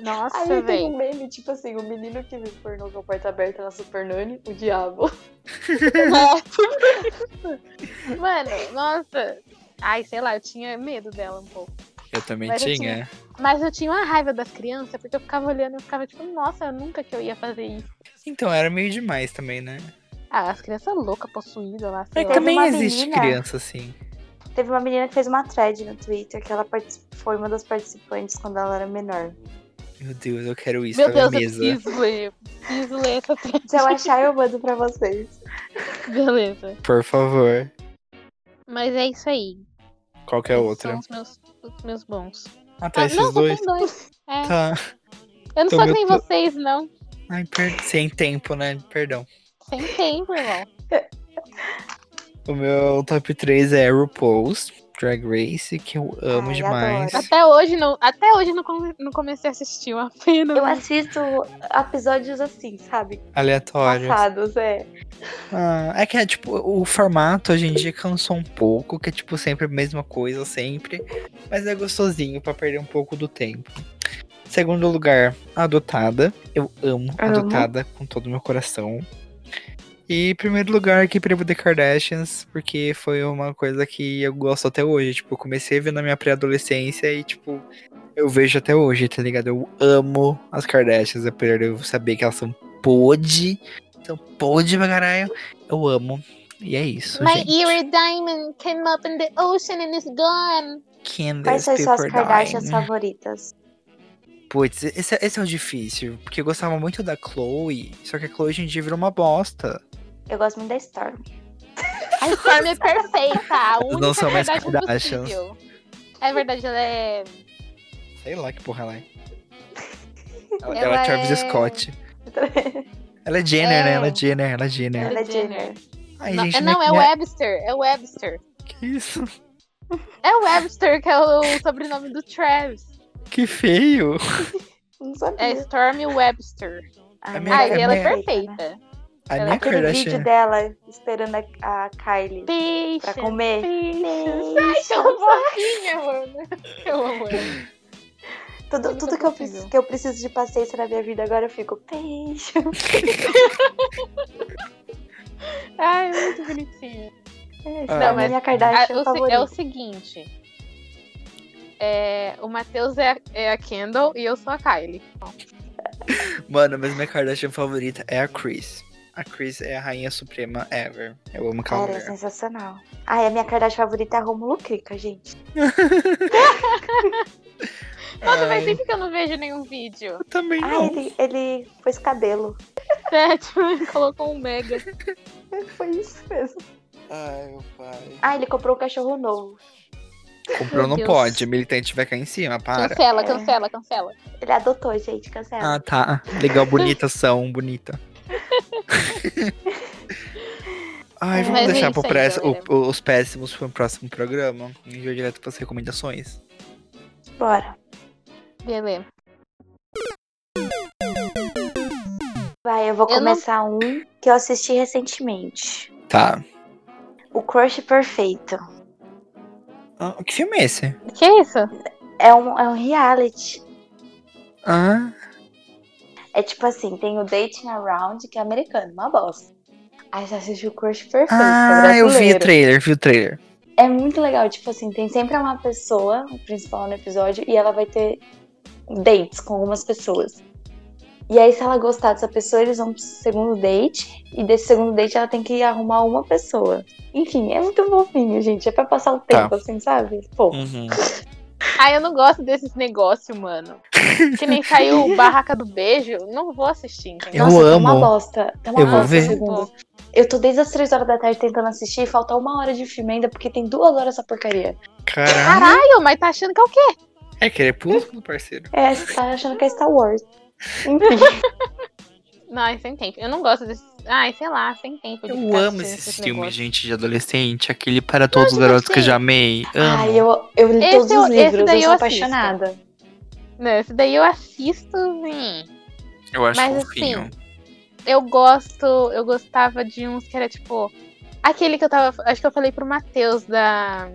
Speaker 2: Nossa,
Speaker 3: Aí tem
Speaker 2: velho.
Speaker 3: um meme, tipo assim, o menino que me pornô com a porta aberta na Super Nanny, o diabo.
Speaker 2: É. Mano, nossa. Ai, sei lá, eu tinha medo dela um pouco.
Speaker 1: Eu também
Speaker 2: Mas assim, eu
Speaker 1: tinha.
Speaker 2: Mas eu tinha uma raiva das crianças, porque eu ficava olhando e eu ficava tipo, nossa, nunca que eu ia fazer isso.
Speaker 1: Então, era meio demais também, né?
Speaker 2: Ah, as crianças loucas, possuídas lá.
Speaker 1: Mas
Speaker 2: sei lá.
Speaker 3: Teve
Speaker 1: É, também
Speaker 3: uma
Speaker 1: existe
Speaker 3: menina-
Speaker 1: criança assim.
Speaker 3: Teve uma menina que fez uma thread no Twitter que ela partici- foi uma das participantes quando ela era menor.
Speaker 1: Meu Deus, eu quero isso
Speaker 2: Meu
Speaker 1: na minha
Speaker 2: Deus, eu
Speaker 1: mesa.
Speaker 2: preciso ler. eu Preciso ler essa thread.
Speaker 3: Se eu achar, eu mando pra vocês.
Speaker 2: Beleza.
Speaker 1: Por favor.
Speaker 2: Mas é isso aí.
Speaker 1: Qual que é a
Speaker 2: Esses
Speaker 1: outra?
Speaker 2: São os meus, os meus bons.
Speaker 1: Ah, tá, esses
Speaker 2: não, só
Speaker 1: dois?
Speaker 2: tem dois. É.
Speaker 1: Tá.
Speaker 2: Eu não
Speaker 1: Então,
Speaker 2: sou que
Speaker 1: meu
Speaker 2: nem
Speaker 1: to-
Speaker 2: vocês, não.
Speaker 1: Ai, per... Sem tempo, né? Perdão.
Speaker 2: Sem tempo, irmão.
Speaker 1: O meu top 3 é RuPaul's Drag Race, que eu amo
Speaker 3: Ai,
Speaker 1: demais.
Speaker 3: adoro.
Speaker 2: Até hoje não, até hoje não, come- não comecei a assistir uma pena.
Speaker 3: Eu assisto episódios assim, sabe?
Speaker 1: Aleatório.
Speaker 3: Passados, é.
Speaker 1: Ah, é que é tipo, o formato hoje em dia cansou um pouco, que é tipo sempre a mesma coisa, sempre. Mas é gostosinho pra perder um pouco do tempo. Segundo lugar, Adotada. Eu amo
Speaker 3: Amo.
Speaker 1: Adotada com todo o meu coração. E primeiro lugar, que Primo The Kardashians, porque foi uma coisa que eu gosto até hoje. Tipo, eu comecei a ver na minha pré-adolescência e, tipo, eu vejo até hoje, tá ligado? Eu amo as Kardashians, apesar de eu saber que elas são pode, são pode pra então caralho. Eu amo. E é isso,
Speaker 2: My
Speaker 1: gente.
Speaker 2: ear diamond came up in the ocean and is gone.
Speaker 1: Candace
Speaker 3: Quais são as suas
Speaker 1: Pepperdine.
Speaker 3: Kardashians favoritas?
Speaker 1: Putz, esse, esse é o difícil, porque eu gostava muito da Chloe, só que a Chloe hoje em dia virou uma bosta.
Speaker 3: Eu gosto muito da Storm.
Speaker 2: A Storm é perfeita. A única
Speaker 1: Não são mais
Speaker 2: verdade
Speaker 1: Kardashians.
Speaker 2: possível. É verdade, ela é.
Speaker 1: Sei lá que porra ela é. Ela,
Speaker 2: Ela
Speaker 1: ela é Travis
Speaker 2: é-
Speaker 1: Scott. Ela é Jenner, né? Ela é Jenner, ela é Jenner.
Speaker 3: Ela é Jenner.
Speaker 1: Ai,
Speaker 2: não,
Speaker 1: gente,
Speaker 2: não,
Speaker 1: minha-
Speaker 2: é
Speaker 1: minha-
Speaker 2: Webster. É Webster.
Speaker 1: Que isso?
Speaker 2: É Webster, que é o sobrenome do Travis.
Speaker 1: Que feio.
Speaker 3: Não
Speaker 2: É
Speaker 3: sabia.
Speaker 2: Stormy Webster.
Speaker 3: Ai,
Speaker 1: minha-
Speaker 2: É. Ah,
Speaker 1: é
Speaker 2: e ela é
Speaker 1: minha-
Speaker 2: perfeita.
Speaker 1: A
Speaker 2: Ela-
Speaker 1: minha
Speaker 3: Aquele
Speaker 1: Kardashian.
Speaker 3: é vídeo dela esperando a, a Kylie pra
Speaker 2: Deixa.
Speaker 3: comer.
Speaker 2: Deixa. Ai,
Speaker 3: Deixa.
Speaker 2: tão fofinha, mano. Eu amo ela.
Speaker 3: Tudo,
Speaker 2: Muito
Speaker 3: tudo que, eu
Speaker 2: possível.
Speaker 3: preciso, que eu preciso de paciência na minha vida agora eu fico. Deixa.
Speaker 2: Ai, é muito bonitinha.
Speaker 1: Ah,
Speaker 2: mas-
Speaker 3: não, mas é minha
Speaker 2: Ah,
Speaker 3: Kardashian
Speaker 2: o se-
Speaker 3: favorita.
Speaker 2: é o seguinte. É, o Matheus é, é a Kendall e eu sou a Kylie.
Speaker 1: Mano, mas minha Kardashian favorita é a Chris. A Chris é a rainha suprema ever. Eu amo aquela
Speaker 3: Cara, é
Speaker 1: mulher.
Speaker 3: sensacional. Ai, a minha Kardashian favorita é a Romulo Crica, gente.
Speaker 2: Nossa,
Speaker 1: Ai,
Speaker 2: faz tempo que eu não vejo nenhum vídeo.
Speaker 1: eu também
Speaker 3: Ai,
Speaker 1: não.
Speaker 3: ele, ele pôs cabelo.
Speaker 2: Sério, É, ele colocou um mega.
Speaker 3: Foi isso mesmo.
Speaker 1: Ai, meu pai.
Speaker 3: Ah, ele comprou um cachorro novo.
Speaker 1: Comprou
Speaker 2: Meu
Speaker 1: não
Speaker 2: Deus.
Speaker 1: pode, militante vai cair em cima, para.
Speaker 2: Cancela,
Speaker 3: É.
Speaker 2: cancela, cancela.
Speaker 3: Ele adotou, gente, cancela.
Speaker 1: Ah, tá. Legal, bonita são, bonita. Ai,
Speaker 3: É,
Speaker 1: vamos
Speaker 3: mas é
Speaker 1: deixar
Speaker 2: isso
Speaker 1: pro
Speaker 2: aí,
Speaker 1: press- o-
Speaker 2: galera.
Speaker 1: o- os péssimos pro próximo programa. A gente vai direto pras recomendações.
Speaker 3: Bora.
Speaker 2: Beleza.
Speaker 3: Vai, eu vou
Speaker 2: Eu não-
Speaker 3: começar um que eu assisti recentemente.
Speaker 1: Tá.
Speaker 3: O Crush Perfeito.
Speaker 1: Ah, que filme é esse?
Speaker 2: Que isso?
Speaker 3: É um, é um reality.
Speaker 1: Ah,
Speaker 3: É tipo assim, tem o Dating Around, que é americano, uma bosta. Aí você assiste o Crush Perfeito, que
Speaker 1: ah
Speaker 3: é
Speaker 1: eu vi o
Speaker 3: brasileiro.
Speaker 1: trailer, vi o trailer.
Speaker 3: É muito legal, tipo assim, tem sempre uma pessoa o principal no episódio e ela vai ter dates com algumas pessoas. E aí, se ela gostar dessa pessoa, eles vão pro segundo date. E desse segundo date, ela tem que arrumar uma pessoa. Enfim, é muito fofinho, gente. É pra passar o tempo, assim, sabe? Pô,
Speaker 1: Uhum.
Speaker 2: Ah, eu não gosto desses negócios, mano. Que nem saiu o Barraca do Beijo, não vou assistir, entendeu?
Speaker 1: Eu
Speaker 3: nossa, tá
Speaker 1: amo.
Speaker 3: uma bosta. Tá uma
Speaker 1: Eu vou
Speaker 3: bosta o
Speaker 1: ver.
Speaker 3: segundo. Eu tô desde as três horas da tarde tentando assistir e falta uma hora de filme ainda, porque tem duas horas essa porcaria.
Speaker 1: Caralho.
Speaker 2: Caralho, mas tá achando que é o quê?
Speaker 1: É crepúsculo, parceiro.
Speaker 3: É, você tá achando que é Star Wars.
Speaker 2: Não, é sem tempo. Eu não gosto desses. Ai, sei lá, sem tempo. de
Speaker 1: Eu
Speaker 2: ficar
Speaker 1: amo
Speaker 2: assistindo
Speaker 1: esses filmes,
Speaker 2: negócios.
Speaker 1: gente, de adolescente. Aquele para todos os garotos que eu já amei. Amo.
Speaker 3: Ai, eu, eu li
Speaker 2: Esse
Speaker 3: todos
Speaker 2: eu-
Speaker 3: os
Speaker 2: esse
Speaker 3: livros,
Speaker 2: daí
Speaker 3: eu sou
Speaker 2: eu assisto.
Speaker 3: apaixonada.
Speaker 2: Não, esse daí eu assisto, sim.
Speaker 1: Eu acho
Speaker 2: Mas
Speaker 1: fofinho.
Speaker 2: assim, eu gosto. Eu gostava de uns que era tipo. Aquele que eu tava. Acho que eu falei pro Matheus da.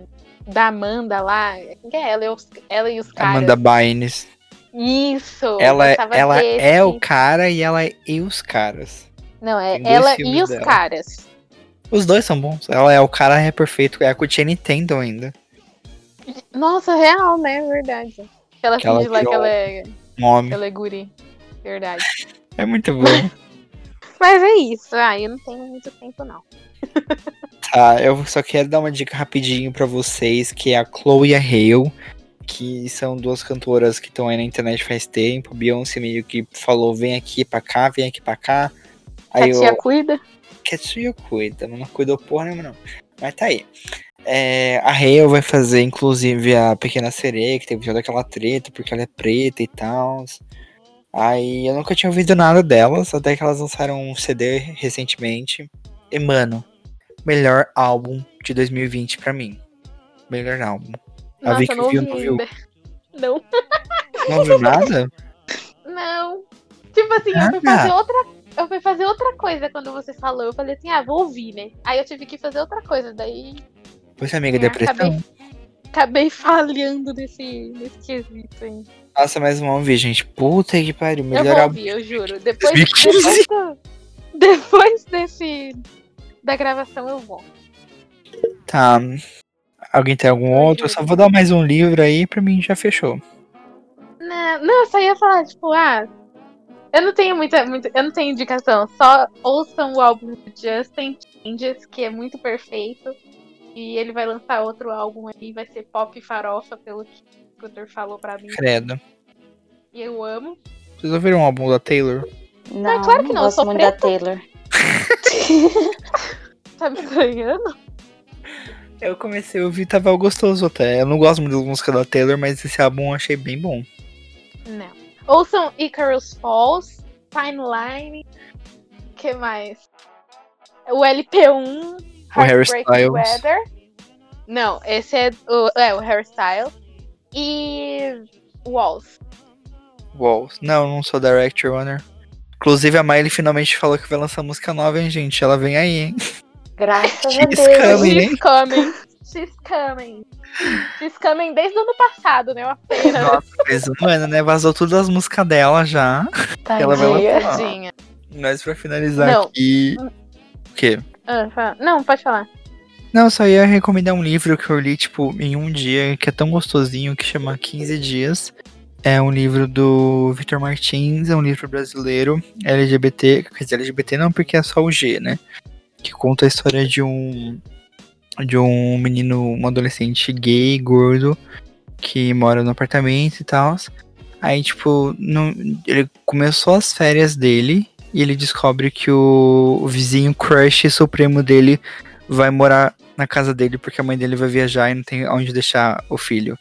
Speaker 2: Da Amanda lá. Quem que é ela? e os- Ela e os caras.
Speaker 1: Amanda Bynes.
Speaker 2: Isso! eu
Speaker 1: Ela,
Speaker 2: gostava
Speaker 1: ela é
Speaker 2: desse.
Speaker 1: o cara e ela é e os caras.
Speaker 2: Não, é
Speaker 1: Tem dois
Speaker 2: ela
Speaker 1: filmes
Speaker 2: e os
Speaker 1: dela.
Speaker 2: caras.
Speaker 1: Os dois são bons. Ela é o cara é perfeito. É a Cutia Nintendo ainda.
Speaker 2: Nossa, real, né? Verdade. Ela
Speaker 1: Que ela
Speaker 2: finge lá que
Speaker 1: virou-
Speaker 2: ela é, que
Speaker 1: Um homem.
Speaker 2: ela é guri. Verdade.
Speaker 1: É muito bom.
Speaker 2: Mas é isso. Ah, eu não tenho muito tempo, não.
Speaker 1: tá, eu só quero dar uma dica rapidinho pra vocês, que é a Chloe e a Hale. Que são duas cantoras que estão aí na internet faz tempo. Beyoncé meio que falou: vem aqui pra cá, vem aqui pra cá.
Speaker 2: Que a
Speaker 1: Aí
Speaker 2: tia
Speaker 1: eu,
Speaker 2: cuida.
Speaker 1: Ketsuyo cuida, mas então, não cuidou porra nenhuma, não. Mas tá aí. É, a Hale vai fazer, inclusive, a Pequena Sereia, que teve toda aquela treta, porque ela é preta e tal. Aí eu nunca tinha ouvido nada delas, até que elas lançaram um CD recentemente. E, mano, melhor álbum de 2020 pra mim. Melhor álbum. A
Speaker 2: Nossa,
Speaker 1: Vicky
Speaker 2: eu não
Speaker 1: viu,
Speaker 2: ouvi
Speaker 1: não viu?
Speaker 2: ainda. Não.
Speaker 1: Não viu nada?
Speaker 2: Não. Tipo assim, eu fui
Speaker 1: Ah.
Speaker 2: fazer outra. Eu fui fazer outra coisa quando você falou. Eu falei assim, ah, vou ouvir, né? Aí eu tive que fazer outra coisa. Daí
Speaker 1: Pois, amiga,
Speaker 2: É,
Speaker 1: depressão.
Speaker 2: acabei. acabei falhando nesse, nesse quesito, hein?
Speaker 1: Nossa, mas não ouvi, gente. Puta que pariu.
Speaker 2: Eu
Speaker 1: Melhor
Speaker 2: vou
Speaker 1: álbum.
Speaker 2: ouvir, eu juro. Depois,
Speaker 1: 2015.
Speaker 2: depois, do- depois desse. Da gravação eu vou.
Speaker 1: Tá. Alguém tem algum
Speaker 2: Ai,
Speaker 1: outro? Eu só
Speaker 2: gente.
Speaker 1: vou dar mais um livro aí, pra mim já fechou.
Speaker 2: Não, Né, não, eu só ia falar, tipo, ah. Eu não tenho muita, muita. Eu não tenho indicação. Só ouçam o álbum do Justin Changes, que é muito perfeito. E ele vai lançar outro álbum aí, vai ser pop e farofa, pelo que o Scooter falou pra mim.
Speaker 1: Credo.
Speaker 2: E eu amo.
Speaker 1: Vocês ouviram um álbum da Taylor?
Speaker 3: Não,
Speaker 2: Ah, claro que não, eu
Speaker 3: gosto
Speaker 2: sou
Speaker 3: muito da
Speaker 2: preta.
Speaker 3: Taylor.
Speaker 2: Tá me estranhando?
Speaker 1: Eu comecei a ouvir, tava gostoso até. Eu não gosto muito das músicas da Taylor, mas esse álbum eu achei bem bom.
Speaker 2: Não. Ouçam Icarus Falls, Fine Line. que mais? O LP1.
Speaker 1: O Harry
Speaker 2: Heartbreaking
Speaker 1: Styles.
Speaker 2: Weather. Não, esse é o, é o Harry Styles. E. Walls.
Speaker 1: Walls. Não, eu não sou Director Runner. Inclusive, a Miley finalmente falou que vai lançar música nova, hein, gente? Ela vem aí, hein?
Speaker 3: Graças a
Speaker 1: She's
Speaker 3: Deus.
Speaker 1: coming, hein?
Speaker 2: She's coming. She's coming. She's coming desde o ano passado, né? Uma pena.
Speaker 1: Mas, mano, né? Vazou todas as músicas dela já. ela vai
Speaker 3: Tadinha.
Speaker 1: lançar.
Speaker 2: Tadinha.
Speaker 1: Mas pra finalizar
Speaker 2: Não.
Speaker 1: aqui. O quê?
Speaker 2: Ah, fala. Não, pode falar.
Speaker 1: Não, eu só ia recomendar um livro que eu li, tipo, em um dia, que é tão gostosinho, que chama 15 Dias. É um livro do Vitor Martins, é um livro brasileiro, LGBT, quer dizer, LGBT não, porque é só o G, né? Que conta a história de um de um menino, um adolescente gay, gordo, que mora no apartamento e tal. Aí, tipo, não- ele começou as férias dele e ele descobre que o, o vizinho crush supremo dele vai morar na casa dele porque a mãe dele vai viajar e não tem onde deixar o filho.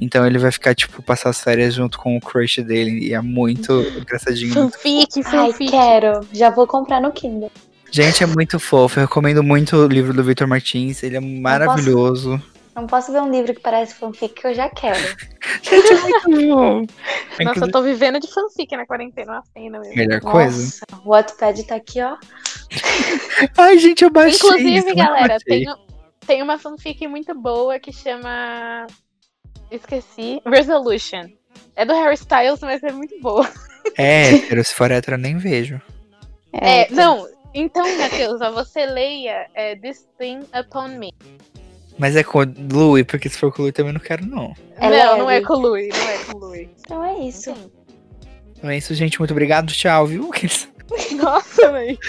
Speaker 1: Então ele vai ficar, tipo, passar as férias junto com o crush dele. E é muito engraçadinho.
Speaker 2: Fanfic,
Speaker 3: Ai,
Speaker 2: fanfic.
Speaker 3: quero. Já vou comprar no Kindle.
Speaker 1: Gente, é muito fofo. Eu recomendo muito o livro do Victor Martins. Ele é maravilhoso.
Speaker 3: Não posso ver um livro que parece fanfic que eu já quero.
Speaker 1: Gente, é muito bom. É
Speaker 2: Nossa, eu
Speaker 1: inclusive
Speaker 2: tô vivendo de fanfic na quarentena, uma pena
Speaker 1: a
Speaker 2: mesmo.
Speaker 1: melhor coisa.
Speaker 3: Nossa, o Wattpad tá aqui, ó.
Speaker 1: Ai, gente, eu baixei. isso,
Speaker 2: Inclusive,
Speaker 1: eu
Speaker 2: galera,
Speaker 1: baixei.
Speaker 2: tem, um- tem uma fanfic muito boa que chama. Esqueci. Resolution. É do Harry Styles, mas é muito boa.
Speaker 1: É, hétero, se for hétero, eu nem vejo.
Speaker 2: É,
Speaker 3: tá.
Speaker 2: não, então, Matheus, ó, você leia é, This Thing Upon Me.
Speaker 1: Mas é com o Louis, porque se for com o Louis também não quero, não.
Speaker 3: É
Speaker 2: não, não é
Speaker 3: leve.
Speaker 2: com o Louis, não é com o Louis.
Speaker 3: Então é isso.
Speaker 1: Então é isso, gente. Muito obrigado. Tchau, viu?
Speaker 2: Nossa, mãe.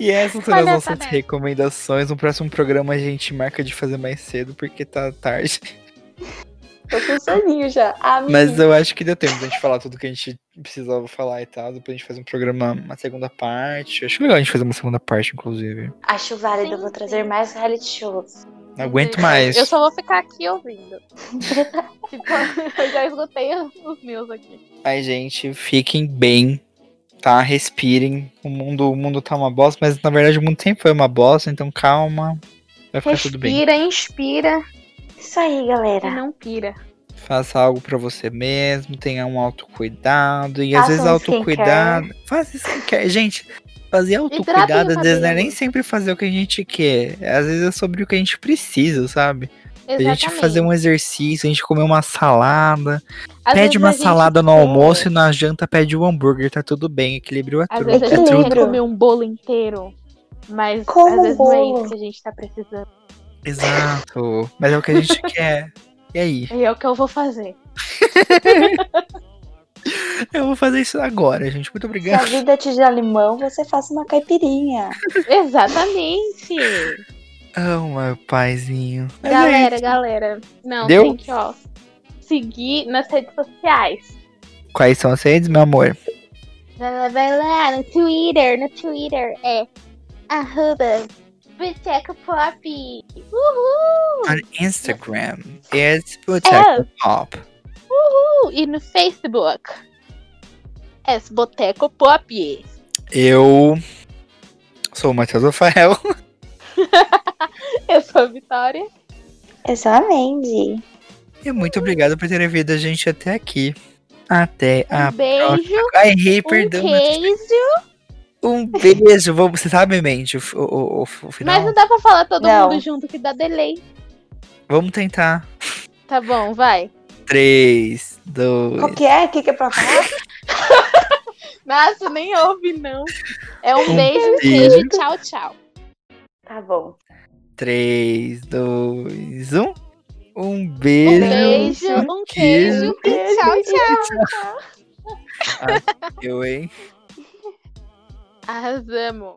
Speaker 1: E essas foram as
Speaker 2: Olha,
Speaker 1: nossas
Speaker 2: Sabeca.
Speaker 1: recomendações. No próximo programa a gente marca de fazer mais cedo, porque tá tarde.
Speaker 3: Tô com soninho já. Ah,
Speaker 2: Uhum.
Speaker 3: Amigo.
Speaker 1: Mas eu acho que deu tempo da gente falar tudo que a gente precisava falar e tal. Depois a gente faz um programa, uma segunda parte. Acho é legal a gente fazer uma segunda parte, inclusive.
Speaker 3: Acho válido, eu
Speaker 2: Sim,
Speaker 3: vou trazer
Speaker 2: sim.
Speaker 3: mais reality shows.
Speaker 1: Não aguento mais.
Speaker 2: Eu só vou ficar aqui ouvindo. Tipo, eu já esgotei os- os meus aqui.
Speaker 1: Ai, gente, fiquem bem, tá? Respirem. O mundo, o mundo tá uma bosta, mas na verdade o mundo sempre foi uma bosta, então calma. Vai ficar Tá tudo bem.
Speaker 2: Respira, inspira
Speaker 3: Isso aí, galera.
Speaker 2: e não pira.
Speaker 1: Faça algo pra você mesmo, tenha um autocuidado. E às
Speaker 3: Faça
Speaker 1: vezes
Speaker 3: um
Speaker 1: autocuidado. Faça isso que quer. Gente, fazer autocuidado
Speaker 2: o
Speaker 1: às vezes não é
Speaker 2: cabelo.
Speaker 1: nem sempre fazer o que a gente quer. Às vezes é sobre o que a gente precisa, sabe? A gente fazer um exercício, a gente comer uma salada.
Speaker 2: Às vezes
Speaker 1: pede uma
Speaker 2: a gente
Speaker 1: salada no
Speaker 2: quer-
Speaker 1: almoço e na janta pede um hambúrguer, tá tudo bem. Equilíbrio é
Speaker 2: Às
Speaker 1: tudo.
Speaker 2: vezes a
Speaker 1: É
Speaker 2: gente
Speaker 1: tudo.
Speaker 2: quer comer um bolo inteiro, mas
Speaker 3: Como
Speaker 2: às vezes não é
Speaker 3: bolo.
Speaker 2: isso que a gente tá precisando.
Speaker 1: Exato. Mas é o que a gente quer. E aí?
Speaker 2: E é o que eu vou fazer.
Speaker 1: Eu vou fazer isso agora, gente. Muito
Speaker 3: Se a
Speaker 1: obrigado.
Speaker 3: vida te der limão, você faça uma caipirinha.
Speaker 2: Exatamente!
Speaker 1: Ah, meu paizinho. Mas é
Speaker 2: galera, galera. Não,
Speaker 1: Deu?
Speaker 2: tem que, ó, seguir nas redes sociais.
Speaker 1: isso. Quais são as redes, meu amor?
Speaker 2: Vai lá, vai lá, no Twitter, no Twitter é arroba Boteco Pop. Uhul!
Speaker 1: on Instagram. It's Boteco
Speaker 2: É.
Speaker 1: Pop.
Speaker 2: Uhul! E no Facebook é Boteco Pop.
Speaker 1: Eu sou o Matheus Rafael.
Speaker 2: Eu sou a Vitória.
Speaker 3: Eu sou a Mandy.
Speaker 1: E
Speaker 2: Hum.
Speaker 1: muito obrigado por terem vindo a gente até aqui. Até
Speaker 2: Um
Speaker 1: a.
Speaker 2: beijo.
Speaker 1: Ai, errei,
Speaker 2: Um
Speaker 1: perdão.
Speaker 2: queijo.
Speaker 1: Um beijo. Vamos, você sabe, mente, o, o, o- o final?
Speaker 2: Mas não dá pra falar todo
Speaker 3: Não.
Speaker 2: mundo junto, que dá delay.
Speaker 1: Vamos tentar.
Speaker 2: Tá bom, vai.
Speaker 1: Três, dois.
Speaker 3: Qual que é? O que, que é pra falar?
Speaker 2: Nossa, nem ouve, não. É um
Speaker 1: Um
Speaker 2: beijo, um
Speaker 1: beijo.
Speaker 2: queijo e tchau, tchau.
Speaker 3: Tá bom.
Speaker 1: Três, dois, um. Um
Speaker 2: Um
Speaker 1: beijo.
Speaker 2: beijo, um
Speaker 1: queijo,
Speaker 2: queijo e tchau, tchau.
Speaker 1: Eu, hein?
Speaker 2: Arrasamos.